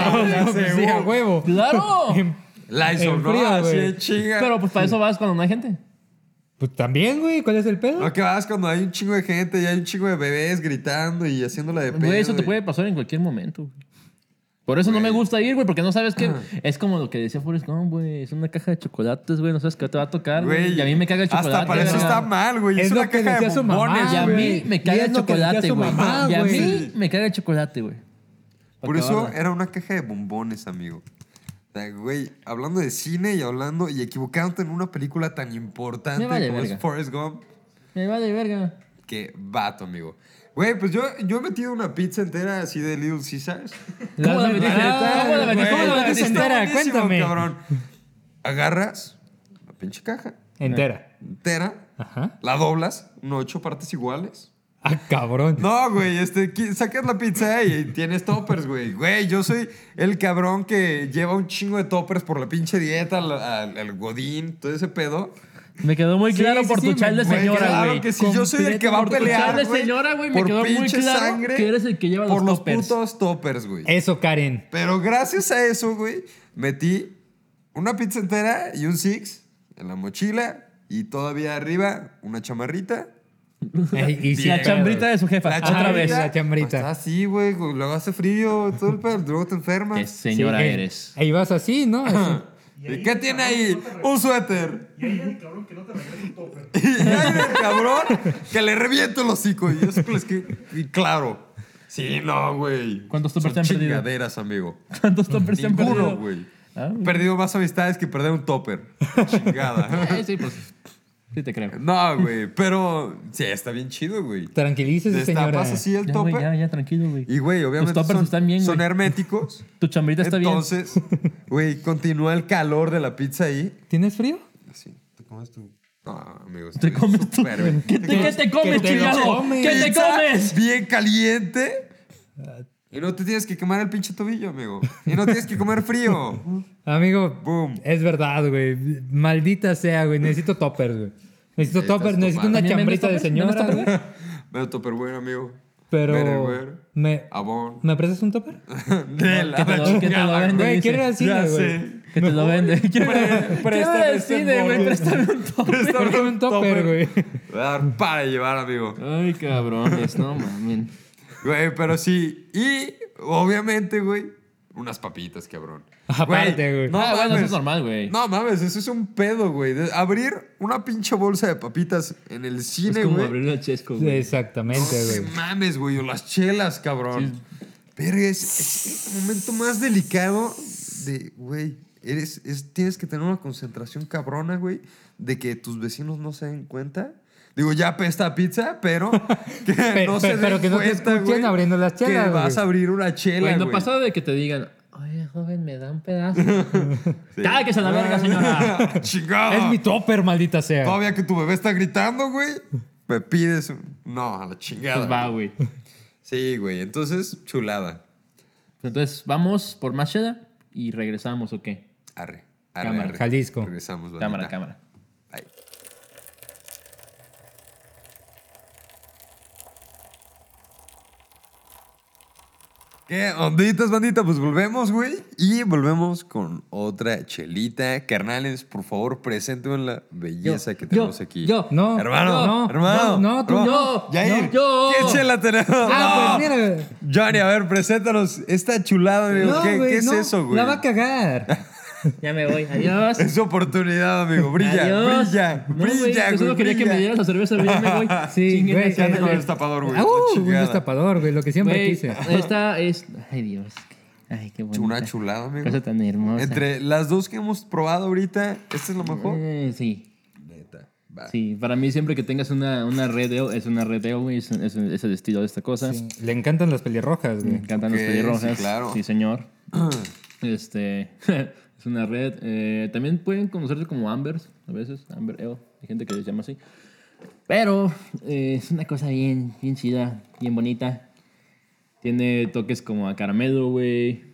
[SPEAKER 3] No, pues sí, a huevo.
[SPEAKER 2] ¡Claro!
[SPEAKER 3] En-
[SPEAKER 1] Lysol,
[SPEAKER 3] En
[SPEAKER 1] ¿no?
[SPEAKER 3] frío,
[SPEAKER 1] Así
[SPEAKER 3] güey.
[SPEAKER 1] de chinga.
[SPEAKER 2] Pero pues para eso vas cuando no hay gente.
[SPEAKER 3] Pues también, güey, ¿cuál es el pedo?
[SPEAKER 1] No, que vas cuando hay un chingo de gente y hay un chingo de bebés gritando y haciéndola de pedo.
[SPEAKER 2] Güey, eso te
[SPEAKER 1] y-
[SPEAKER 2] puede pasar en cualquier momento, güey. Por eso no me gusta ir, güey, porque no sabes qué. Es como lo que decía Forrest Gump, güey. Es una caja de chocolates, güey. No sabes qué te va a tocar, güey. Y a mí me caga el chocolate.
[SPEAKER 1] Hasta para eso
[SPEAKER 2] güey.
[SPEAKER 1] está mal, güey. Es,
[SPEAKER 3] Es
[SPEAKER 1] una
[SPEAKER 3] lo que
[SPEAKER 1] caja de
[SPEAKER 3] decía su mamá,
[SPEAKER 1] bombones,
[SPEAKER 2] Y a
[SPEAKER 1] güey.
[SPEAKER 2] mí
[SPEAKER 3] güey.
[SPEAKER 2] me
[SPEAKER 3] Y
[SPEAKER 2] caga
[SPEAKER 3] es
[SPEAKER 2] el
[SPEAKER 3] lo que decía
[SPEAKER 2] chocolate,
[SPEAKER 3] su
[SPEAKER 2] güey.
[SPEAKER 3] mamá,
[SPEAKER 2] Y a
[SPEAKER 3] güey.
[SPEAKER 2] mí me caga el chocolate, güey.
[SPEAKER 1] Por
[SPEAKER 2] Para
[SPEAKER 1] eso
[SPEAKER 2] acabarla.
[SPEAKER 1] era una caja de bombones, amigo. O sea, güey, hablando de cine y hablando y equivocándote en una película tan importante
[SPEAKER 2] Me vale
[SPEAKER 1] como
[SPEAKER 2] verga.
[SPEAKER 1] es Forrest Gump,
[SPEAKER 2] Me vale verga.
[SPEAKER 1] que vato, amigo. Güey, pues yo, yo he metido una pizza entera así de Little Caesars.
[SPEAKER 2] ¿Cómo la
[SPEAKER 3] Las-
[SPEAKER 2] metiste?
[SPEAKER 3] Ah,
[SPEAKER 2] ¿Cómo la metiste?
[SPEAKER 1] Güey,
[SPEAKER 2] ¿Cómo
[SPEAKER 1] está
[SPEAKER 2] la metiste
[SPEAKER 3] entera?
[SPEAKER 1] buenísimo,
[SPEAKER 3] Cuéntame.
[SPEAKER 1] cabrón. Agarras la pinche caja
[SPEAKER 3] Entera.
[SPEAKER 1] entera,
[SPEAKER 3] Ajá.
[SPEAKER 1] la doblas en ocho partes iguales.
[SPEAKER 3] Ah, cabrón.
[SPEAKER 1] No, güey, este, qui- sacas la pizza y tienes toppers, güey. Güey, yo soy el cabrón que lleva un chingo de toppers por la pinche dieta, al, al- al godín, todo ese pedo.
[SPEAKER 2] Me quedó muy
[SPEAKER 3] Sí,
[SPEAKER 2] claro
[SPEAKER 3] sí,
[SPEAKER 2] por
[SPEAKER 3] sí,
[SPEAKER 2] tu chal de
[SPEAKER 3] güey,
[SPEAKER 2] señora,
[SPEAKER 1] claro
[SPEAKER 2] güey.
[SPEAKER 1] que sí, yo soy el que va a
[SPEAKER 2] Por tu chal
[SPEAKER 1] pelear,
[SPEAKER 2] de
[SPEAKER 1] güey.
[SPEAKER 2] señora, güey, me
[SPEAKER 1] por
[SPEAKER 2] quedó muy
[SPEAKER 1] pinche
[SPEAKER 2] claro
[SPEAKER 1] sangre,
[SPEAKER 2] que eres el que lleva
[SPEAKER 1] Por los
[SPEAKER 2] los toppers. Eh.
[SPEAKER 1] putos toppers, güey.
[SPEAKER 3] Eso, Karen.
[SPEAKER 1] Pero gracias a eso, güey, metí una pizza entera y un six en la mochila y todavía arriba una chamarrita.
[SPEAKER 3] Ay, y sin
[SPEAKER 2] La
[SPEAKER 3] pedos.
[SPEAKER 2] chambrita de su jefa.
[SPEAKER 1] La
[SPEAKER 2] Otra
[SPEAKER 1] chambrita.
[SPEAKER 2] vez.
[SPEAKER 3] La chambrita.
[SPEAKER 1] Está así, güey, luego hace frío, todo el pedo, luego te enfermas.
[SPEAKER 2] Qué señora
[SPEAKER 3] Sí, eh,
[SPEAKER 2] eres.
[SPEAKER 3] Ahí vas así, ¿no? Así.
[SPEAKER 1] ¿Y ¿Qué tiene ahí? Un suéter.
[SPEAKER 4] Y ahí el cabrón que no te regresa un tope.
[SPEAKER 1] Y hay un cabrón que le reviento el hocico. Y eso es que. Y claro. Sí, no, güey.
[SPEAKER 2] ¿Cuántos
[SPEAKER 1] Son
[SPEAKER 2] toppers te han perdido?
[SPEAKER 1] Chingaderas, amigo.
[SPEAKER 2] ¿Cuántos toppers se han
[SPEAKER 1] Ninguno,
[SPEAKER 2] perdido?
[SPEAKER 1] güey.
[SPEAKER 2] Ah,
[SPEAKER 1] He perdido más amistades que perder un topper. Chingada.
[SPEAKER 2] Eh, sí, pues. Sí, te creo.
[SPEAKER 1] No, güey. Pero. Sí, está bien chido, güey.
[SPEAKER 3] Tranquilícese, señora.
[SPEAKER 1] Destapas así el
[SPEAKER 2] Ya, güey, ya,
[SPEAKER 1] topper.
[SPEAKER 2] ya, tranquilo, güey.
[SPEAKER 1] Y, güey, obviamente.
[SPEAKER 2] toppers
[SPEAKER 1] son,
[SPEAKER 2] están bien, güey.
[SPEAKER 1] son herméticos.
[SPEAKER 2] Tu chambrita está bien.
[SPEAKER 1] Entonces, güey, continúa el calor de la pizza ahí.
[SPEAKER 3] ¿Tienes frío?
[SPEAKER 1] Así. Te comes tu. No, amigo.
[SPEAKER 2] Te
[SPEAKER 1] estoy
[SPEAKER 2] comes tú.
[SPEAKER 1] súper bien.
[SPEAKER 2] ¿Qué te, qué te comes,
[SPEAKER 3] te lo
[SPEAKER 2] chingado?
[SPEAKER 3] comes.
[SPEAKER 2] ¿Qué te
[SPEAKER 1] pizza
[SPEAKER 2] comes? Ah.
[SPEAKER 1] Bien caliente. Y no te tienes que quemar el pinche tobillo, amigo. Y no tienes que comer frío.
[SPEAKER 3] Amigo,
[SPEAKER 1] Boom.
[SPEAKER 3] es verdad, güey. Maldita sea, güey. Necesito toppers, güey. Necesito
[SPEAKER 1] Necesitas
[SPEAKER 3] toppers, necesito una
[SPEAKER 1] tomar.
[SPEAKER 2] ¿También
[SPEAKER 3] chambrita de
[SPEAKER 2] vendes toppers?
[SPEAKER 3] señora, güey.
[SPEAKER 1] Pero Tupperware, amigo.
[SPEAKER 3] Pero.
[SPEAKER 1] Betterware,
[SPEAKER 3] ¿Me,
[SPEAKER 1] Avon.
[SPEAKER 3] ¿Me prestas un topper?
[SPEAKER 1] De la
[SPEAKER 2] que te lo- que te lo
[SPEAKER 1] chingada,
[SPEAKER 2] venden.
[SPEAKER 3] Güey,
[SPEAKER 2] dice.
[SPEAKER 3] quiero ir al cine,
[SPEAKER 1] Ah, Ya
[SPEAKER 3] güey.
[SPEAKER 1] sé.
[SPEAKER 2] Que te lo vende. Quiero quiero ir al
[SPEAKER 3] este
[SPEAKER 2] cine, güey.
[SPEAKER 3] morro.
[SPEAKER 2] Préstame un topper.
[SPEAKER 1] Préstame
[SPEAKER 3] Préstame un topper, güey.
[SPEAKER 1] Voy a dar para llevar, amigo.
[SPEAKER 2] Ay, cabrones, no mamen.
[SPEAKER 1] Güey, pero sí. Y, obviamente, güey, unas papitas, cabrón.
[SPEAKER 3] Aparte, güey.
[SPEAKER 1] no
[SPEAKER 2] ah, bueno, eso
[SPEAKER 1] mames.
[SPEAKER 2] es normal, güey.
[SPEAKER 1] No mames, eso es un pedo, güey. De- Abrir una pinche bolsa de papitas en el
[SPEAKER 2] es
[SPEAKER 1] cine,
[SPEAKER 2] como
[SPEAKER 1] güey.
[SPEAKER 2] abrir el chesco, güey.
[SPEAKER 3] Exactamente,
[SPEAKER 1] No
[SPEAKER 3] güey.
[SPEAKER 1] mames, güey, o las chelas, cabrón. Pero es, es el momento más delicado de, güey, eres, es- tienes que tener una concentración cabrona, güey, de que tus vecinos no se den cuenta. Digo, ya apesta a pizza, pero que
[SPEAKER 3] Pe-
[SPEAKER 1] no
[SPEAKER 3] pe-
[SPEAKER 1] se den
[SPEAKER 3] pero que no te
[SPEAKER 1] cuenta,
[SPEAKER 3] escuchen
[SPEAKER 1] güey,
[SPEAKER 3] abriendo las chelas,
[SPEAKER 1] Que vas
[SPEAKER 3] güey.
[SPEAKER 1] a abrir una chela,
[SPEAKER 2] Güey,
[SPEAKER 1] güey.
[SPEAKER 2] no pasa de que te digan, Oye, joven, me da un pedazo. Cállese a la verga, señora.
[SPEAKER 1] Ah, ¡Chingado!
[SPEAKER 3] Es mi topper, maldita sea.
[SPEAKER 1] Todavía que tu bebé está gritando, güey. Me pides un... No, a la chingada.
[SPEAKER 2] Pues va, güey.
[SPEAKER 1] Sí, güey. Entonces, chulada.
[SPEAKER 2] Entonces, vamos por más cheddar y regresamos, ¿o qué?
[SPEAKER 1] Arre. arre
[SPEAKER 2] Cámara,
[SPEAKER 1] arre.
[SPEAKER 3] Jalisco.
[SPEAKER 1] Regresamos, bandita.
[SPEAKER 2] Cámara, cámara.
[SPEAKER 1] Bye. ¿Qué onditas, bandita? Pues volvemos, güey. Y volvemos con otra chelita. Carnales, por favor, preséntenme la belleza que tenemos aquí.
[SPEAKER 2] yo,
[SPEAKER 3] No.
[SPEAKER 1] Hermano,
[SPEAKER 3] no,
[SPEAKER 1] hermano.
[SPEAKER 3] No, no, tú
[SPEAKER 1] hermano.
[SPEAKER 2] no,
[SPEAKER 1] Yair,
[SPEAKER 2] no, yo.
[SPEAKER 1] ¿Qué chela tenemos?
[SPEAKER 3] Ah,
[SPEAKER 1] No.
[SPEAKER 3] pues mira.
[SPEAKER 1] Johnny, a ver, preséntanos esta chulada, amigo.
[SPEAKER 3] No,
[SPEAKER 1] ¿Qué,
[SPEAKER 3] güey,
[SPEAKER 1] qué es
[SPEAKER 3] no,
[SPEAKER 1] eso, güey?
[SPEAKER 3] La va a cagar.
[SPEAKER 2] Ya me voy, adiós.
[SPEAKER 1] Es su oportunidad, amigo. Brilla,
[SPEAKER 2] adiós.
[SPEAKER 1] brilla,
[SPEAKER 2] No, güey,
[SPEAKER 1] brilla,
[SPEAKER 2] Yo solo
[SPEAKER 1] güey,
[SPEAKER 2] quería que
[SPEAKER 1] brilla.
[SPEAKER 2] me dieras la cerveza, güey, ya me voy.
[SPEAKER 3] Sí,
[SPEAKER 2] Chinguen
[SPEAKER 3] güey,
[SPEAKER 2] esa
[SPEAKER 3] ya
[SPEAKER 1] Anda
[SPEAKER 3] te
[SPEAKER 1] con
[SPEAKER 2] madre.
[SPEAKER 1] el destapador, güey.
[SPEAKER 3] Ah, uh,
[SPEAKER 1] la
[SPEAKER 3] un
[SPEAKER 1] chingada.
[SPEAKER 3] destapador, güey, lo que siempre
[SPEAKER 2] Güey,
[SPEAKER 3] quise.
[SPEAKER 2] esta es... Ay, Dios. Ay, qué bonita.
[SPEAKER 1] Una chulada, amigo.
[SPEAKER 2] Cosa tan hermosa.
[SPEAKER 1] Entre las dos que hemos probado ahorita, ¿esta es la mejor?
[SPEAKER 2] Eh, sí.
[SPEAKER 1] Neta. Va.
[SPEAKER 2] Sí, para mí siempre que tengas una, una red ale, es una red ale, güey, es, es- es el estilo de esta cosa.
[SPEAKER 3] Sí, Le encantan las pelirrojas,
[SPEAKER 2] Me
[SPEAKER 3] güey.
[SPEAKER 2] encantan
[SPEAKER 1] Ok,
[SPEAKER 2] los
[SPEAKER 1] sí,
[SPEAKER 2] pelirrojas. Sí,
[SPEAKER 1] claro.
[SPEAKER 2] señor. este, es una red. eh, también pueden conocerse como Ambers, a veces, Amber Ale, hay gente que les llama así. Pero eh, es una cosa bien, bien chida, bien bonita. Tiene toques como a caramelo, güey.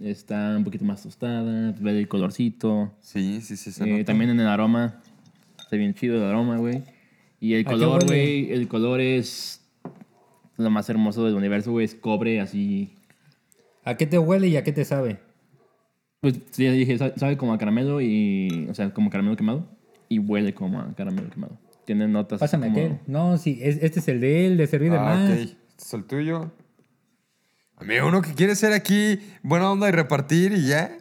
[SPEAKER 2] Está un poquito más tostada, ve el colorcito.
[SPEAKER 1] Sí, sí, sí. se
[SPEAKER 2] Eh,
[SPEAKER 1] nota.
[SPEAKER 2] también en el aroma. Está bien chido el aroma, güey. Y el
[SPEAKER 3] Ah, qué
[SPEAKER 2] color,
[SPEAKER 3] huele?
[SPEAKER 2] güey. El color es lo más hermoso del universo, güey. Es cobre, así.
[SPEAKER 3] ¿A qué te huele y a qué te sabe?
[SPEAKER 2] Pues sí, ya dije, sa- sabe como a caramelo y. O sea, como caramelo quemado. Y huele como a caramelo quemado. Tiene notas. así
[SPEAKER 3] Pásame
[SPEAKER 2] como-
[SPEAKER 3] aquel. No, sí, es- este es el de él, de servir de
[SPEAKER 1] Ah,
[SPEAKER 3] más.
[SPEAKER 1] ok. Este es el tuyo. Amigo, uno que quiere ser aquí buena onda y repartir y ya.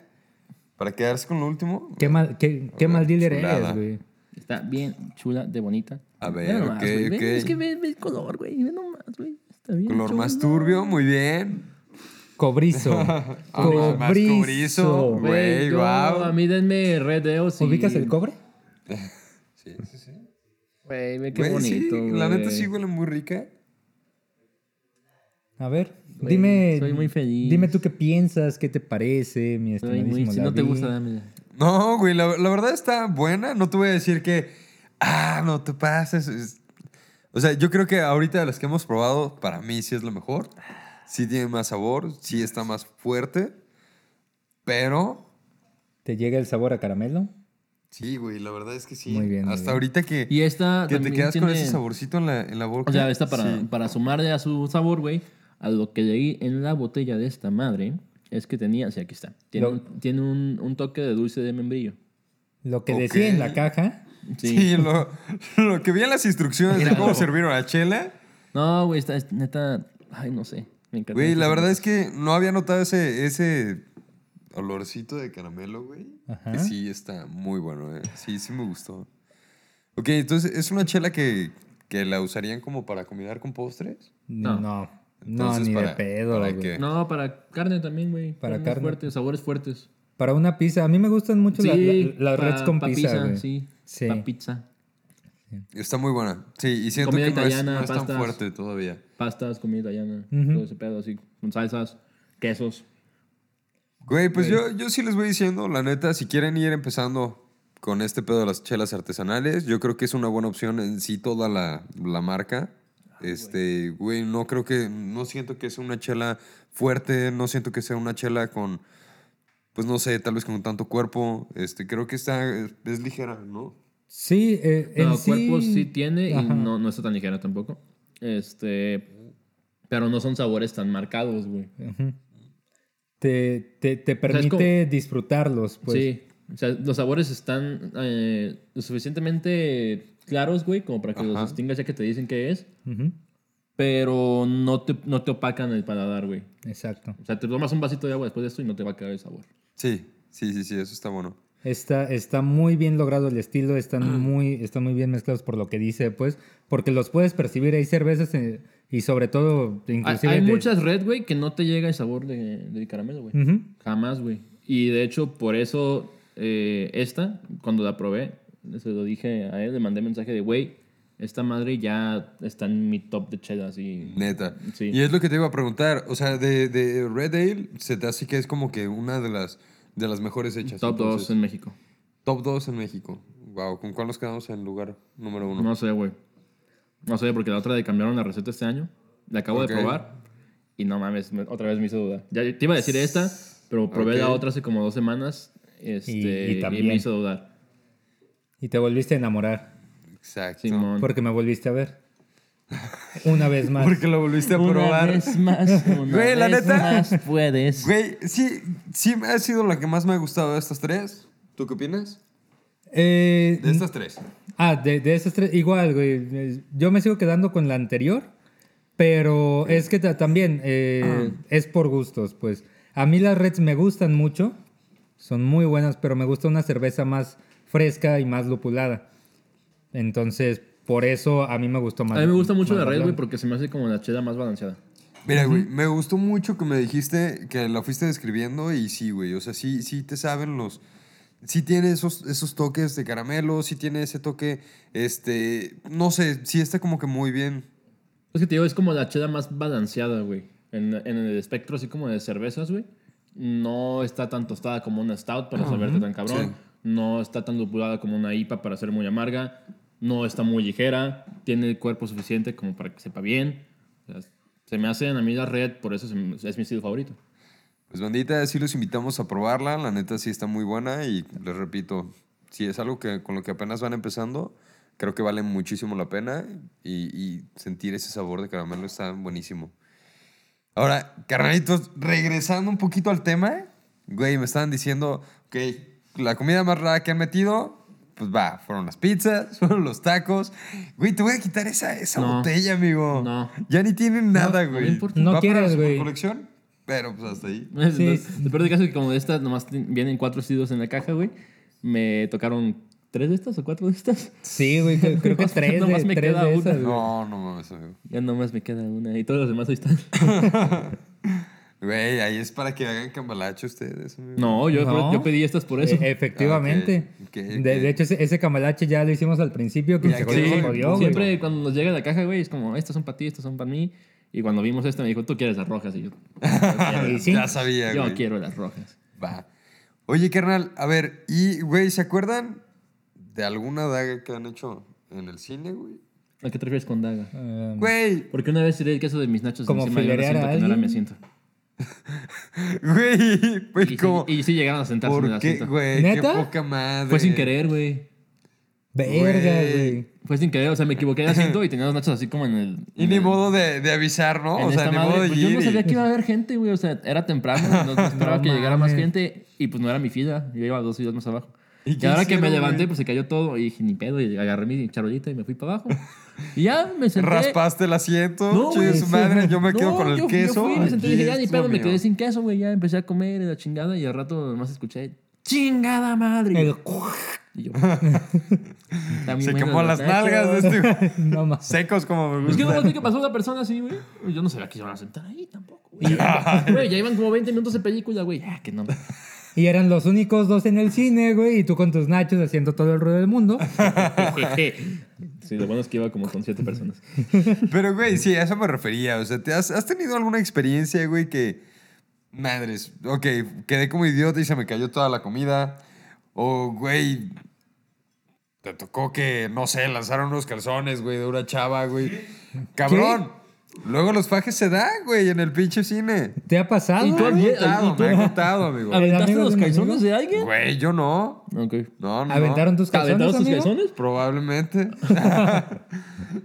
[SPEAKER 1] Para quedarse con lo último.
[SPEAKER 3] Qué mal, qué, qué mal dealer
[SPEAKER 1] chulada.
[SPEAKER 3] eres, güey.
[SPEAKER 2] Está bien chula, de bonita.
[SPEAKER 1] A
[SPEAKER 2] Ve
[SPEAKER 1] ver,
[SPEAKER 2] nomás,
[SPEAKER 1] ok,
[SPEAKER 2] güey, ve-
[SPEAKER 1] ok.
[SPEAKER 2] Es que ve, ve el color, güey. Ve nomás, güey. Está bien.
[SPEAKER 1] Color más
[SPEAKER 2] chulo.
[SPEAKER 1] turbio, muy bien.
[SPEAKER 3] Cobrizo.
[SPEAKER 1] Ah, más cobrizo.
[SPEAKER 3] cobrizo.
[SPEAKER 1] Güey,
[SPEAKER 2] yo-
[SPEAKER 1] guau.
[SPEAKER 2] A mí denme red de sí.
[SPEAKER 3] ¿Ubicas el cobre?
[SPEAKER 1] Sí, sí, sí.
[SPEAKER 2] Güey, ve qué
[SPEAKER 1] Güey, sí,
[SPEAKER 2] bonito.
[SPEAKER 1] la neta
[SPEAKER 2] güey.
[SPEAKER 1] sí huele muy rica.
[SPEAKER 3] A ver,
[SPEAKER 2] Güey,
[SPEAKER 3] dime.
[SPEAKER 2] soy muy feliz.
[SPEAKER 3] Dime tú qué piensas, qué te parece, mi
[SPEAKER 2] Ay,
[SPEAKER 3] estimadísimo
[SPEAKER 2] güey, si no te
[SPEAKER 3] David.
[SPEAKER 2] gusta, dámela.
[SPEAKER 1] No, güey, la, la verdad está buena. No te voy a decir que, ah, no te pases. Es- O sea, yo creo que ahorita de las que hemos probado, para mí sí es lo mejor. Sí tiene más sabor, sí está más fuerte. Pero,
[SPEAKER 3] ¿Te llega el sabor a caramelo?
[SPEAKER 1] sí, güey, la verdad es que sí.
[SPEAKER 3] Muy bien, muy
[SPEAKER 1] Hasta
[SPEAKER 3] bien.
[SPEAKER 1] ahorita que,
[SPEAKER 2] Y esta
[SPEAKER 1] que te
[SPEAKER 2] también
[SPEAKER 1] quedas con
[SPEAKER 2] tiene-
[SPEAKER 1] ese saborcito en la, en la boca.
[SPEAKER 2] O sea, esta para,
[SPEAKER 1] sí.
[SPEAKER 2] para sumarle a su sabor, güey, a lo que leí en la botella de esta madre, es que tenía, sí, aquí está. Tiene,
[SPEAKER 3] Lo-
[SPEAKER 2] un, tiene un, un toque de dulce de membrillo.
[SPEAKER 3] Lo que
[SPEAKER 1] Ok.
[SPEAKER 3] decía en la caja.
[SPEAKER 2] Sí.
[SPEAKER 1] Sí, lo, lo que vi en las instrucciones de cómo servir la chela.
[SPEAKER 2] No, güey, esta es neta. Ay, no sé. Me encanta.
[SPEAKER 1] Güey, la
[SPEAKER 2] Esta-
[SPEAKER 1] verdad es que no había notado ese, ese olorcito de caramelo, güey.
[SPEAKER 3] Ajá.
[SPEAKER 1] Que sí está muy bueno, eh. Sí, sí me gustó. Ok, entonces, ¿es una chela que, que la usarían como para combinar con postres?
[SPEAKER 3] No. No,
[SPEAKER 1] Entonces,
[SPEAKER 3] ni de
[SPEAKER 1] ¿para-
[SPEAKER 3] pedo,
[SPEAKER 1] para
[SPEAKER 3] güey.
[SPEAKER 1] qué?
[SPEAKER 2] No, para carne también, güey.
[SPEAKER 3] Para
[SPEAKER 2] Carnes
[SPEAKER 3] carne.
[SPEAKER 2] Fuertes, sabores fuertes.
[SPEAKER 3] Para una pizza. A mí me gustan mucho las-
[SPEAKER 2] Sí,
[SPEAKER 3] las, las
[SPEAKER 2] pa-
[SPEAKER 3] reds con
[SPEAKER 2] pa'
[SPEAKER 3] pizza, güey.
[SPEAKER 2] sí.
[SPEAKER 3] Sí.
[SPEAKER 2] Pa' pizza.
[SPEAKER 1] Está muy buena. Sí, y siento
[SPEAKER 2] Comida
[SPEAKER 1] que no es-
[SPEAKER 2] italiana,
[SPEAKER 1] no es, tan
[SPEAKER 2] pastas.
[SPEAKER 1] fuerte todavía.
[SPEAKER 2] Pastas, comida italiana,
[SPEAKER 3] Ujú.
[SPEAKER 2] todo ese pedo así, con salsas, quesos.
[SPEAKER 1] Güey, pues yo, yo sí les voy diciendo, la neta, si quieren ir empezando con este pedo de las chelas artesanales, yo creo que es una buena opción en sí toda la, la marca. Este, güey, no creo que, no siento que sea una chela fuerte, no siento que sea una chela con, pues no sé, tal vez con tanto cuerpo. Este, creo que está, es, es ligera, ¿no?
[SPEAKER 3] Sí, eh, en
[SPEAKER 2] No, cuerpos
[SPEAKER 3] sí-
[SPEAKER 2] sí tiene
[SPEAKER 3] Ajá.
[SPEAKER 2] y no, no está tan ligera tampoco. Este. Pero no son sabores tan marcados, güey.
[SPEAKER 3] Ujú. Te, te, te
[SPEAKER 2] sea, es
[SPEAKER 3] permite disfrutarlos, pues.
[SPEAKER 2] sí. O sea, los sabores están eh, lo suficientemente claros, güey, como para que los
[SPEAKER 1] Ajá.
[SPEAKER 2] distingas ya que te dicen qué es.
[SPEAKER 3] Ujú,
[SPEAKER 2] Pero no te, no te opacan el paladar, güey.
[SPEAKER 3] Exacto.
[SPEAKER 2] O sea, te tomas un vasito de agua después de esto y no te va a quedar el sabor.
[SPEAKER 1] Sí, sí, sí, sí, eso está bueno.
[SPEAKER 3] Está, está muy bien logrado el estilo, están muy, están muy bien mezclados por lo que dice, pues, porque los puedes percibir. Hay cervezas eh, y sobre todo,
[SPEAKER 2] Hay,
[SPEAKER 3] inclusive...
[SPEAKER 2] hay
[SPEAKER 3] de-
[SPEAKER 2] muchas red, güey, que no te llega el sabor de, del caramelo, güey.
[SPEAKER 3] Ujú.
[SPEAKER 2] Jamás, güey. Y de hecho, por eso, eh, esta, cuando la probé, se lo dije a él, le mandé mensaje de, güey, Esta madre ya está en mi top de chelas así.
[SPEAKER 1] Neta.
[SPEAKER 2] Sí.
[SPEAKER 1] Y es lo que te iba a preguntar. O sea, de, de Red Ale, se te hace que es como que una de las, de las mejores hechas.
[SPEAKER 2] top 2
[SPEAKER 1] entonces.
[SPEAKER 2] en México.
[SPEAKER 1] Top 2 en México. Wow, ¿con cuál nos quedamos en lugar número uno?
[SPEAKER 2] No sé, güey. No sé, porque la otra de cambiaron la receta este año. La acabo
[SPEAKER 1] Ok.
[SPEAKER 2] de probar. Y no mames, me- otra vez me hizo dudar. Ya te iba a decir esta, pero probé la
[SPEAKER 1] Ok.
[SPEAKER 2] otra hace como dos semanas. Este,
[SPEAKER 3] Y- y
[SPEAKER 2] y,
[SPEAKER 3] también.
[SPEAKER 2] me hizo dudar.
[SPEAKER 3] Y te volviste a enamorar.
[SPEAKER 1] Exacto.
[SPEAKER 2] Simón.
[SPEAKER 3] Porque me volviste a ver. Una vez más.
[SPEAKER 1] Porque lo volviste a probar.
[SPEAKER 2] más, una
[SPEAKER 1] Güey, la neta.
[SPEAKER 2] puedes.
[SPEAKER 1] Güey, sí, sí ha sido la que más me ha gustado de estas tres. ¿Tú qué opinas?
[SPEAKER 3] Eh,
[SPEAKER 1] De estas tres.
[SPEAKER 3] ah, de, de esas tres. Igual, güey. eh, Yo me sigo quedando con la anterior. Pero es que ta- también eh,
[SPEAKER 1] Ah.
[SPEAKER 3] es por gustos, pues. A mí las Reds me gustan mucho. Son muy buenas, pero me gusta una cerveza más fresca y más lupulada. Entonces, por eso a mí me gustó más.
[SPEAKER 2] A mí me gusta mucho
[SPEAKER 3] más
[SPEAKER 2] la red, güey,
[SPEAKER 3] blanca.
[SPEAKER 2] porque se me hace como la cheda más balanceada.
[SPEAKER 1] Mira, güey, me gustó mucho que me dijiste que la fuiste describiendo y sí, güey. O sea, sí, sí te saben los. Sí tiene esos, esos toques de caramelo, sí tiene ese toque. Este. No sé, sí está como que muy bien.
[SPEAKER 2] Es que te digo, es como la cheda más balanceada, güey. En, en el espectro así como de cervezas, güey. No está tan tostada como una stout para saberte tan cabrón.
[SPEAKER 1] Sí.
[SPEAKER 2] No está tan lupulada como una IPA para ser muy amarga. No está muy ligera. Tiene el cuerpo suficiente como para que sepa bien. O sea, se me hacen a mí la red, por eso se me- es mi estilo favorito.
[SPEAKER 1] Pues bandita, sí los invitamos a probarla. La neta sí está muy buena y les repito, si es algo que con lo que apenas van empezando, creo que vale muchísimo la pena y, y sentir ese sabor de caramelo está buenísimo. Ahora, carnalitos, regresando un poquito al tema, güey, me estaban diciendo que la comida más rara que han metido, pues va, fueron las pizzas, fueron los tacos. Güey, te voy a quitar esa, esa
[SPEAKER 2] No.
[SPEAKER 1] botella, amigo.
[SPEAKER 2] No.
[SPEAKER 1] Ya ni tienen nada,
[SPEAKER 2] no me
[SPEAKER 1] güey.
[SPEAKER 2] importa.
[SPEAKER 3] No
[SPEAKER 1] Va para
[SPEAKER 3] quieres,
[SPEAKER 1] la super
[SPEAKER 3] güey.
[SPEAKER 1] colección, pero pues hasta ahí.
[SPEAKER 3] Sí.
[SPEAKER 2] Entonces, Después de caso que como de estas nomás ten- vienen cuatro estilos en la caja, güey. Me tocaron tres de estas o cuatro de estas.
[SPEAKER 3] Sí, güey, creo creo que tres, de,
[SPEAKER 2] Nomás me
[SPEAKER 3] tres
[SPEAKER 2] queda
[SPEAKER 3] de
[SPEAKER 2] una.
[SPEAKER 3] esas, güey.
[SPEAKER 1] No, no mames, amigo.
[SPEAKER 2] Ya nomás me queda una y todos los demás ahí están.
[SPEAKER 1] Güey, ahí es para que hagan cambalache ustedes, amigo.
[SPEAKER 2] No, yo,
[SPEAKER 3] No.
[SPEAKER 2] yo pedí estas por eso.
[SPEAKER 3] E- efectivamente.
[SPEAKER 1] Ah, ok, ok,
[SPEAKER 3] De,
[SPEAKER 1] ok.
[SPEAKER 3] de hecho, ese, ese camalache ya lo hicimos al principio, que
[SPEAKER 1] Ya
[SPEAKER 3] se
[SPEAKER 1] quedó,
[SPEAKER 3] se
[SPEAKER 1] güey.
[SPEAKER 3] jodió, güey.
[SPEAKER 2] Siempre cuando nos llega la caja, güey, es como, estas son para ti, estas son para mí. Y cuando vimos esta, me dijo, tú quieres las rojas. Y yo,
[SPEAKER 3] Y sí.
[SPEAKER 1] Ya sabía,
[SPEAKER 2] yo
[SPEAKER 1] güey.
[SPEAKER 2] quiero las rojas.
[SPEAKER 1] Va. Oye, carnal, a ver, y, güey, ¿se acuerdan de alguna daga que han hecho en el cine, güey?
[SPEAKER 2] ¿A qué te refieres con daga?
[SPEAKER 3] Eh,
[SPEAKER 1] Güey,
[SPEAKER 2] Porque una vez tiré el queso de mis nachos
[SPEAKER 3] Como
[SPEAKER 2] encima de un
[SPEAKER 3] filerear a
[SPEAKER 2] asiento que no era mi
[SPEAKER 3] alguien.
[SPEAKER 2] asiento.
[SPEAKER 1] güey,
[SPEAKER 2] Y
[SPEAKER 1] güey,
[SPEAKER 2] sí-
[SPEAKER 1] como...
[SPEAKER 2] Y sí llegaron a sentarse en el
[SPEAKER 1] ¿Por qué,
[SPEAKER 2] asiento.
[SPEAKER 1] güey? Qué
[SPEAKER 3] ¿Neta?
[SPEAKER 1] poca madre.
[SPEAKER 2] Fue sin querer, güey.
[SPEAKER 3] Verga,
[SPEAKER 1] Güey.
[SPEAKER 3] güey.
[SPEAKER 2] Fue sin querer, o sea, me equivoqué de asiento y tenía los nachos así como en el...
[SPEAKER 1] Y
[SPEAKER 2] en
[SPEAKER 1] ni
[SPEAKER 2] el-
[SPEAKER 1] modo de, de avisar, ¿no?
[SPEAKER 2] en
[SPEAKER 1] O sea,
[SPEAKER 2] esta
[SPEAKER 1] ni
[SPEAKER 2] madre.
[SPEAKER 1] modo de
[SPEAKER 2] Pues yo
[SPEAKER 1] ir
[SPEAKER 2] no
[SPEAKER 1] y-
[SPEAKER 2] sabía que iba a haber gente, güey. O sea, era temprano, no, no esperaba
[SPEAKER 3] No
[SPEAKER 2] que llegara más
[SPEAKER 3] mames.
[SPEAKER 2] gente y pues no era mi fila. Yo iba dos filas más abajo.
[SPEAKER 1] ¿Y
[SPEAKER 2] Y,
[SPEAKER 1] qué
[SPEAKER 2] ahora que
[SPEAKER 1] hicieron,
[SPEAKER 2] me
[SPEAKER 1] güey?
[SPEAKER 2] levanté, pues se cayó todo y dije, ni pedo, y agarré mi charolita y me fui para abajo. Y ya me senté.
[SPEAKER 1] Raspaste el asiento,
[SPEAKER 2] No,
[SPEAKER 1] chingue
[SPEAKER 2] güey,
[SPEAKER 1] su madre, yo me
[SPEAKER 2] No,
[SPEAKER 1] quedo con el
[SPEAKER 2] yo-
[SPEAKER 1] queso.
[SPEAKER 2] Yo fui, me senté y
[SPEAKER 1] aquí
[SPEAKER 2] dije, ya ni
[SPEAKER 1] es
[SPEAKER 2] pedo,
[SPEAKER 1] lo
[SPEAKER 2] me
[SPEAKER 1] mío".
[SPEAKER 2] quedé sin queso, güey. Ya empecé a comer y la chingada y al rato nomás escuché, chingada madre.
[SPEAKER 3] El-
[SPEAKER 2] Y yo, también
[SPEAKER 1] Se
[SPEAKER 2] me
[SPEAKER 1] quemó
[SPEAKER 2] los
[SPEAKER 1] las
[SPEAKER 2] nachos.
[SPEAKER 1] nalgas de este güey.
[SPEAKER 3] no más.
[SPEAKER 1] Secos como me
[SPEAKER 2] Es que no
[SPEAKER 1] gusta.
[SPEAKER 2] sé qué pasó la persona así, güey. Yo no sabía que se iban a sentar ahí tampoco, güey. Güey, ya iban como 20 minutos de película, güey. Ah, que no.
[SPEAKER 3] Y eran los únicos dos en el cine, güey, y tú con tus nachos haciendo todo el ruido del mundo.
[SPEAKER 2] sí, lo bueno es que iba como con siete personas.
[SPEAKER 1] Pero, güey, sí, a eso me refería. O sea, ¿te has, has tenido alguna experiencia, güey, que. Madres, ok, quedé como idiota y se me cayó toda la comida. O, güey. Te tocó que, no sé, lanzaron unos calzones, güey, de una chava, güey. Cabrón. Luego los fajes se dan, güey, en el pinche cine.
[SPEAKER 3] ¿Te ha pasado?
[SPEAKER 2] ¿Y tú,
[SPEAKER 3] güey?
[SPEAKER 1] Me ha
[SPEAKER 2] Oye,
[SPEAKER 1] contado,
[SPEAKER 2] ¿y tú?
[SPEAKER 1] me ha contado, amigo.
[SPEAKER 3] ver.
[SPEAKER 2] ¿Aventaste
[SPEAKER 3] amigo de
[SPEAKER 2] los
[SPEAKER 3] mi
[SPEAKER 2] calzones
[SPEAKER 3] amigo?
[SPEAKER 2] de alguien?
[SPEAKER 1] Güey, yo no.
[SPEAKER 2] Ok.
[SPEAKER 1] No, no.
[SPEAKER 3] ¿Aventaron
[SPEAKER 1] no.
[SPEAKER 3] tus
[SPEAKER 2] ¿Te
[SPEAKER 3] calzones,
[SPEAKER 2] aventaron tus
[SPEAKER 3] amigo?
[SPEAKER 2] calzones?
[SPEAKER 1] Probablemente.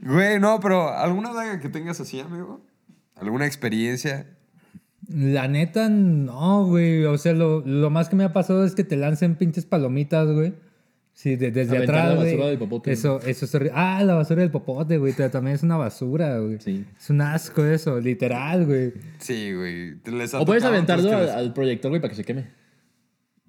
[SPEAKER 1] Güey, no, pero ¿alguna daga que tengas así, amigo? ¿Alguna experiencia?
[SPEAKER 3] La neta, no, güey. O sea, lo, lo más que me ha pasado es que te lancen pinches palomitas, güey. Sí, de- desde
[SPEAKER 2] Aventar
[SPEAKER 3] atrás,
[SPEAKER 2] la basura
[SPEAKER 3] güey.
[SPEAKER 2] del popote.
[SPEAKER 3] Eso, eso es horri- Ah, la basura del popote, güey. Pero también es una basura, güey.
[SPEAKER 2] Sí.
[SPEAKER 3] Es un asco eso, literal, güey.
[SPEAKER 1] Sí, güey. te les ha
[SPEAKER 2] O puedes
[SPEAKER 1] tocado,
[SPEAKER 2] aventarlo
[SPEAKER 1] entonces,
[SPEAKER 2] al,
[SPEAKER 1] que les-
[SPEAKER 2] al proyector, güey, para que se queme.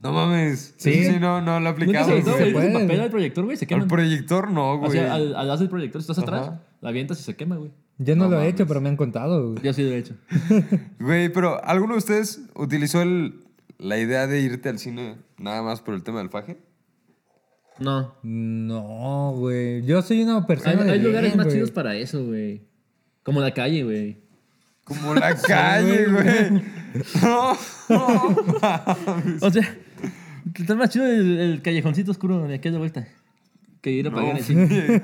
[SPEAKER 1] No mames.
[SPEAKER 3] Sí.
[SPEAKER 1] Sí, sí, no, no lo he
[SPEAKER 2] ¿Nunca
[SPEAKER 1] aplicado.
[SPEAKER 2] se aventó,
[SPEAKER 3] se
[SPEAKER 1] güey.
[SPEAKER 2] güey? ¿El
[SPEAKER 3] puede,
[SPEAKER 2] papel
[SPEAKER 3] güey.
[SPEAKER 2] al proyector, güey? Se quema.
[SPEAKER 1] Al proyector no,
[SPEAKER 2] O
[SPEAKER 1] güey.
[SPEAKER 2] sea, al, al haz del proyector, si estás atrás,
[SPEAKER 1] Ajá.
[SPEAKER 2] la avientas y se quema, güey.
[SPEAKER 3] Yo no,
[SPEAKER 1] No
[SPEAKER 3] lo he
[SPEAKER 1] mames.
[SPEAKER 3] hecho, pero me han contado, güey.
[SPEAKER 2] Yo sí lo he hecho.
[SPEAKER 1] Güey, pero ¿alguno de ustedes utilizó el- la idea de irte al cine nada más por el tema del faje?
[SPEAKER 2] No.
[SPEAKER 3] No, güey. Yo soy una
[SPEAKER 2] Hay,
[SPEAKER 3] persona. de
[SPEAKER 2] hay
[SPEAKER 3] bien,
[SPEAKER 2] lugares
[SPEAKER 3] Pues,
[SPEAKER 2] más
[SPEAKER 3] güey.
[SPEAKER 2] chidos para eso, güey. Como la calle, güey.
[SPEAKER 1] Como la calle, güey. No, no.
[SPEAKER 2] O sea, está más chido el, el callejoncito oscuro de aquí de vuelta. Que ir a pagar
[SPEAKER 1] No,
[SPEAKER 2] el cine.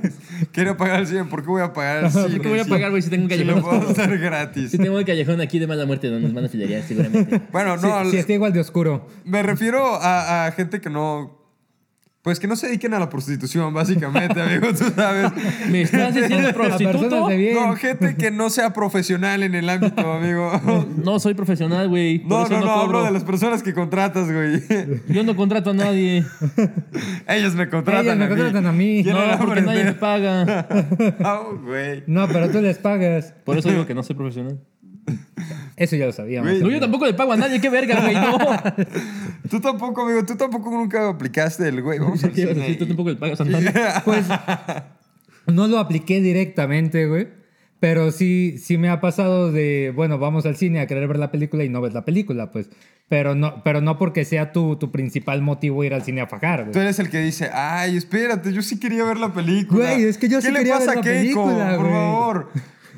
[SPEAKER 1] Quiero pagar el 100. ¿Por qué voy a pagar el 100?
[SPEAKER 2] ¿Por qué voy a pagar, güey, si tengo un callejón
[SPEAKER 1] Si lo puedo
[SPEAKER 2] oscuro?
[SPEAKER 1] hacer gratis.
[SPEAKER 2] Sí, tengo el callejón aquí de mala muerte donde nos van a fidear seguramente.
[SPEAKER 1] Bueno,
[SPEAKER 3] Sí,
[SPEAKER 1] no,
[SPEAKER 3] sí, está igual de oscuro.
[SPEAKER 1] me refiero a, a gente que no... Pues que no se dediquen a la prostitución, básicamente, amigo, tú sabes.
[SPEAKER 2] ¿Me estás diciendo prostituto?
[SPEAKER 3] personas de bien.
[SPEAKER 1] No, gente que no sea profesional en el ámbito, amigo.
[SPEAKER 2] No soy profesional, güey. por
[SPEAKER 1] No,
[SPEAKER 2] eso
[SPEAKER 1] no, no,
[SPEAKER 2] cobro.
[SPEAKER 1] hablo de las personas que contratas, güey.
[SPEAKER 2] Yo no contrato a nadie.
[SPEAKER 1] Ellos me contratan
[SPEAKER 3] Ellos me
[SPEAKER 1] a mí.
[SPEAKER 3] contratan a mí.
[SPEAKER 1] Quieren
[SPEAKER 2] No, porque nadie me
[SPEAKER 1] aprender.
[SPEAKER 2] paga.
[SPEAKER 1] Ah, güey.
[SPEAKER 3] No, pero tú les pagas.
[SPEAKER 2] Por eso digo que no soy profesional.
[SPEAKER 3] Eso ya lo sabíamos.
[SPEAKER 1] Güey,
[SPEAKER 2] No, yo tampoco le pago a nadie. ¡Qué verga, güey! ¡No!
[SPEAKER 1] Tú tampoco, amigo, tú tampoco nunca aplicaste el güey. Vamos al
[SPEAKER 2] ¿Qué ibas a
[SPEAKER 1] cine
[SPEAKER 2] decir? Tú
[SPEAKER 1] y-
[SPEAKER 2] tampoco le pagas a nadie.
[SPEAKER 3] Pues no lo apliqué directamente, güey. Pero sí, sí me ha pasado de, bueno, vamos al cine a querer ver la película y no ves la película, pues. Pero no, pero no porque sea tu, tu principal motivo ir al cine a fajar,
[SPEAKER 1] Tú
[SPEAKER 3] güey.
[SPEAKER 1] eres el que dice, ay, espérate, yo sí quería ver la película.
[SPEAKER 3] Güey, es que yo sí
[SPEAKER 1] ¿Qué
[SPEAKER 3] quería
[SPEAKER 1] le pasa
[SPEAKER 3] ver la
[SPEAKER 1] a Keiko?
[SPEAKER 3] película,
[SPEAKER 1] por
[SPEAKER 3] güey.
[SPEAKER 1] favor.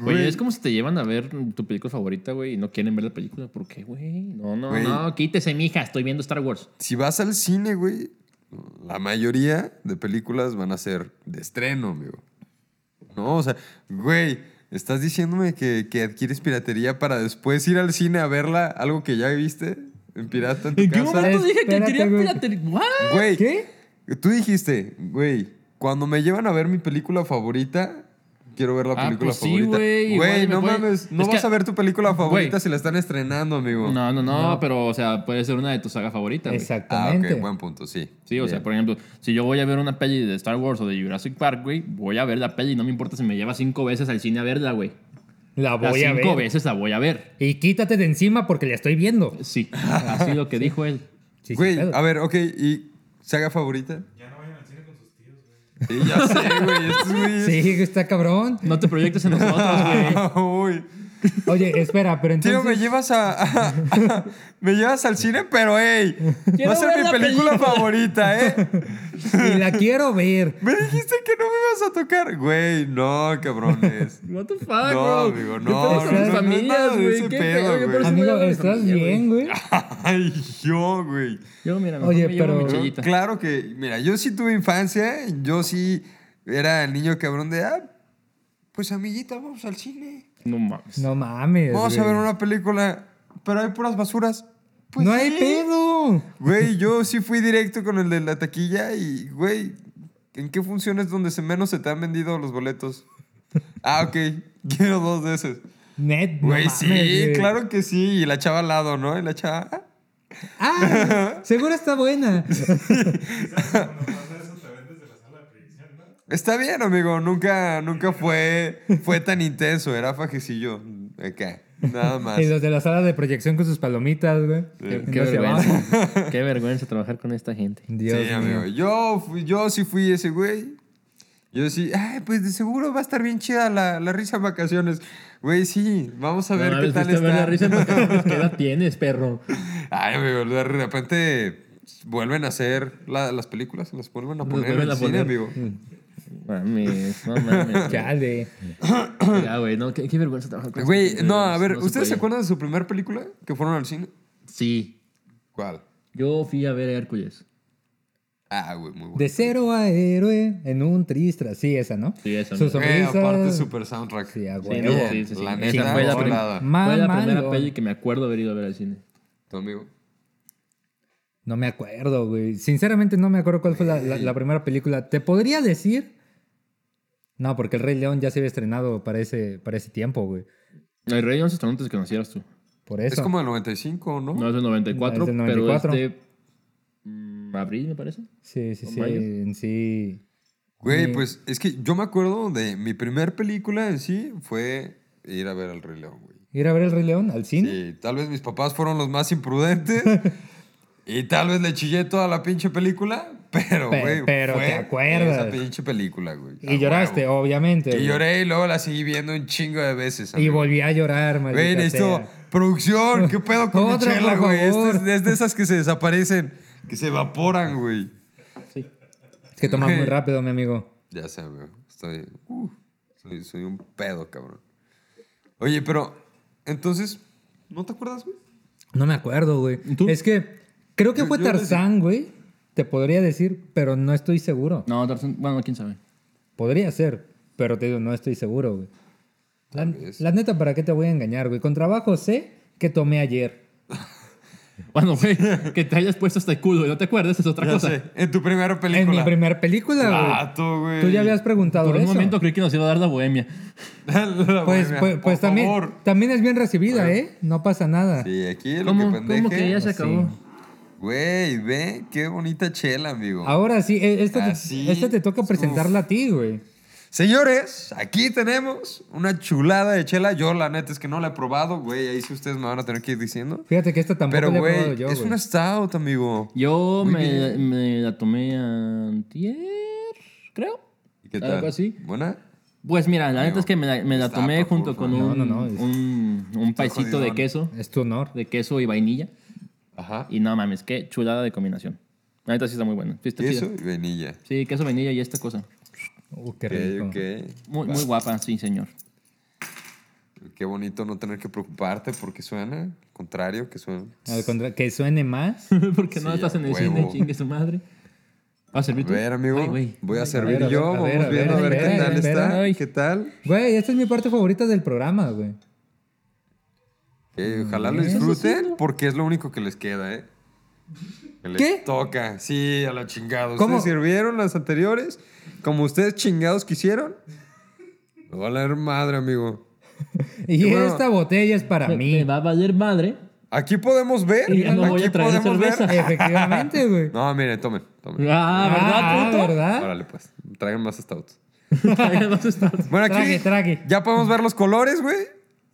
[SPEAKER 2] Oye, es como si te llevan a ver tu película favorita, güey, y no quieren ver la película. ¿Por qué, güey? No, no,
[SPEAKER 1] Güey.
[SPEAKER 2] no, quítese, mija, estoy viendo Star Wars.
[SPEAKER 1] Si vas al cine, güey, la mayoría de películas van a ser de estreno, amigo. No, o sea, güey, estás diciéndome que, que adquieres piratería para después ir al cine a verla, algo que ya viste en pirata en tu
[SPEAKER 2] ¿En qué
[SPEAKER 1] casa.
[SPEAKER 2] momento dije que
[SPEAKER 3] Espérate,
[SPEAKER 2] quería
[SPEAKER 3] güey.
[SPEAKER 2] piratería? ¿What?
[SPEAKER 1] Güey,
[SPEAKER 3] ¿Qué?
[SPEAKER 1] tú dijiste, güey, cuando me llevan a ver mi película favorita, quiero ver la
[SPEAKER 2] Ah,
[SPEAKER 1] película
[SPEAKER 2] pues sí,
[SPEAKER 1] favorita.
[SPEAKER 2] güey, igual me
[SPEAKER 1] no
[SPEAKER 2] puede-
[SPEAKER 1] mames, no
[SPEAKER 2] es que-
[SPEAKER 1] vas a ver tu película favorita
[SPEAKER 2] Güey.
[SPEAKER 1] si la están estrenando, amigo.
[SPEAKER 2] No, no, no, pero, o sea, puede ser una de tus sagas favoritas. güey.
[SPEAKER 1] Ah,
[SPEAKER 3] Exactamente.
[SPEAKER 1] ok, buen punto, sí.
[SPEAKER 2] Sí, o
[SPEAKER 1] Bien.
[SPEAKER 2] sea, por ejemplo, si yo voy a ver una peli de Star Wars o de Jurassic Park, güey, voy a ver la peli, no me importa si me lleva cinco veces al cine a verla, güey.
[SPEAKER 3] La
[SPEAKER 2] Las
[SPEAKER 3] voy a
[SPEAKER 2] cinco
[SPEAKER 3] ver.
[SPEAKER 2] veces la voy a ver.
[SPEAKER 3] Y quítate de encima porque la estoy viendo.
[SPEAKER 2] Sí, así lo que dijo él.
[SPEAKER 3] Sí, sí,
[SPEAKER 1] Güey,
[SPEAKER 3] pedo.
[SPEAKER 1] a ver, ok, ¿y saga favorita?
[SPEAKER 4] Ya no vayan al cine con sus tíos, güey.
[SPEAKER 1] Sí, ya sé, güey, estos güeyes.
[SPEAKER 3] Sí, está cabrón.
[SPEAKER 2] No te proyectes en nosotros, güey.
[SPEAKER 1] Uy.
[SPEAKER 3] Oye, espera, pero
[SPEAKER 1] Tío,
[SPEAKER 3] entonces...
[SPEAKER 1] me llevas a, a- a- Me llevas al cine, pero hey, va a
[SPEAKER 2] Quiero
[SPEAKER 1] ser
[SPEAKER 2] ver
[SPEAKER 1] mi
[SPEAKER 2] la
[SPEAKER 1] película, favorita, ¿eh?
[SPEAKER 3] Y la quiero ver.
[SPEAKER 1] Me dijiste que no me ibas a tocar. Güey, no, cabrones.
[SPEAKER 2] What the fuck,
[SPEAKER 1] No,
[SPEAKER 2] bro?
[SPEAKER 1] amigo,
[SPEAKER 2] ¿Qué
[SPEAKER 1] no,
[SPEAKER 2] pedo
[SPEAKER 3] no, no,
[SPEAKER 2] con las
[SPEAKER 3] no,
[SPEAKER 1] nada
[SPEAKER 2] familias,
[SPEAKER 1] de
[SPEAKER 2] güey?
[SPEAKER 1] ese
[SPEAKER 2] ¿Qué
[SPEAKER 1] pedo,
[SPEAKER 2] pedo?
[SPEAKER 1] güey. Ah,
[SPEAKER 2] Yo por eso voy
[SPEAKER 3] Amigo,
[SPEAKER 2] a ver a mi
[SPEAKER 3] ¿estás
[SPEAKER 2] familia, güey.
[SPEAKER 3] bien, güey?
[SPEAKER 1] Ay, yo, güey.
[SPEAKER 2] Yo, mira,
[SPEAKER 3] Oye,
[SPEAKER 2] Oye, pero...
[SPEAKER 3] pero-
[SPEAKER 2] mi chayita.
[SPEAKER 1] Claro que, mira, yo sí tuve infancia, yo sí era el niño cabrón de, ah, pues amiguita, vamos al cine.
[SPEAKER 2] No mames.
[SPEAKER 3] No mames,
[SPEAKER 1] Vamos a
[SPEAKER 3] güey.
[SPEAKER 1] ver una película, pero hay puras basuras. Pues
[SPEAKER 3] ¡No hay
[SPEAKER 1] sí.
[SPEAKER 3] pedo!
[SPEAKER 1] Güey, yo sí fui directo con el de la taquilla y, güey, ¿en qué funciones donde se menos se te han vendido los boletos? Ah, ok, quiero dos de esos.
[SPEAKER 3] Net, no
[SPEAKER 1] Güey,
[SPEAKER 3] mames,
[SPEAKER 1] sí,
[SPEAKER 3] güey.
[SPEAKER 1] claro que sí. Y la chava al lado, ¿no? Y la chava... ah.
[SPEAKER 3] ¡Ah! Seguro está buena.
[SPEAKER 4] Quizás cuando pasa eso te ven desde la sala de proyección, ¿no?
[SPEAKER 1] Está bien, amigo. Nunca, nunca fue, fue tan intenso. Era fajecillo. Acá. Nada más.
[SPEAKER 3] Y los de la sala de proyección con sus palomitas, güey.
[SPEAKER 2] Qué,
[SPEAKER 3] No
[SPEAKER 2] qué
[SPEAKER 3] se va.
[SPEAKER 2] vergüenza. qué vergüenza trabajar con esta gente.
[SPEAKER 3] Dios
[SPEAKER 1] Sí,
[SPEAKER 3] mío.
[SPEAKER 1] amigo. Yo, fui- yo sí fui ese güey. Yo sí, ay, pues de seguro va a estar bien chida la, la risa en vacaciones. Güey, sí, vamos a ver
[SPEAKER 2] No
[SPEAKER 1] qué
[SPEAKER 2] mames,
[SPEAKER 1] tal
[SPEAKER 2] fuiste a
[SPEAKER 1] está.
[SPEAKER 2] ver la risa en vacaciones. ¿Qué edad tienes, perro?
[SPEAKER 1] Ay, amigo, de repente vuelven a hacer la- las películas, las vuelven a
[SPEAKER 2] Las
[SPEAKER 1] poner en
[SPEAKER 2] vuelven
[SPEAKER 1] el
[SPEAKER 2] a
[SPEAKER 1] cine,
[SPEAKER 2] poner. Mm.
[SPEAKER 1] amigo.
[SPEAKER 2] Mames, no mames.
[SPEAKER 3] Chale.
[SPEAKER 2] Ya, güey, no, qué, qué vergüenza trabajar con
[SPEAKER 1] Güey,
[SPEAKER 2] esta gente,
[SPEAKER 1] no, a ver,
[SPEAKER 2] se
[SPEAKER 1] ¿ustedes se
[SPEAKER 2] puede.
[SPEAKER 1] acuerdan de su primera película que fueron al cine?
[SPEAKER 2] Sí,
[SPEAKER 1] ¿Cuál?
[SPEAKER 2] yo fui a ver a Hércules.
[SPEAKER 1] Ah, güey, muy bueno.
[SPEAKER 3] De cero a héroe en un tristra. Sí, esa, ¿no?
[SPEAKER 2] Sí, esa,
[SPEAKER 3] Su
[SPEAKER 2] ¿no?
[SPEAKER 1] Güey,
[SPEAKER 3] sonrisa.
[SPEAKER 1] Eh, aparte, super soundtrack.
[SPEAKER 3] Pues Sí, a
[SPEAKER 2] Sí,
[SPEAKER 3] huevo.
[SPEAKER 2] no, sí, sí, sí.
[SPEAKER 1] La
[SPEAKER 2] Esa
[SPEAKER 1] neta,
[SPEAKER 2] fue la, prim-
[SPEAKER 1] chulada.
[SPEAKER 3] Mm.
[SPEAKER 2] fue la primera
[SPEAKER 3] Mamalón.
[SPEAKER 2] peli que me acuerdo haber ido a ver al cine.
[SPEAKER 1] Tu amigo.
[SPEAKER 3] No me acuerdo, güey. Sinceramente no me acuerdo cuál fue la, la- la primera película. ¿Te podría decir? No, porque El Rey León ya se había estrenado para ese, para ese tiempo, güey.
[SPEAKER 2] El Rey León se estrenó antes que nacieras tú.
[SPEAKER 3] Por eso.
[SPEAKER 1] Es como el 95, ¿no?
[SPEAKER 2] No, es del 94,
[SPEAKER 3] Es del
[SPEAKER 2] pero
[SPEAKER 3] 94.
[SPEAKER 2] este... mm, Abril, me parece.
[SPEAKER 3] Sí, sí, sí.
[SPEAKER 2] Mayo.
[SPEAKER 3] En sí.
[SPEAKER 1] Güey,
[SPEAKER 3] Sí.
[SPEAKER 1] pues es que yo me acuerdo de mi primer película en sí fue ir a ver al Rey León, güey.
[SPEAKER 3] Ir a ver El Rey León al cine.
[SPEAKER 1] Sí, tal vez mis papás fueron los más imprudentes y tal vez le chillé toda la pinche película, pero,
[SPEAKER 3] Pe-
[SPEAKER 1] güey.
[SPEAKER 3] pero
[SPEAKER 1] fue
[SPEAKER 3] te acuerdas.
[SPEAKER 1] Esa pinche película, güey.
[SPEAKER 3] Y lloraste, obviamente.
[SPEAKER 1] Ah, Y
[SPEAKER 3] güey.
[SPEAKER 1] lloré y luego la seguí viendo un chingo de veces.
[SPEAKER 3] Y
[SPEAKER 1] amigo.
[SPEAKER 3] volví a llorar, maldita
[SPEAKER 1] Güey, necesito
[SPEAKER 3] sea.
[SPEAKER 1] producción. ¿Qué pedo con mi
[SPEAKER 3] Otra,
[SPEAKER 1] chela,
[SPEAKER 3] por
[SPEAKER 1] güey? Este
[SPEAKER 3] favor.
[SPEAKER 1] es, es de esas que se desaparecen, que se evaporan, güey.
[SPEAKER 3] Es que tomas muy rápido, mi amigo.
[SPEAKER 1] Ya sé, amigo. Estoy. uh, soy, soy un pedo, cabrón. Oye, pero. Entonces. ¿No te acuerdas, güey?
[SPEAKER 3] No me acuerdo, güey.
[SPEAKER 2] ¿Tú?
[SPEAKER 3] Es que creo que
[SPEAKER 1] Yo-
[SPEAKER 3] fue
[SPEAKER 1] yo les-
[SPEAKER 3] Tarzán, güey. Te podría decir, pero no estoy seguro.
[SPEAKER 2] No, Tarzán, bueno, quién sabe.
[SPEAKER 3] Podría ser, pero te digo, no estoy seguro, güey. La,
[SPEAKER 1] Tal vez.
[SPEAKER 3] la neta, ¿para qué te voy a engañar, güey? Con trabajo sé que tomé ayer.
[SPEAKER 2] Bueno, güey, que te hayas puesto hasta el culo y no te acuerdas es otra
[SPEAKER 1] Ya
[SPEAKER 2] cosa.
[SPEAKER 1] sé. En tu primera
[SPEAKER 3] En
[SPEAKER 1] película.
[SPEAKER 3] mi primera película, güey.
[SPEAKER 1] Vato, güey.
[SPEAKER 3] Tú ya habías preguntado
[SPEAKER 2] Por un
[SPEAKER 3] eso.
[SPEAKER 2] momento creí que nos iba a dar la bohemia.
[SPEAKER 1] La bohemia.
[SPEAKER 3] pues pues,
[SPEAKER 1] Por
[SPEAKER 3] pues también,
[SPEAKER 1] favor.
[SPEAKER 3] también es bien recibida, ¿eh? No pasa nada.
[SPEAKER 1] Sí, aquí lo
[SPEAKER 2] ¿Cómo,
[SPEAKER 1] que
[SPEAKER 2] ¿Cómo
[SPEAKER 1] pendeje.
[SPEAKER 2] que ya se
[SPEAKER 3] Así.
[SPEAKER 2] acabó?
[SPEAKER 1] Güey, ve, qué bonita chela, amigo.
[SPEAKER 3] Ahora sí, e- esta, te-
[SPEAKER 1] Así.
[SPEAKER 3] esta te toca presentarla a ti, güey.
[SPEAKER 1] Señores, aquí tenemos una chulada de chela. Yo, la neta, es que no la he probado, güey. Ahí sí ustedes me van a tener que ir diciendo.
[SPEAKER 3] Fíjate que esta tampoco
[SPEAKER 1] Pero,
[SPEAKER 3] la he
[SPEAKER 1] güey,
[SPEAKER 3] probado yo,
[SPEAKER 1] es
[SPEAKER 3] güey.
[SPEAKER 1] una stout, amigo.
[SPEAKER 2] Yo
[SPEAKER 1] Muy
[SPEAKER 2] me,
[SPEAKER 1] bien.
[SPEAKER 2] me la tomé antier, creo.
[SPEAKER 1] ¿Y
[SPEAKER 3] Ah,
[SPEAKER 1] qué
[SPEAKER 2] Algo
[SPEAKER 1] tal?
[SPEAKER 2] así.
[SPEAKER 1] ¿Buena?
[SPEAKER 2] Pues mira, la neta
[SPEAKER 1] Amigo,
[SPEAKER 2] es que me la, me la
[SPEAKER 1] está,
[SPEAKER 2] tomé
[SPEAKER 1] por favor.
[SPEAKER 2] junto con
[SPEAKER 1] No,
[SPEAKER 2] un,
[SPEAKER 3] no, no, es-
[SPEAKER 2] un, un paisito de
[SPEAKER 1] jodidón.
[SPEAKER 2] queso,
[SPEAKER 3] Es tu honor.
[SPEAKER 2] de queso y vainilla.
[SPEAKER 1] Ajá.
[SPEAKER 2] Y no mames, qué chulada de combinación. La neta sí está muy buena. Sí, está
[SPEAKER 1] Y
[SPEAKER 2] chida.
[SPEAKER 1] eso y vainilla.
[SPEAKER 2] Sí, queso, vainilla y esta cosa.
[SPEAKER 3] Uh, qué
[SPEAKER 1] Ok,
[SPEAKER 3] rico.
[SPEAKER 1] ok.
[SPEAKER 2] Muy, muy guapa, sí, señor.
[SPEAKER 1] Qué bonito no tener que preocuparte porque suena. Al contrario, que suena.
[SPEAKER 3] Al contra- que suene más.
[SPEAKER 2] Porque no
[SPEAKER 1] Sí,
[SPEAKER 2] estás
[SPEAKER 1] a
[SPEAKER 2] en el
[SPEAKER 1] huevo.
[SPEAKER 2] cine, chingue su madre. ¿Va a servir
[SPEAKER 1] A
[SPEAKER 2] tú?
[SPEAKER 1] ver, amigo.
[SPEAKER 2] Ay, güey.
[SPEAKER 1] Voy a
[SPEAKER 2] Ay,
[SPEAKER 1] servir
[SPEAKER 3] ver, a
[SPEAKER 1] yo.
[SPEAKER 3] ver, a
[SPEAKER 1] Vamos
[SPEAKER 3] ver, a
[SPEAKER 1] viendo a
[SPEAKER 3] ver,
[SPEAKER 1] ver qué
[SPEAKER 3] espera,
[SPEAKER 1] tal
[SPEAKER 3] espera,
[SPEAKER 1] está.
[SPEAKER 3] ay.
[SPEAKER 1] ¿Qué tal?
[SPEAKER 3] Güey, esta es mi parte favorita del programa, güey.
[SPEAKER 1] Eh, ojalá lo disfruten porque es lo único que les queda, ¿eh? Que les
[SPEAKER 3] ¿Qué?
[SPEAKER 1] toca. Sí, a la chingada. ¿Ustedes
[SPEAKER 3] ¿Cómo?
[SPEAKER 1] sirvieron las anteriores? Como ustedes chingados quisieron. Me va a leer madre, amigo.
[SPEAKER 3] Y
[SPEAKER 1] Qué bueno.
[SPEAKER 3] esta botella es para
[SPEAKER 2] Me,
[SPEAKER 3] mí.
[SPEAKER 2] me va a valer madre.
[SPEAKER 1] Aquí podemos ver.
[SPEAKER 2] Y ya no
[SPEAKER 1] aquí
[SPEAKER 2] voy a traer
[SPEAKER 1] podemos ver.
[SPEAKER 2] cerveza.
[SPEAKER 3] Efectivamente, güey.
[SPEAKER 1] No, miren, tomen, tomen.
[SPEAKER 2] Ah, ¿verdad, puto?
[SPEAKER 3] ¿verdad?
[SPEAKER 1] Órale, pues. Traigan más stouts.
[SPEAKER 2] Ahí vas a estar.
[SPEAKER 1] Bueno, aquí
[SPEAKER 3] Trague, trague.
[SPEAKER 1] ya podemos ver los colores, güey.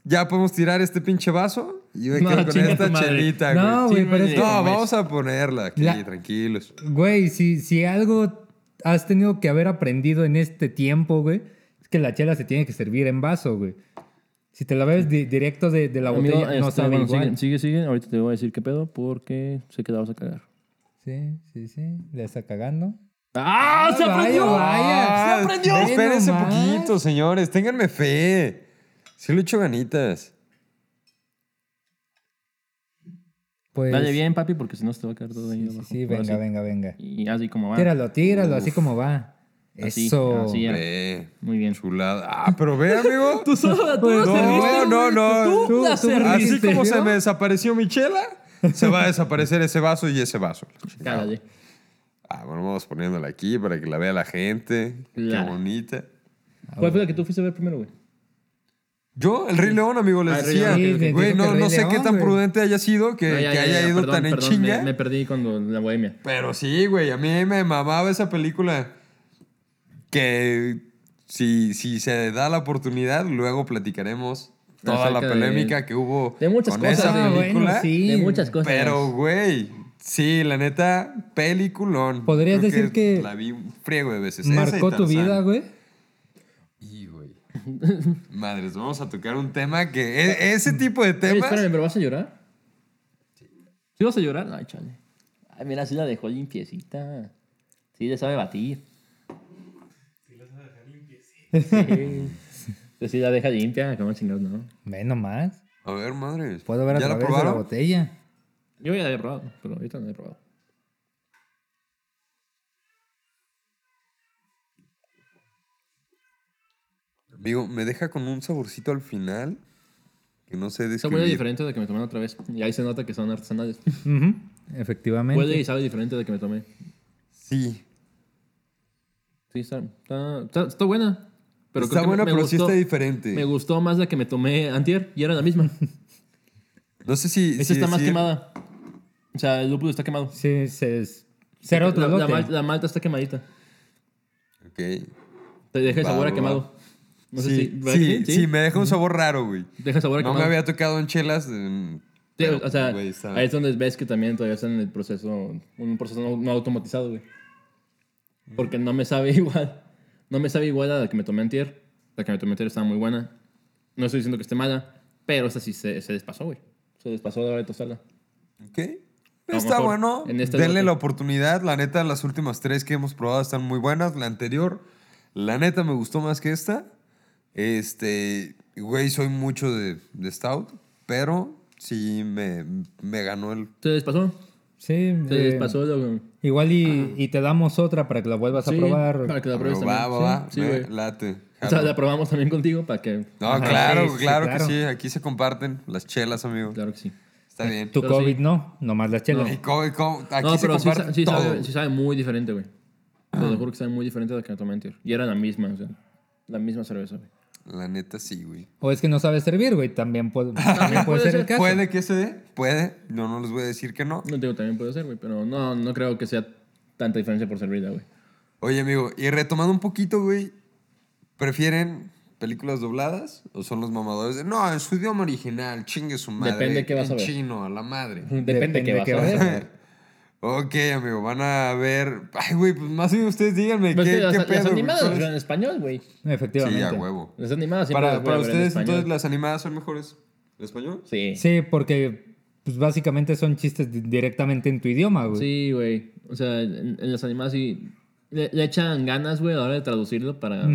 [SPEAKER 1] Ya podemos tirar este pinche vaso. Y yo me
[SPEAKER 2] No,
[SPEAKER 1] quedo con
[SPEAKER 2] chinga tu
[SPEAKER 1] esta
[SPEAKER 2] madre.
[SPEAKER 1] chelita, güey.
[SPEAKER 3] No, güey, pero es
[SPEAKER 2] Sí,
[SPEAKER 3] que-
[SPEAKER 1] No,
[SPEAKER 2] güey.
[SPEAKER 1] vamos a ponerla aquí,
[SPEAKER 3] La-
[SPEAKER 1] tranquilos.
[SPEAKER 3] Güey, si, si algo has tenido que haber aprendido en este tiempo, güey, es que la chela se tiene que servir en vaso, güey. Si te la bebes di- directo de, de la
[SPEAKER 2] Amigo,
[SPEAKER 3] botella, no
[SPEAKER 2] este,
[SPEAKER 3] sabe
[SPEAKER 2] bueno,
[SPEAKER 3] igual.
[SPEAKER 2] sigue, sigue, sigue. Ahorita te voy a decir qué pedo porque sé que la vas a cagar.
[SPEAKER 3] Sí, sí, sí. Le está cagando.
[SPEAKER 2] ¡Ah! ¡Se
[SPEAKER 3] vaya,
[SPEAKER 2] aprendió!
[SPEAKER 3] vaya.
[SPEAKER 2] ¡Se aprendió!
[SPEAKER 3] Ve
[SPEAKER 1] Ah, Espérense
[SPEAKER 3] nomás.
[SPEAKER 1] poquito, señores. Ténganme fe. Sí le echo ganitas.
[SPEAKER 3] Pues.
[SPEAKER 2] Dale bien, papi, porque si no se te va a caer todo ahí
[SPEAKER 3] Sí, sí,
[SPEAKER 2] abajo.
[SPEAKER 3] sí,
[SPEAKER 2] Ahora
[SPEAKER 3] venga,
[SPEAKER 2] sí.
[SPEAKER 3] venga, venga.
[SPEAKER 2] Y así como va.
[SPEAKER 3] Tíralo, tíralo, así como va.
[SPEAKER 2] Así,
[SPEAKER 3] Eso.
[SPEAKER 2] así era.
[SPEAKER 1] Ve.
[SPEAKER 2] Muy bien.
[SPEAKER 1] Chulada. Ah, pero ve, amigo.
[SPEAKER 2] Tú solo, tú
[SPEAKER 1] no,
[SPEAKER 2] serviste,
[SPEAKER 1] no,
[SPEAKER 2] güey.
[SPEAKER 1] no.
[SPEAKER 2] Tú
[SPEAKER 3] Tú-
[SPEAKER 2] la
[SPEAKER 1] Así
[SPEAKER 3] tú me
[SPEAKER 2] serviste.
[SPEAKER 3] hiciste.
[SPEAKER 1] como
[SPEAKER 3] ¿Vio?
[SPEAKER 1] se me desapareció mi chela, se va a desaparecer ese vaso y ese vaso.
[SPEAKER 2] Cállate.
[SPEAKER 1] Ah, bueno, vamos poniéndola aquí para que la vea la gente.
[SPEAKER 2] Claro.
[SPEAKER 1] Qué bonita.
[SPEAKER 2] ¿Cuál fue la que tú fuiste a ver primero, güey?
[SPEAKER 1] Yo, el Rey León, amigo,
[SPEAKER 2] Ah,
[SPEAKER 1] les
[SPEAKER 2] el Rey León,
[SPEAKER 1] decía.
[SPEAKER 2] ok, ok.
[SPEAKER 3] Sí,
[SPEAKER 1] Güey,
[SPEAKER 3] dijo que
[SPEAKER 1] no,
[SPEAKER 3] el
[SPEAKER 1] no
[SPEAKER 3] Rey
[SPEAKER 1] sé qué
[SPEAKER 3] León,
[SPEAKER 1] tan
[SPEAKER 3] güey.
[SPEAKER 1] prudente haya sido que,
[SPEAKER 2] Ah, ya,
[SPEAKER 1] que
[SPEAKER 2] ya,
[SPEAKER 1] haya
[SPEAKER 2] ya,
[SPEAKER 1] ido
[SPEAKER 2] perdón,
[SPEAKER 1] tan en
[SPEAKER 2] perdón,
[SPEAKER 1] chinga.
[SPEAKER 2] Me, me perdí cuando la bohemia.
[SPEAKER 1] Pero sí, güey, a mí me mamaba esa película. Que si, si se da la oportunidad, luego platicaremos toda la
[SPEAKER 2] Acerca de-
[SPEAKER 1] polémica que hubo
[SPEAKER 2] de muchas
[SPEAKER 1] con
[SPEAKER 2] cosas,
[SPEAKER 1] esa
[SPEAKER 2] ah, bueno,
[SPEAKER 1] película.
[SPEAKER 3] sí.
[SPEAKER 2] De muchas cosas.
[SPEAKER 1] Pero, güey, sí, la neta, peliculón.
[SPEAKER 3] ¿Podrías decir que
[SPEAKER 1] La vi un friego de veces. Esa y
[SPEAKER 3] Marcó tu
[SPEAKER 1] Tarzán.
[SPEAKER 3] vida, güey.
[SPEAKER 1] Y, güey. Madres, vamos a tocar un tema que...
[SPEAKER 3] Ah,
[SPEAKER 1] e-
[SPEAKER 3] mm.
[SPEAKER 1] ese tipo de
[SPEAKER 2] Oye,
[SPEAKER 1] temas...
[SPEAKER 2] espérame, ¿pero vas a llorar? ¿Sí vas a llorar? Ay, chale. Ay, mira, sí la dejó limpiecita. Sí, le sabe batir. Sí, sí la deja limpia, como chingados, ¿no?
[SPEAKER 3] Ve nomás.
[SPEAKER 1] A ver, madres.
[SPEAKER 3] Puedo ver a
[SPEAKER 1] ¿Ya la
[SPEAKER 3] través de la
[SPEAKER 1] probaron?
[SPEAKER 3] botella.
[SPEAKER 2] Yo ya la he probado, pero ahorita no la he probado.
[SPEAKER 1] Digo, me deja con un saborcito al final que no sé
[SPEAKER 2] Esa huele
[SPEAKER 1] describir.
[SPEAKER 2] diferente a la que me tomé la otra vez. Y ahí se nota que son artesanales.
[SPEAKER 3] Ujú, Efectivamente.
[SPEAKER 2] Huele y sabe diferente a la que me tomé.
[SPEAKER 1] Sí.
[SPEAKER 2] Sí, está, está, está, está buena. Pero
[SPEAKER 1] está
[SPEAKER 2] creo que
[SPEAKER 1] buena,
[SPEAKER 2] me
[SPEAKER 1] pero sí
[SPEAKER 2] gustó,
[SPEAKER 1] está diferente.
[SPEAKER 2] Me gustó más la que me tomé antier y era la misma.
[SPEAKER 1] No sé si.
[SPEAKER 2] Esa
[SPEAKER 1] si
[SPEAKER 2] está más
[SPEAKER 1] decir-
[SPEAKER 2] quemada. O sea, el lúpulo está quemado.
[SPEAKER 3] Sí, se es. Será otro
[SPEAKER 2] la, la
[SPEAKER 3] lote.
[SPEAKER 2] mal- la malta está quemadita.
[SPEAKER 1] Ok.
[SPEAKER 2] Te deja el
[SPEAKER 1] Va,
[SPEAKER 2] sabor a
[SPEAKER 1] va.
[SPEAKER 2] quemado. No sé si.
[SPEAKER 1] sí,
[SPEAKER 2] ¿verdad
[SPEAKER 1] sí,
[SPEAKER 2] que
[SPEAKER 1] sí, me deja un sabor raro, güey.
[SPEAKER 2] Deja sabor a
[SPEAKER 1] No me
[SPEAKER 2] quemado.
[SPEAKER 1] había tocado en chelas. mm,
[SPEAKER 2] Sí,
[SPEAKER 1] pero,
[SPEAKER 2] o sea,
[SPEAKER 1] güey, está-
[SPEAKER 2] ahí es donde ves que también todavía están en el proceso, un proceso no, no automatizado, güey. Porque no me sabe igual. No me sabe igual a la que me tomé antier. La que me tomé antier estaba muy buena. No estoy diciendo que esté mala, pero esa sí se, se despasó, güey. Se despasó a la hora de tostarla.
[SPEAKER 1] Ok.
[SPEAKER 2] a lo
[SPEAKER 1] Está
[SPEAKER 2] mejor
[SPEAKER 1] bueno.
[SPEAKER 2] en este
[SPEAKER 1] Denle
[SPEAKER 2] lote.
[SPEAKER 1] la oportunidad. La neta, las últimas tres que hemos probado están muy buenas. La anterior, la neta, me gustó más que esta. Este, güey, soy mucho de, de Stout, pero sí me, me ganó el...
[SPEAKER 2] Se despasó.
[SPEAKER 3] Sí,
[SPEAKER 2] Se
[SPEAKER 3] eh,
[SPEAKER 2] despasó. Lo...
[SPEAKER 3] Igual y, y te damos otra para que la vuelvas
[SPEAKER 2] Sí,
[SPEAKER 3] a probar.
[SPEAKER 2] Para que la pruebes
[SPEAKER 1] Ah, Va, va,
[SPEAKER 2] también.
[SPEAKER 1] va.
[SPEAKER 2] Sí, sí,
[SPEAKER 1] me
[SPEAKER 2] güey.
[SPEAKER 1] late.
[SPEAKER 2] O sea, la probamos también contigo para que.
[SPEAKER 1] No,
[SPEAKER 3] Ajá,
[SPEAKER 1] claro,
[SPEAKER 3] sí, sí,
[SPEAKER 1] claro que
[SPEAKER 3] claro.
[SPEAKER 1] sí. Aquí se comparten las chelas, amigo.
[SPEAKER 2] Claro que sí.
[SPEAKER 1] Está bien.
[SPEAKER 3] Tu
[SPEAKER 2] Pero
[SPEAKER 3] COVID
[SPEAKER 2] sí.
[SPEAKER 3] no, nomás las chelas.
[SPEAKER 1] Y co- y co- aquí
[SPEAKER 2] no,
[SPEAKER 1] se
[SPEAKER 2] pero sí,
[SPEAKER 1] comparte
[SPEAKER 2] sa- sí
[SPEAKER 1] todo. Ah.
[SPEAKER 2] sabe, sí sabe muy diferente, güey. Te lo juro que sabe muy diferente de la que no te voy a mentir. Y era la misma, o sea, la misma cerveza, güey.
[SPEAKER 1] La neta, sí, güey.
[SPEAKER 3] O es que no sabes servir, güey. También puede, también puede
[SPEAKER 2] puede
[SPEAKER 3] ser
[SPEAKER 2] ser.
[SPEAKER 3] el caso.
[SPEAKER 1] Puede que se dé, puede. Yo no les voy a decir que no.
[SPEAKER 2] No te digo, también puede ser, güey, pero no, no creo que sea tanta diferencia por servida, güey.
[SPEAKER 1] Oye, amigo, y retomando un poquito, güey, ¿prefieren películas dobladas o son los mamadores de, no, en su idioma original, chingue su madre.
[SPEAKER 2] Depende qué vas
[SPEAKER 1] en
[SPEAKER 2] a ver".
[SPEAKER 1] chino, a la madre.
[SPEAKER 2] Depende, que
[SPEAKER 3] qué
[SPEAKER 2] vas
[SPEAKER 3] vas
[SPEAKER 2] a
[SPEAKER 3] a
[SPEAKER 2] ver.
[SPEAKER 3] ver.
[SPEAKER 1] Ok, amigo, van a ver. Ay, güey, pues más bien ustedes díganme
[SPEAKER 2] Pues
[SPEAKER 1] qué,
[SPEAKER 2] que las,
[SPEAKER 1] qué
[SPEAKER 2] las
[SPEAKER 1] pedo. güey?
[SPEAKER 2] animadas
[SPEAKER 1] ¿Cuáles?
[SPEAKER 2] eran en español, güey.
[SPEAKER 3] Efectivamente.
[SPEAKER 1] Sí, a huevo.
[SPEAKER 2] Las animadas siempre
[SPEAKER 1] Para,
[SPEAKER 2] las voy a
[SPEAKER 1] para
[SPEAKER 2] ver en
[SPEAKER 1] ustedes,
[SPEAKER 2] español.
[SPEAKER 1] entonces, las animadas son mejores. ¿En español?
[SPEAKER 2] Sí.
[SPEAKER 3] Sí, porque pues, básicamente son chistes di- directamente en tu idioma, güey.
[SPEAKER 2] Sí, güey. O sea, en, en las animadas sí. Le, le echan ganas, güey, a la hora de traducirlo para. O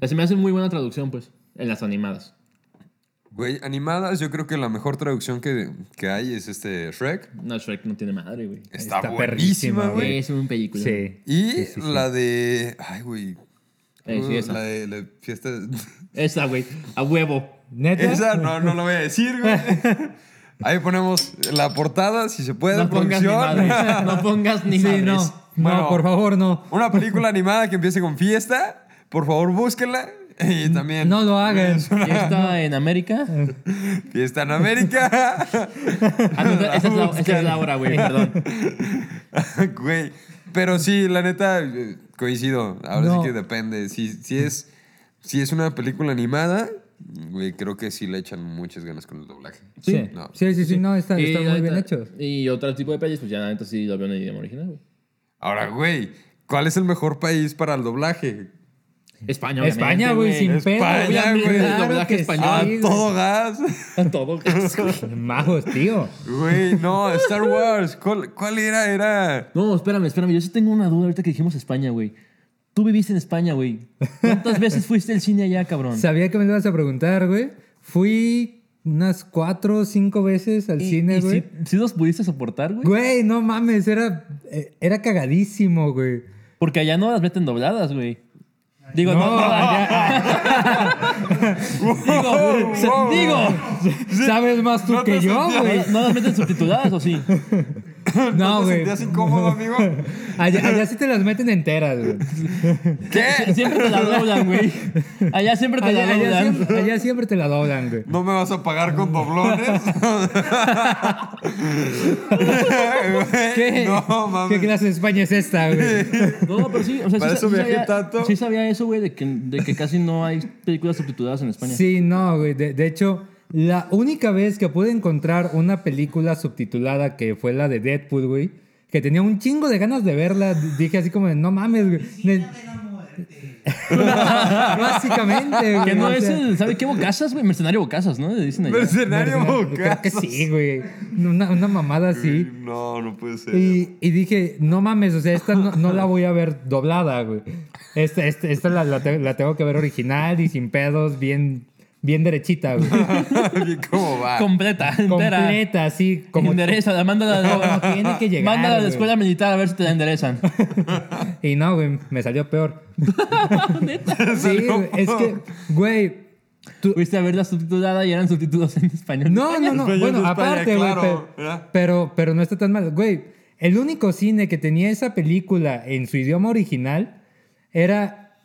[SPEAKER 2] sea, se me hace muy buena traducción, pues, en las animadas.
[SPEAKER 1] Güey, animadas, yo creo que la mejor traducción que, que hay es este Shrek.
[SPEAKER 2] No, Shrek no tiene madre, güey.
[SPEAKER 1] Está,
[SPEAKER 3] Está
[SPEAKER 1] buenísima,
[SPEAKER 3] perrísima,
[SPEAKER 1] güey.
[SPEAKER 2] Es un película.
[SPEAKER 3] Sí.
[SPEAKER 1] Y
[SPEAKER 3] Sí, sí, sí.
[SPEAKER 1] la de. Ay, güey.
[SPEAKER 2] Eh, sí, esa.
[SPEAKER 1] la de la fiesta.
[SPEAKER 2] Esa, güey. A huevo.
[SPEAKER 3] ¿Neta?
[SPEAKER 1] Esa no, no lo voy a decir, güey. Ahí ponemos la portada, si se
[SPEAKER 3] Eh,
[SPEAKER 1] puede,
[SPEAKER 2] No pongas ni
[SPEAKER 1] producción.
[SPEAKER 2] madres. No pongas ni
[SPEAKER 3] Sí,
[SPEAKER 2] madres.
[SPEAKER 3] no.
[SPEAKER 1] Bueno.
[SPEAKER 3] no, por favor, no.
[SPEAKER 1] Una película animada que empiece con fiesta. Por favor, búsquenla. Y también.
[SPEAKER 3] Mm, No lo hagan.
[SPEAKER 2] Y esta en América.
[SPEAKER 1] Fiesta en América.
[SPEAKER 2] Ah, no, esa, es la, esa es la hora, güey, perdón.
[SPEAKER 1] Güey. Pero sí, la neta, eh, coincido. Ahora
[SPEAKER 3] No.
[SPEAKER 1] sí que depende. Si, si, es, si es una película animada, güey, creo que sí le echan muchas ganas con el doblaje.
[SPEAKER 3] Sí. Sí,
[SPEAKER 1] No.
[SPEAKER 3] sí, sí, no, está,
[SPEAKER 2] Y
[SPEAKER 3] está muy
[SPEAKER 2] ahorita-
[SPEAKER 3] bien hecho.
[SPEAKER 2] Y otro tipo de países, pues ya la neta sí lo veo en el idioma original, güey.
[SPEAKER 1] Ahora, güey, ¿cuál es el mejor país para el doblaje?
[SPEAKER 2] España, obviamente,
[SPEAKER 3] España, güey, sin pedo.
[SPEAKER 1] España,
[SPEAKER 3] obviamente,
[SPEAKER 1] güey.
[SPEAKER 3] claro
[SPEAKER 2] Doblaje
[SPEAKER 3] que
[SPEAKER 1] Ah,
[SPEAKER 2] español.
[SPEAKER 3] sí, güey.
[SPEAKER 1] todo gas.
[SPEAKER 2] Todo casco.
[SPEAKER 3] Majos, tío.
[SPEAKER 1] Güey, no, Star Wars. ¿Cuál, cuál era? Era.
[SPEAKER 2] No, espérame, espérame. Yo sí tengo una duda ahorita que dijimos España, güey. Tú viviste en España, güey. ¿Cuántas veces fuiste al cine allá, cabrón?
[SPEAKER 3] Sabía que me lo ibas a preguntar, güey. Fui unas cuatro o cinco veces al
[SPEAKER 2] ¿Y-
[SPEAKER 3] cine,
[SPEAKER 2] y
[SPEAKER 3] güey.
[SPEAKER 2] sí- ¿Sí los pudiste soportar, güey?
[SPEAKER 3] Güey, no mames, era, eh, era cagadísimo, güey.
[SPEAKER 2] Porque allá no las meten dobladas, güey. Digo, no,
[SPEAKER 3] No,
[SPEAKER 2] no,
[SPEAKER 1] Oh,
[SPEAKER 2] digo, se-
[SPEAKER 1] wow.
[SPEAKER 2] digo,
[SPEAKER 3] Sabes más tú
[SPEAKER 1] No te
[SPEAKER 3] que yo,
[SPEAKER 1] sentías-
[SPEAKER 3] güey.
[SPEAKER 2] no, no las meten subtituladas, ¿o sí?
[SPEAKER 3] No,
[SPEAKER 1] ¿Te
[SPEAKER 3] güey.
[SPEAKER 1] sentías incómodo, amigo?
[SPEAKER 3] Allá, allá sí te las meten enteras, güey.
[SPEAKER 1] ¿Qué?
[SPEAKER 2] Siempre te la doblan, güey. Allá siempre te
[SPEAKER 3] Allá,
[SPEAKER 2] la
[SPEAKER 3] allá
[SPEAKER 2] doblan.
[SPEAKER 3] siempre, allá siempre te la doblan, güey.
[SPEAKER 1] ¿No me vas a pagar con doblones? Güey,
[SPEAKER 3] ¿Qué,
[SPEAKER 1] No,
[SPEAKER 3] ¿Qué
[SPEAKER 1] mames.
[SPEAKER 3] clase de España es esta, güey?
[SPEAKER 2] No, pero sí, o sea,
[SPEAKER 1] Para
[SPEAKER 2] sí,
[SPEAKER 1] eso
[SPEAKER 2] sí
[SPEAKER 1] viajé
[SPEAKER 2] sabía,
[SPEAKER 1] tanto.
[SPEAKER 2] sí sabía eso, güey, de que, de que casi no hay películas subtituladas en España.
[SPEAKER 3] Sí, no, güey. De, de hecho, la única vez que pude encontrar una película subtitulada que fue la de Deadpool, güey, que tenía un chingo de ganas de verla, d- dije así como, de, no mames, güey. Ne- Básicamente, güey.
[SPEAKER 2] Que no
[SPEAKER 3] o
[SPEAKER 2] es
[SPEAKER 3] sea,
[SPEAKER 2] el, ¿sabe qué? Bocazas, güey. Mercenario Bocazas, ¿no? Le dicen allá.
[SPEAKER 1] Mercenario
[SPEAKER 3] Creo que
[SPEAKER 1] Bocas.
[SPEAKER 3] sí, güey. Una, una mamada así.
[SPEAKER 1] No, no puede ser.
[SPEAKER 3] Y, y dije, no mames, o sea, esta no, no la voy a ver doblada, güey. Esta, esta, esta la, la te- la tengo que ver original y sin pedos, bien, bien derechita, güey.
[SPEAKER 1] Oye, ¿Cómo va?
[SPEAKER 2] Ah, Completa, entera.
[SPEAKER 3] Completa, así
[SPEAKER 2] Como
[SPEAKER 3] como...
[SPEAKER 2] endereza, mándala,
[SPEAKER 3] Como tiene que llegar,
[SPEAKER 2] mándala a la
[SPEAKER 3] güey.
[SPEAKER 2] escuela militar a ver si te la enderezan.
[SPEAKER 3] Y no, güey, me salió peor. sí,
[SPEAKER 1] Salió
[SPEAKER 3] güey, es que, güey... tú-
[SPEAKER 2] Fuiste a verla subtitulada y eran subtítulos en español.
[SPEAKER 3] No, no, no.
[SPEAKER 1] Español de
[SPEAKER 3] Bueno,
[SPEAKER 1] España,
[SPEAKER 3] aparte, güey.
[SPEAKER 1] claro,
[SPEAKER 3] pe-
[SPEAKER 1] ¿verdad?
[SPEAKER 3] pero, pero no está tan mal. Güey, el único cine que tenía esa película en su idioma original era,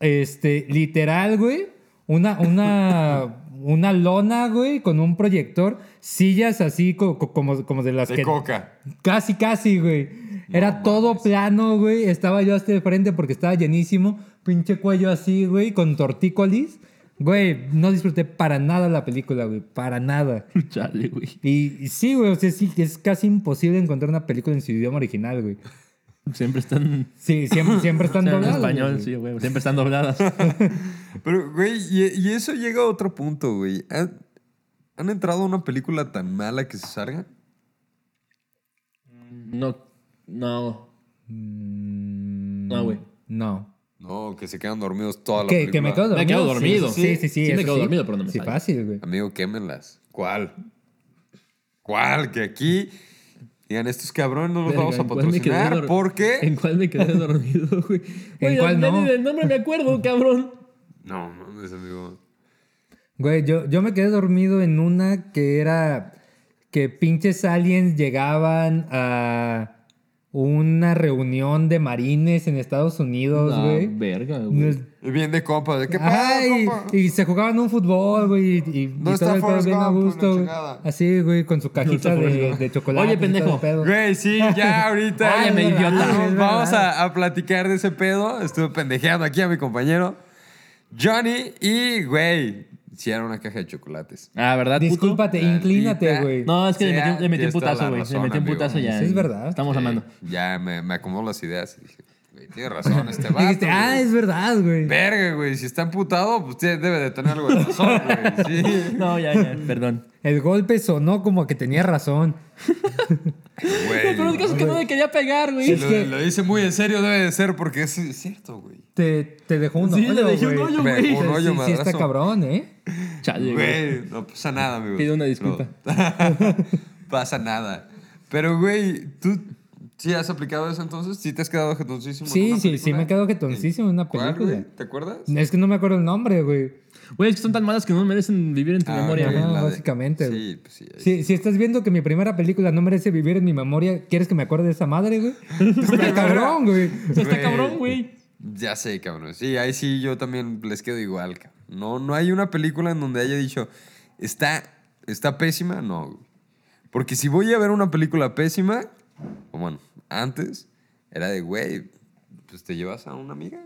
[SPEAKER 3] este, literal, güey, una, una, una lona, güey, con un proyector, sillas así co- co- como, como de las
[SPEAKER 1] De
[SPEAKER 3] que...
[SPEAKER 1] coca.
[SPEAKER 3] Casi, casi, güey. Era todo plano, güey. Estaba yo hasta de frente porque estaba llenísimo. Pinche cuello así, güey, con tortícolis. Güey, no disfruté para nada la película, güey. Para nada.
[SPEAKER 2] Chale, güey.
[SPEAKER 3] Y, y sí, güey, o sea, sí, es casi imposible encontrar una película en su idioma original, güey.
[SPEAKER 2] Siempre están.
[SPEAKER 3] Sí, siempre, siempre están
[SPEAKER 2] en
[SPEAKER 3] dobladas.
[SPEAKER 2] español,
[SPEAKER 3] güey.
[SPEAKER 2] sí, güey. Siempre están dobladas.
[SPEAKER 1] Pero, güey, y, y eso llega a otro punto, güey. ¿Han, han entrado a una película tan mala que se salgan?
[SPEAKER 2] No, no, no, güey.
[SPEAKER 3] No.
[SPEAKER 1] No, que se quedan dormidos toda la
[SPEAKER 3] Que, que me
[SPEAKER 1] película.
[SPEAKER 3] quedo dormido.
[SPEAKER 2] Me quedo dormido.
[SPEAKER 3] Sí, sí, sí.
[SPEAKER 2] Sí me
[SPEAKER 3] eso
[SPEAKER 2] quedo dormido, pero no me
[SPEAKER 3] Sí,
[SPEAKER 2] falla.
[SPEAKER 3] fácil, güey.
[SPEAKER 1] Amigo, quémenlas. ¿Cuál? ¿Cuál? Que aquí digan, estos cabrones no los
[SPEAKER 2] Verga,
[SPEAKER 1] vamos a
[SPEAKER 2] ¿en cuál me quedé
[SPEAKER 1] patrocinar
[SPEAKER 2] dor-
[SPEAKER 1] porque...
[SPEAKER 2] ¿En cuál me quedé dormido, güey?
[SPEAKER 3] ¿En
[SPEAKER 2] Güey,
[SPEAKER 3] cuál
[SPEAKER 2] ya
[SPEAKER 3] no?
[SPEAKER 2] Ni del nombre me acuerdo, cabrón.
[SPEAKER 1] No, mames, amigo.
[SPEAKER 3] Güey, yo, yo me quedé dormido en una que era que pinches aliens llegaban a una reunión de marines en Estados Unidos,
[SPEAKER 2] Ah,
[SPEAKER 3] güey.
[SPEAKER 2] verga,
[SPEAKER 3] No
[SPEAKER 2] güey.
[SPEAKER 3] es-
[SPEAKER 1] Y bien de compa, ¿de qué
[SPEAKER 3] Ajá,
[SPEAKER 1] pasa,
[SPEAKER 3] y-
[SPEAKER 1] compa?
[SPEAKER 3] y, se jugaban un fútbol, güey. Y, y-
[SPEAKER 1] No
[SPEAKER 3] y
[SPEAKER 1] está
[SPEAKER 3] todo el pedo
[SPEAKER 1] Forrest
[SPEAKER 3] bien a
[SPEAKER 1] Gump,
[SPEAKER 3] gusto,
[SPEAKER 1] la
[SPEAKER 3] güey.
[SPEAKER 1] chingada.
[SPEAKER 3] Así, güey, con su
[SPEAKER 2] está
[SPEAKER 3] cajita
[SPEAKER 2] Forrest
[SPEAKER 3] de,
[SPEAKER 2] Gump.
[SPEAKER 3] de chocolate.
[SPEAKER 2] Oye,
[SPEAKER 3] y todo el
[SPEAKER 2] pendejo.
[SPEAKER 3] pedo.
[SPEAKER 1] Güey, sí, ya ahorita.
[SPEAKER 3] Ay, me idiota.
[SPEAKER 1] Vamos,
[SPEAKER 3] Es
[SPEAKER 1] vamos
[SPEAKER 3] verdad.
[SPEAKER 1] a, a platicar de ese pedo. Estuve pendejeando aquí a mi compañero Johnny y, güey, hicieron una caja de chocolates.
[SPEAKER 2] Ah, ¿verdad, puto?
[SPEAKER 3] Discúlpate,
[SPEAKER 1] Maldita.
[SPEAKER 3] inclínate, güey.
[SPEAKER 2] No, es que le
[SPEAKER 1] Sea,
[SPEAKER 2] metí, le metí un
[SPEAKER 1] tienes toda la
[SPEAKER 2] putazo, güey. Le
[SPEAKER 1] razón,
[SPEAKER 2] metí un
[SPEAKER 1] amigo.
[SPEAKER 2] putazo ya.
[SPEAKER 3] Sí, es verdad.
[SPEAKER 2] Estamos
[SPEAKER 1] Sí,
[SPEAKER 2] amando.
[SPEAKER 1] Eh, Ya me, me acomodó las ideas y dije, güey, tiene razón este vato.
[SPEAKER 3] Dijiste, ah,
[SPEAKER 1] güey.
[SPEAKER 3] es verdad, güey.
[SPEAKER 1] Verga, güey, si está amputado, pues tiene- debe de tener algo de razón, güey. Sí.
[SPEAKER 2] No, ya, ya, perdón.
[SPEAKER 3] El golpe sonó como que tenía razón.
[SPEAKER 1] Güey,
[SPEAKER 2] Pero el caso es que no le quería pegar, güey.
[SPEAKER 3] Sí,
[SPEAKER 1] lo,
[SPEAKER 3] que-
[SPEAKER 1] lo dice muy en serio, debe de ser, porque es, es cierto, güey.
[SPEAKER 3] Te, te dejó un
[SPEAKER 2] Sí, le
[SPEAKER 3] hoyo,
[SPEAKER 2] dejé un
[SPEAKER 3] güey.
[SPEAKER 2] hoyo,
[SPEAKER 1] Me
[SPEAKER 2] güey.
[SPEAKER 1] dejó un hoyo,
[SPEAKER 3] sí, sí está
[SPEAKER 1] madrazo.
[SPEAKER 3] cabrón, ¿eh?
[SPEAKER 2] Chale, güey.
[SPEAKER 1] Güey, no pasa nada, amigo.
[SPEAKER 2] Pido una disculpa.
[SPEAKER 1] No. pasa nada. Pero, güey, ¿tú sí has aplicado eso entonces? ¿Sí te has quedado jetoncísimo? en
[SPEAKER 3] Sí,
[SPEAKER 1] una
[SPEAKER 3] sí, sí
[SPEAKER 1] película?
[SPEAKER 3] me quedo jetoncísimo en una
[SPEAKER 1] ¿Cuál,
[SPEAKER 3] película.
[SPEAKER 1] güey? ¿Te acuerdas?
[SPEAKER 3] Es que no me acuerdo el nombre, güey.
[SPEAKER 2] Güey, es que son tan malas que no merecen vivir en tu
[SPEAKER 1] Ah,
[SPEAKER 2] memoria,
[SPEAKER 1] ok,
[SPEAKER 2] güey.
[SPEAKER 3] Ajá,
[SPEAKER 1] la de-
[SPEAKER 3] básicamente,
[SPEAKER 1] Sí, pues sí. ahí
[SPEAKER 3] Si, si estás viendo que mi primera película no merece vivir en mi memoria, ¿quieres que me acuerde de esa madre, güey? Está cabrón, güey.
[SPEAKER 2] Eso está
[SPEAKER 1] Güey.
[SPEAKER 2] cabrón, güey.
[SPEAKER 1] Ya sé, cabrón. Sí, ahí sí yo también les quedo igual, cabrón. No, no hay una película en donde haya dicho, está, está pésima, no. güey. Porque si voy a ver una película pésima, o bueno, antes, era de, güey, pues te llevas a una amiga.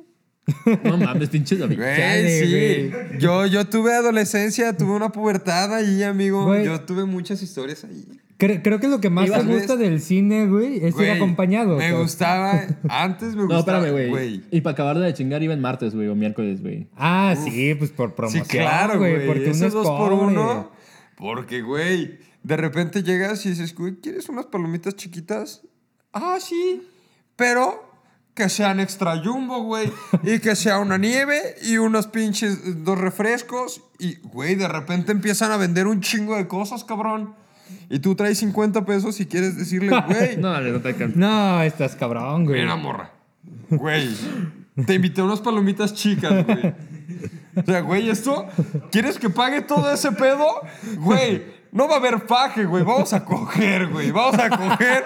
[SPEAKER 2] No mames, pinches amigos.
[SPEAKER 1] Güey,
[SPEAKER 3] Chale,
[SPEAKER 1] sí. Yo, yo tuve adolescencia, tuve una pubertad ahí, amigo.
[SPEAKER 3] Güey.
[SPEAKER 1] Yo tuve muchas historias ahí.
[SPEAKER 3] Cre- creo que lo que más
[SPEAKER 1] Ibas-
[SPEAKER 3] te gusta del cine, güey, es
[SPEAKER 1] Güey,
[SPEAKER 3] ir acompañado. pues.
[SPEAKER 1] Me
[SPEAKER 3] cabrón.
[SPEAKER 1] gustaba, antes me
[SPEAKER 2] No,
[SPEAKER 1] gustaba.
[SPEAKER 2] espérame, güey. Y para acabarla de chingar iba en martes, güey, o miércoles, güey.
[SPEAKER 3] Ah, sí, pues por promoción,
[SPEAKER 1] sí, claro, güey.
[SPEAKER 3] Porque
[SPEAKER 1] Esos
[SPEAKER 3] uno es
[SPEAKER 1] dos por
[SPEAKER 3] pobre.
[SPEAKER 1] uno. Porque, güey, de repente llegas y dices, güey, ¿quieres unas palomitas chiquitas? Ah, sí. Pero que sean extra jumbo, güey. y que sea una nieve y unos pinches eh, dos refrescos. Y, güey, de repente empiezan a vender un chingo de cosas, cabrón. Y tú traes 50 pesos y quieres decirle, güey,
[SPEAKER 2] No, no te alcanza.
[SPEAKER 3] No, estás cabrón, güey.
[SPEAKER 1] Mira, morra. Güey, te invité a unas palomitas chicas, güey. O sea, güey, esto. ¿Quieres que pague todo ese pedo? Güey, no va a haber paje, güey. Vamos a coger, güey. Vamos a coger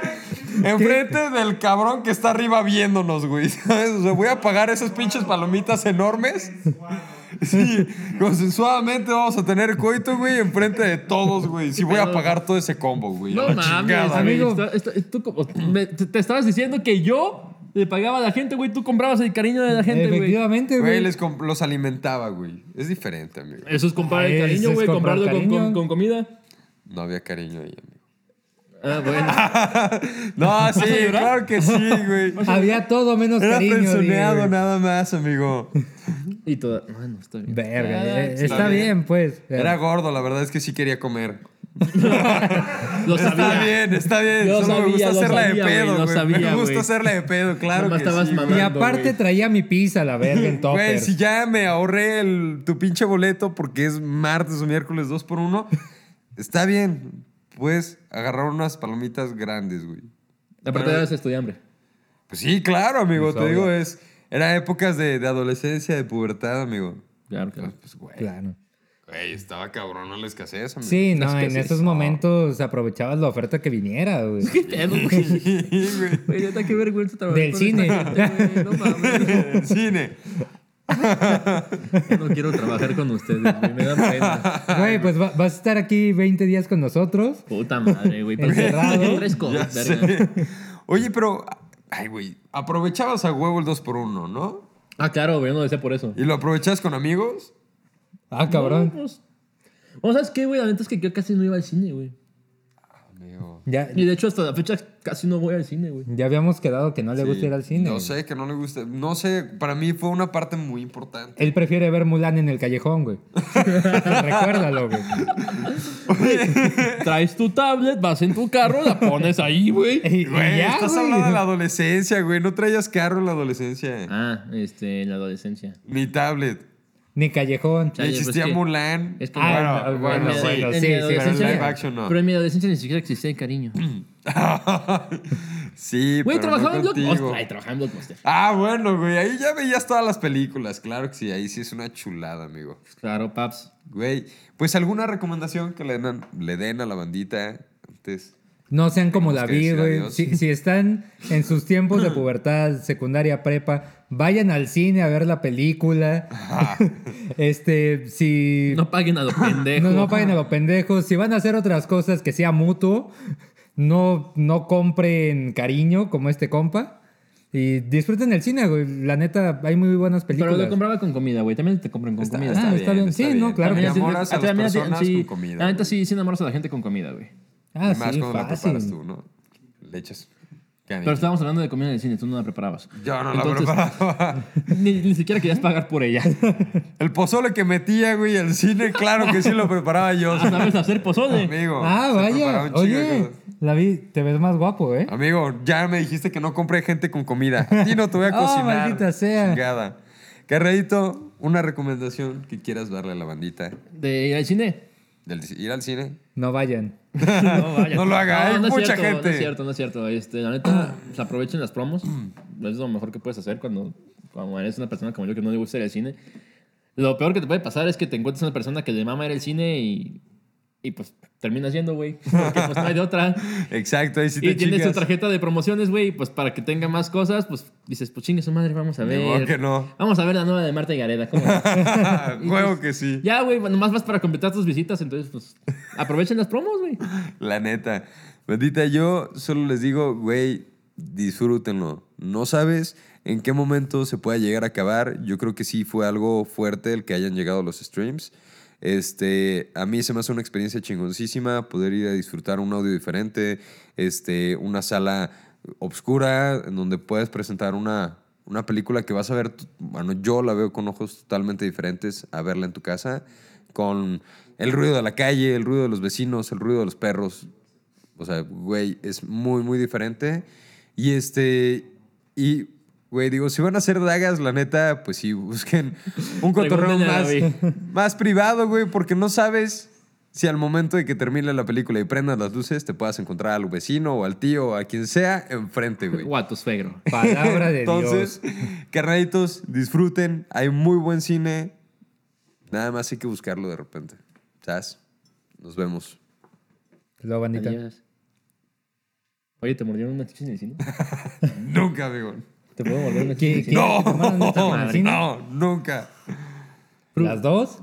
[SPEAKER 1] enfrente del cabrón que está arriba viéndonos, güey. ¿Sabes? O sea, voy a pagar esas pinches palomitas enormes. Sí, consensuadamente vamos a tener coito, güey, enfrente de todos, güey. Sí, voy a pagar todo ese combo, güey. a
[SPEAKER 2] No
[SPEAKER 1] la
[SPEAKER 2] mames,
[SPEAKER 1] chingada,
[SPEAKER 2] amigo.
[SPEAKER 3] amigo.
[SPEAKER 2] tú como- me- te, te estabas diciendo que yo le pagaba a la gente, güey. Tú comprabas el cariño de la gente, güey.
[SPEAKER 3] Efectivamente,
[SPEAKER 1] Güey,
[SPEAKER 3] güey.
[SPEAKER 1] les comp- los alimentaba, güey. Es diferente, amigo.
[SPEAKER 2] Eso es comprar el
[SPEAKER 3] Eso
[SPEAKER 2] cariño,
[SPEAKER 3] es
[SPEAKER 2] güey.
[SPEAKER 3] comprar
[SPEAKER 2] Comprarlo con,
[SPEAKER 3] cariño.
[SPEAKER 2] con- con comida.
[SPEAKER 1] No había cariño ahí, amigo.
[SPEAKER 2] Ah, bueno.
[SPEAKER 1] No, sí,
[SPEAKER 2] a llorar?
[SPEAKER 1] claro que sí, güey.
[SPEAKER 3] Había todo menos
[SPEAKER 1] Era
[SPEAKER 3] cariño.
[SPEAKER 1] pensoneado
[SPEAKER 3] dije, güey.
[SPEAKER 1] nada más, amigo.
[SPEAKER 2] Y toda. Bueno, está bien.
[SPEAKER 3] Verga,
[SPEAKER 2] Ah,
[SPEAKER 3] eh,
[SPEAKER 2] sí.
[SPEAKER 3] está
[SPEAKER 1] bien.
[SPEAKER 3] bien, pues.
[SPEAKER 1] Era gordo, la verdad es que sí quería comer.
[SPEAKER 2] Lo
[SPEAKER 1] Está
[SPEAKER 2] sabía.
[SPEAKER 1] bien, está bien.
[SPEAKER 2] Yo
[SPEAKER 1] Solo me
[SPEAKER 2] sabía,
[SPEAKER 1] gusta
[SPEAKER 2] lo
[SPEAKER 1] hacerla de
[SPEAKER 2] sabía, güey,
[SPEAKER 1] pedo,
[SPEAKER 2] lo
[SPEAKER 1] güey.
[SPEAKER 2] sabía,
[SPEAKER 1] me gusta
[SPEAKER 2] güey.
[SPEAKER 1] hacerla de pedo, claro
[SPEAKER 2] Nomás
[SPEAKER 1] que
[SPEAKER 2] estabas
[SPEAKER 1] sí. güey.
[SPEAKER 3] Y
[SPEAKER 2] mamando,
[SPEAKER 3] aparte
[SPEAKER 2] güey.
[SPEAKER 3] traía mi pizza, la verga, en topper.
[SPEAKER 1] Güey, si ya me ahorré el- tu pinche boleto porque es martes o miércoles 2 por 1 está bien. Puedes agarrar unas palomitas grandes, güey.
[SPEAKER 3] Ah.
[SPEAKER 2] Aparte eras estudiante.
[SPEAKER 1] Pues sí, claro, amigo.
[SPEAKER 3] Pues
[SPEAKER 1] te
[SPEAKER 3] obvio.
[SPEAKER 1] digo, es. Era épocas de, de adolescencia, de pubertad, amigo.
[SPEAKER 2] Claro,
[SPEAKER 1] Pues,
[SPEAKER 2] claro.
[SPEAKER 1] pues, güey.
[SPEAKER 3] Claro.
[SPEAKER 1] Güey, estaba cabrón la escasez, amigo.
[SPEAKER 3] Sí,
[SPEAKER 2] Es
[SPEAKER 3] no,
[SPEAKER 2] que
[SPEAKER 3] en
[SPEAKER 2] sí.
[SPEAKER 3] esos momentos aprovechabas la oferta que viniera, güey.
[SPEAKER 2] ¿Qué pedo, güey?
[SPEAKER 1] güey.
[SPEAKER 2] Güey, neta, qué vergüenza trabajar
[SPEAKER 3] Del
[SPEAKER 2] con
[SPEAKER 3] cine.
[SPEAKER 2] esta gente, güey, No mames.
[SPEAKER 1] El cine.
[SPEAKER 2] Yo No quiero trabajar con ustedes, güey. Me da pena.
[SPEAKER 3] Güey, pues va- vas a estar aquí 20 días con nosotros.
[SPEAKER 2] Puta madre, güey. ¿Por qué
[SPEAKER 3] Encerrado.
[SPEAKER 2] traje tres
[SPEAKER 1] Ya
[SPEAKER 2] cosas, verga?
[SPEAKER 1] sé. Oye, pero. Ay, güey. Aprovechabas a huevo el 2x1, ¿no?
[SPEAKER 2] Ah, claro, güey. Yo no lo decía por eso.
[SPEAKER 1] ¿Y lo aprovechabas con amigos?
[SPEAKER 3] Ah, cabrón.
[SPEAKER 2] No, pues, O sea, es que, güey, la neta es que yo casi no iba al cine, güey.
[SPEAKER 1] digo.
[SPEAKER 3] Ya,
[SPEAKER 2] Y de hecho, hasta la fecha casi no voy al cine, güey.
[SPEAKER 3] ya habíamos quedado que no le gusta
[SPEAKER 1] Sí.
[SPEAKER 3] ir al cine.
[SPEAKER 1] No
[SPEAKER 3] güey.
[SPEAKER 1] sé, que no le gusta. No sé, para mí fue una parte muy importante.
[SPEAKER 3] Él prefiere ver Mulan en el callejón, güey. Recuérdalo, güey.
[SPEAKER 2] Traes tu tablet, vas en tu carro, la pones ahí, güey.
[SPEAKER 3] Y- y
[SPEAKER 1] Güey,
[SPEAKER 3] ya,
[SPEAKER 1] estás
[SPEAKER 3] güey.
[SPEAKER 1] hablando de la adolescencia, güey. No traías carro en la adolescencia.
[SPEAKER 2] Ah, este, en la adolescencia.
[SPEAKER 1] Ni tablet.
[SPEAKER 3] Ni callejón.
[SPEAKER 1] Ni
[SPEAKER 2] Oye, pues
[SPEAKER 1] existía
[SPEAKER 2] que-
[SPEAKER 1] Mulan.
[SPEAKER 2] Es que-
[SPEAKER 1] bueno,
[SPEAKER 3] Ah, bueno,
[SPEAKER 1] bueno, Pues sí.
[SPEAKER 3] bueno,
[SPEAKER 2] en
[SPEAKER 3] sí,
[SPEAKER 2] mi
[SPEAKER 3] sí,
[SPEAKER 2] adolescencia-
[SPEAKER 1] pero en live action no.
[SPEAKER 2] Pero en mi adolescencia ni siquiera existía el cariño.
[SPEAKER 1] sí,
[SPEAKER 2] Güey,
[SPEAKER 1] pero
[SPEAKER 2] trabajaba
[SPEAKER 1] no
[SPEAKER 2] en
[SPEAKER 1] contigo.
[SPEAKER 2] Blockbuster. Ay, trabajaba en Blockbuster.
[SPEAKER 1] Ah, bueno, güey. Ahí ya veías todas las películas. Claro que sí. Ahí sí es una chulada, amigo.
[SPEAKER 2] Pues Claro, paps.
[SPEAKER 1] Güey, pues alguna recomendación que le den, le den a la bandita antes.
[SPEAKER 3] No sean como
[SPEAKER 1] Tenemos que
[SPEAKER 3] David,
[SPEAKER 1] decir
[SPEAKER 3] güey.
[SPEAKER 1] adiós.
[SPEAKER 3] Si, si están en sus tiempos de pubertad, secundaria, prepa, vayan al cine a ver la película. este, si...
[SPEAKER 2] No paguen a los pendejos.
[SPEAKER 3] No, no paguen a los pendejos. Si van a hacer otras cosas que sea mutuo, no, no compren cariño como este compa. Y disfruten el cine, güey. La neta, hay muy buenas películas.
[SPEAKER 2] Pero lo compraba con comida, güey. También te compran con comida.
[SPEAKER 3] está bien, sí, no, claro
[SPEAKER 1] Te
[SPEAKER 3] que sí.
[SPEAKER 1] enamoras a
[SPEAKER 2] Ah,
[SPEAKER 1] las
[SPEAKER 2] también sí-
[SPEAKER 1] personas
[SPEAKER 2] sí,
[SPEAKER 1] con comida.
[SPEAKER 2] La neta
[SPEAKER 1] güey.
[SPEAKER 2] sí, sí enamoras a la gente con comida, güey.
[SPEAKER 3] Ah,
[SPEAKER 1] Y más
[SPEAKER 3] sí,
[SPEAKER 1] cuando la preparas
[SPEAKER 3] fácil.
[SPEAKER 1] tú, ¿no? Le echas.
[SPEAKER 2] Pero
[SPEAKER 1] canita.
[SPEAKER 2] estábamos hablando de comida en el cine, tú no la preparabas.
[SPEAKER 1] Yo no
[SPEAKER 2] Entonces,
[SPEAKER 1] la preparaba.
[SPEAKER 2] Ni, ni siquiera querías pagar por ella.
[SPEAKER 1] El pozole que metía, güey, al cine, claro que sí lo preparaba yo.
[SPEAKER 2] Ah, ¿Sabes hacer pozole?
[SPEAKER 1] Amigo. se
[SPEAKER 3] Ah,
[SPEAKER 1] preparaba
[SPEAKER 3] vaya.
[SPEAKER 1] un chingo de
[SPEAKER 3] Oye,
[SPEAKER 1] cosas.
[SPEAKER 3] David, te ves más guapo, ¿eh?
[SPEAKER 1] Amigo, ya me dijiste que no compré gente con comida. A ti no te voy a
[SPEAKER 3] Oh,
[SPEAKER 1] cocinar.
[SPEAKER 3] maldita sea.
[SPEAKER 1] Chingada. Carradito, una recomendación que quieras darle a la bandita.
[SPEAKER 2] De ir al cine.
[SPEAKER 1] Del ir al cine.
[SPEAKER 3] No vayan.
[SPEAKER 2] No, vaya.
[SPEAKER 1] No lo haga, hay
[SPEAKER 2] es
[SPEAKER 1] mucha
[SPEAKER 2] cierto,
[SPEAKER 1] gente.
[SPEAKER 2] Ah, No es cierto, no es cierto. Este, la neta, pues, aprovechen las promos. Es lo mejor que puedes hacer cuando, cuando eres una persona como yo que no le gusta ir al cine. Lo peor que te puede pasar es que te encuentres una persona que le mama ir al cine y, y pues terminas yendo, güey. Porque pues no hay de otra.
[SPEAKER 1] Exacto, ahí sí te
[SPEAKER 2] Y tiene su
[SPEAKER 1] chingas.
[SPEAKER 2] tarjeta de promociones, güey, pues para que tenga más cosas, pues dices, pues chingue su madre, vamos a
[SPEAKER 1] De
[SPEAKER 2] ver.
[SPEAKER 1] modo que no.
[SPEAKER 2] Vamos a ver la nueva de Marta y Gareda. ¿cómo no? pues,
[SPEAKER 1] Juego que sí.
[SPEAKER 2] ya, güey, nomás vas para completar tus visitas, entonces, pues, aprovechen las promos, güey.
[SPEAKER 1] La neta. Bandita, yo solo les digo, güey, disfrútenlo. No sabes en qué momento se pueda llegar a acabar. Yo creo que sí fue algo fuerte el que hayan llegado los streams. Este, a mí se me hace una experiencia chingoncísima poder ir a disfrutar un audio diferente, este, una sala obscura en donde puedes presentar una, una película que vas a ver, t- bueno, yo la veo con ojos totalmente diferentes a verla en tu casa, con el ruido de la calle, el ruido de los vecinos, el ruido de los perros, o sea, güey, es muy, muy diferente. Y este. Y, güey, digo, si van a hacer dagas, la neta, pues sí, busquen un cotorreo
[SPEAKER 2] Pregúntenle a
[SPEAKER 1] más, más privado, güey, porque no sabes si al momento de que termine la película y prendas las luces, te puedas encontrar al vecino o al tío o a quien sea enfrente, güey.
[SPEAKER 2] O a tu suegro.
[SPEAKER 3] Palabra de
[SPEAKER 1] Entonces,
[SPEAKER 3] Dios.
[SPEAKER 1] carnaditos, disfruten. Hay muy buen cine. Nada más hay que buscarlo de repente. ¿Sabes? Nos vemos.
[SPEAKER 3] Lo bandita.
[SPEAKER 2] Adiós. Oye, ¿te mordieron una chicha en el cine?
[SPEAKER 1] Nunca, amigo.
[SPEAKER 2] ¿Te puedo morder una chicha en
[SPEAKER 3] ¿Qué-
[SPEAKER 2] el
[SPEAKER 3] qué?
[SPEAKER 2] cine?
[SPEAKER 1] No,
[SPEAKER 3] ¿Tomaron neta en el cine?
[SPEAKER 1] no, nunca.
[SPEAKER 3] ¿Las dos?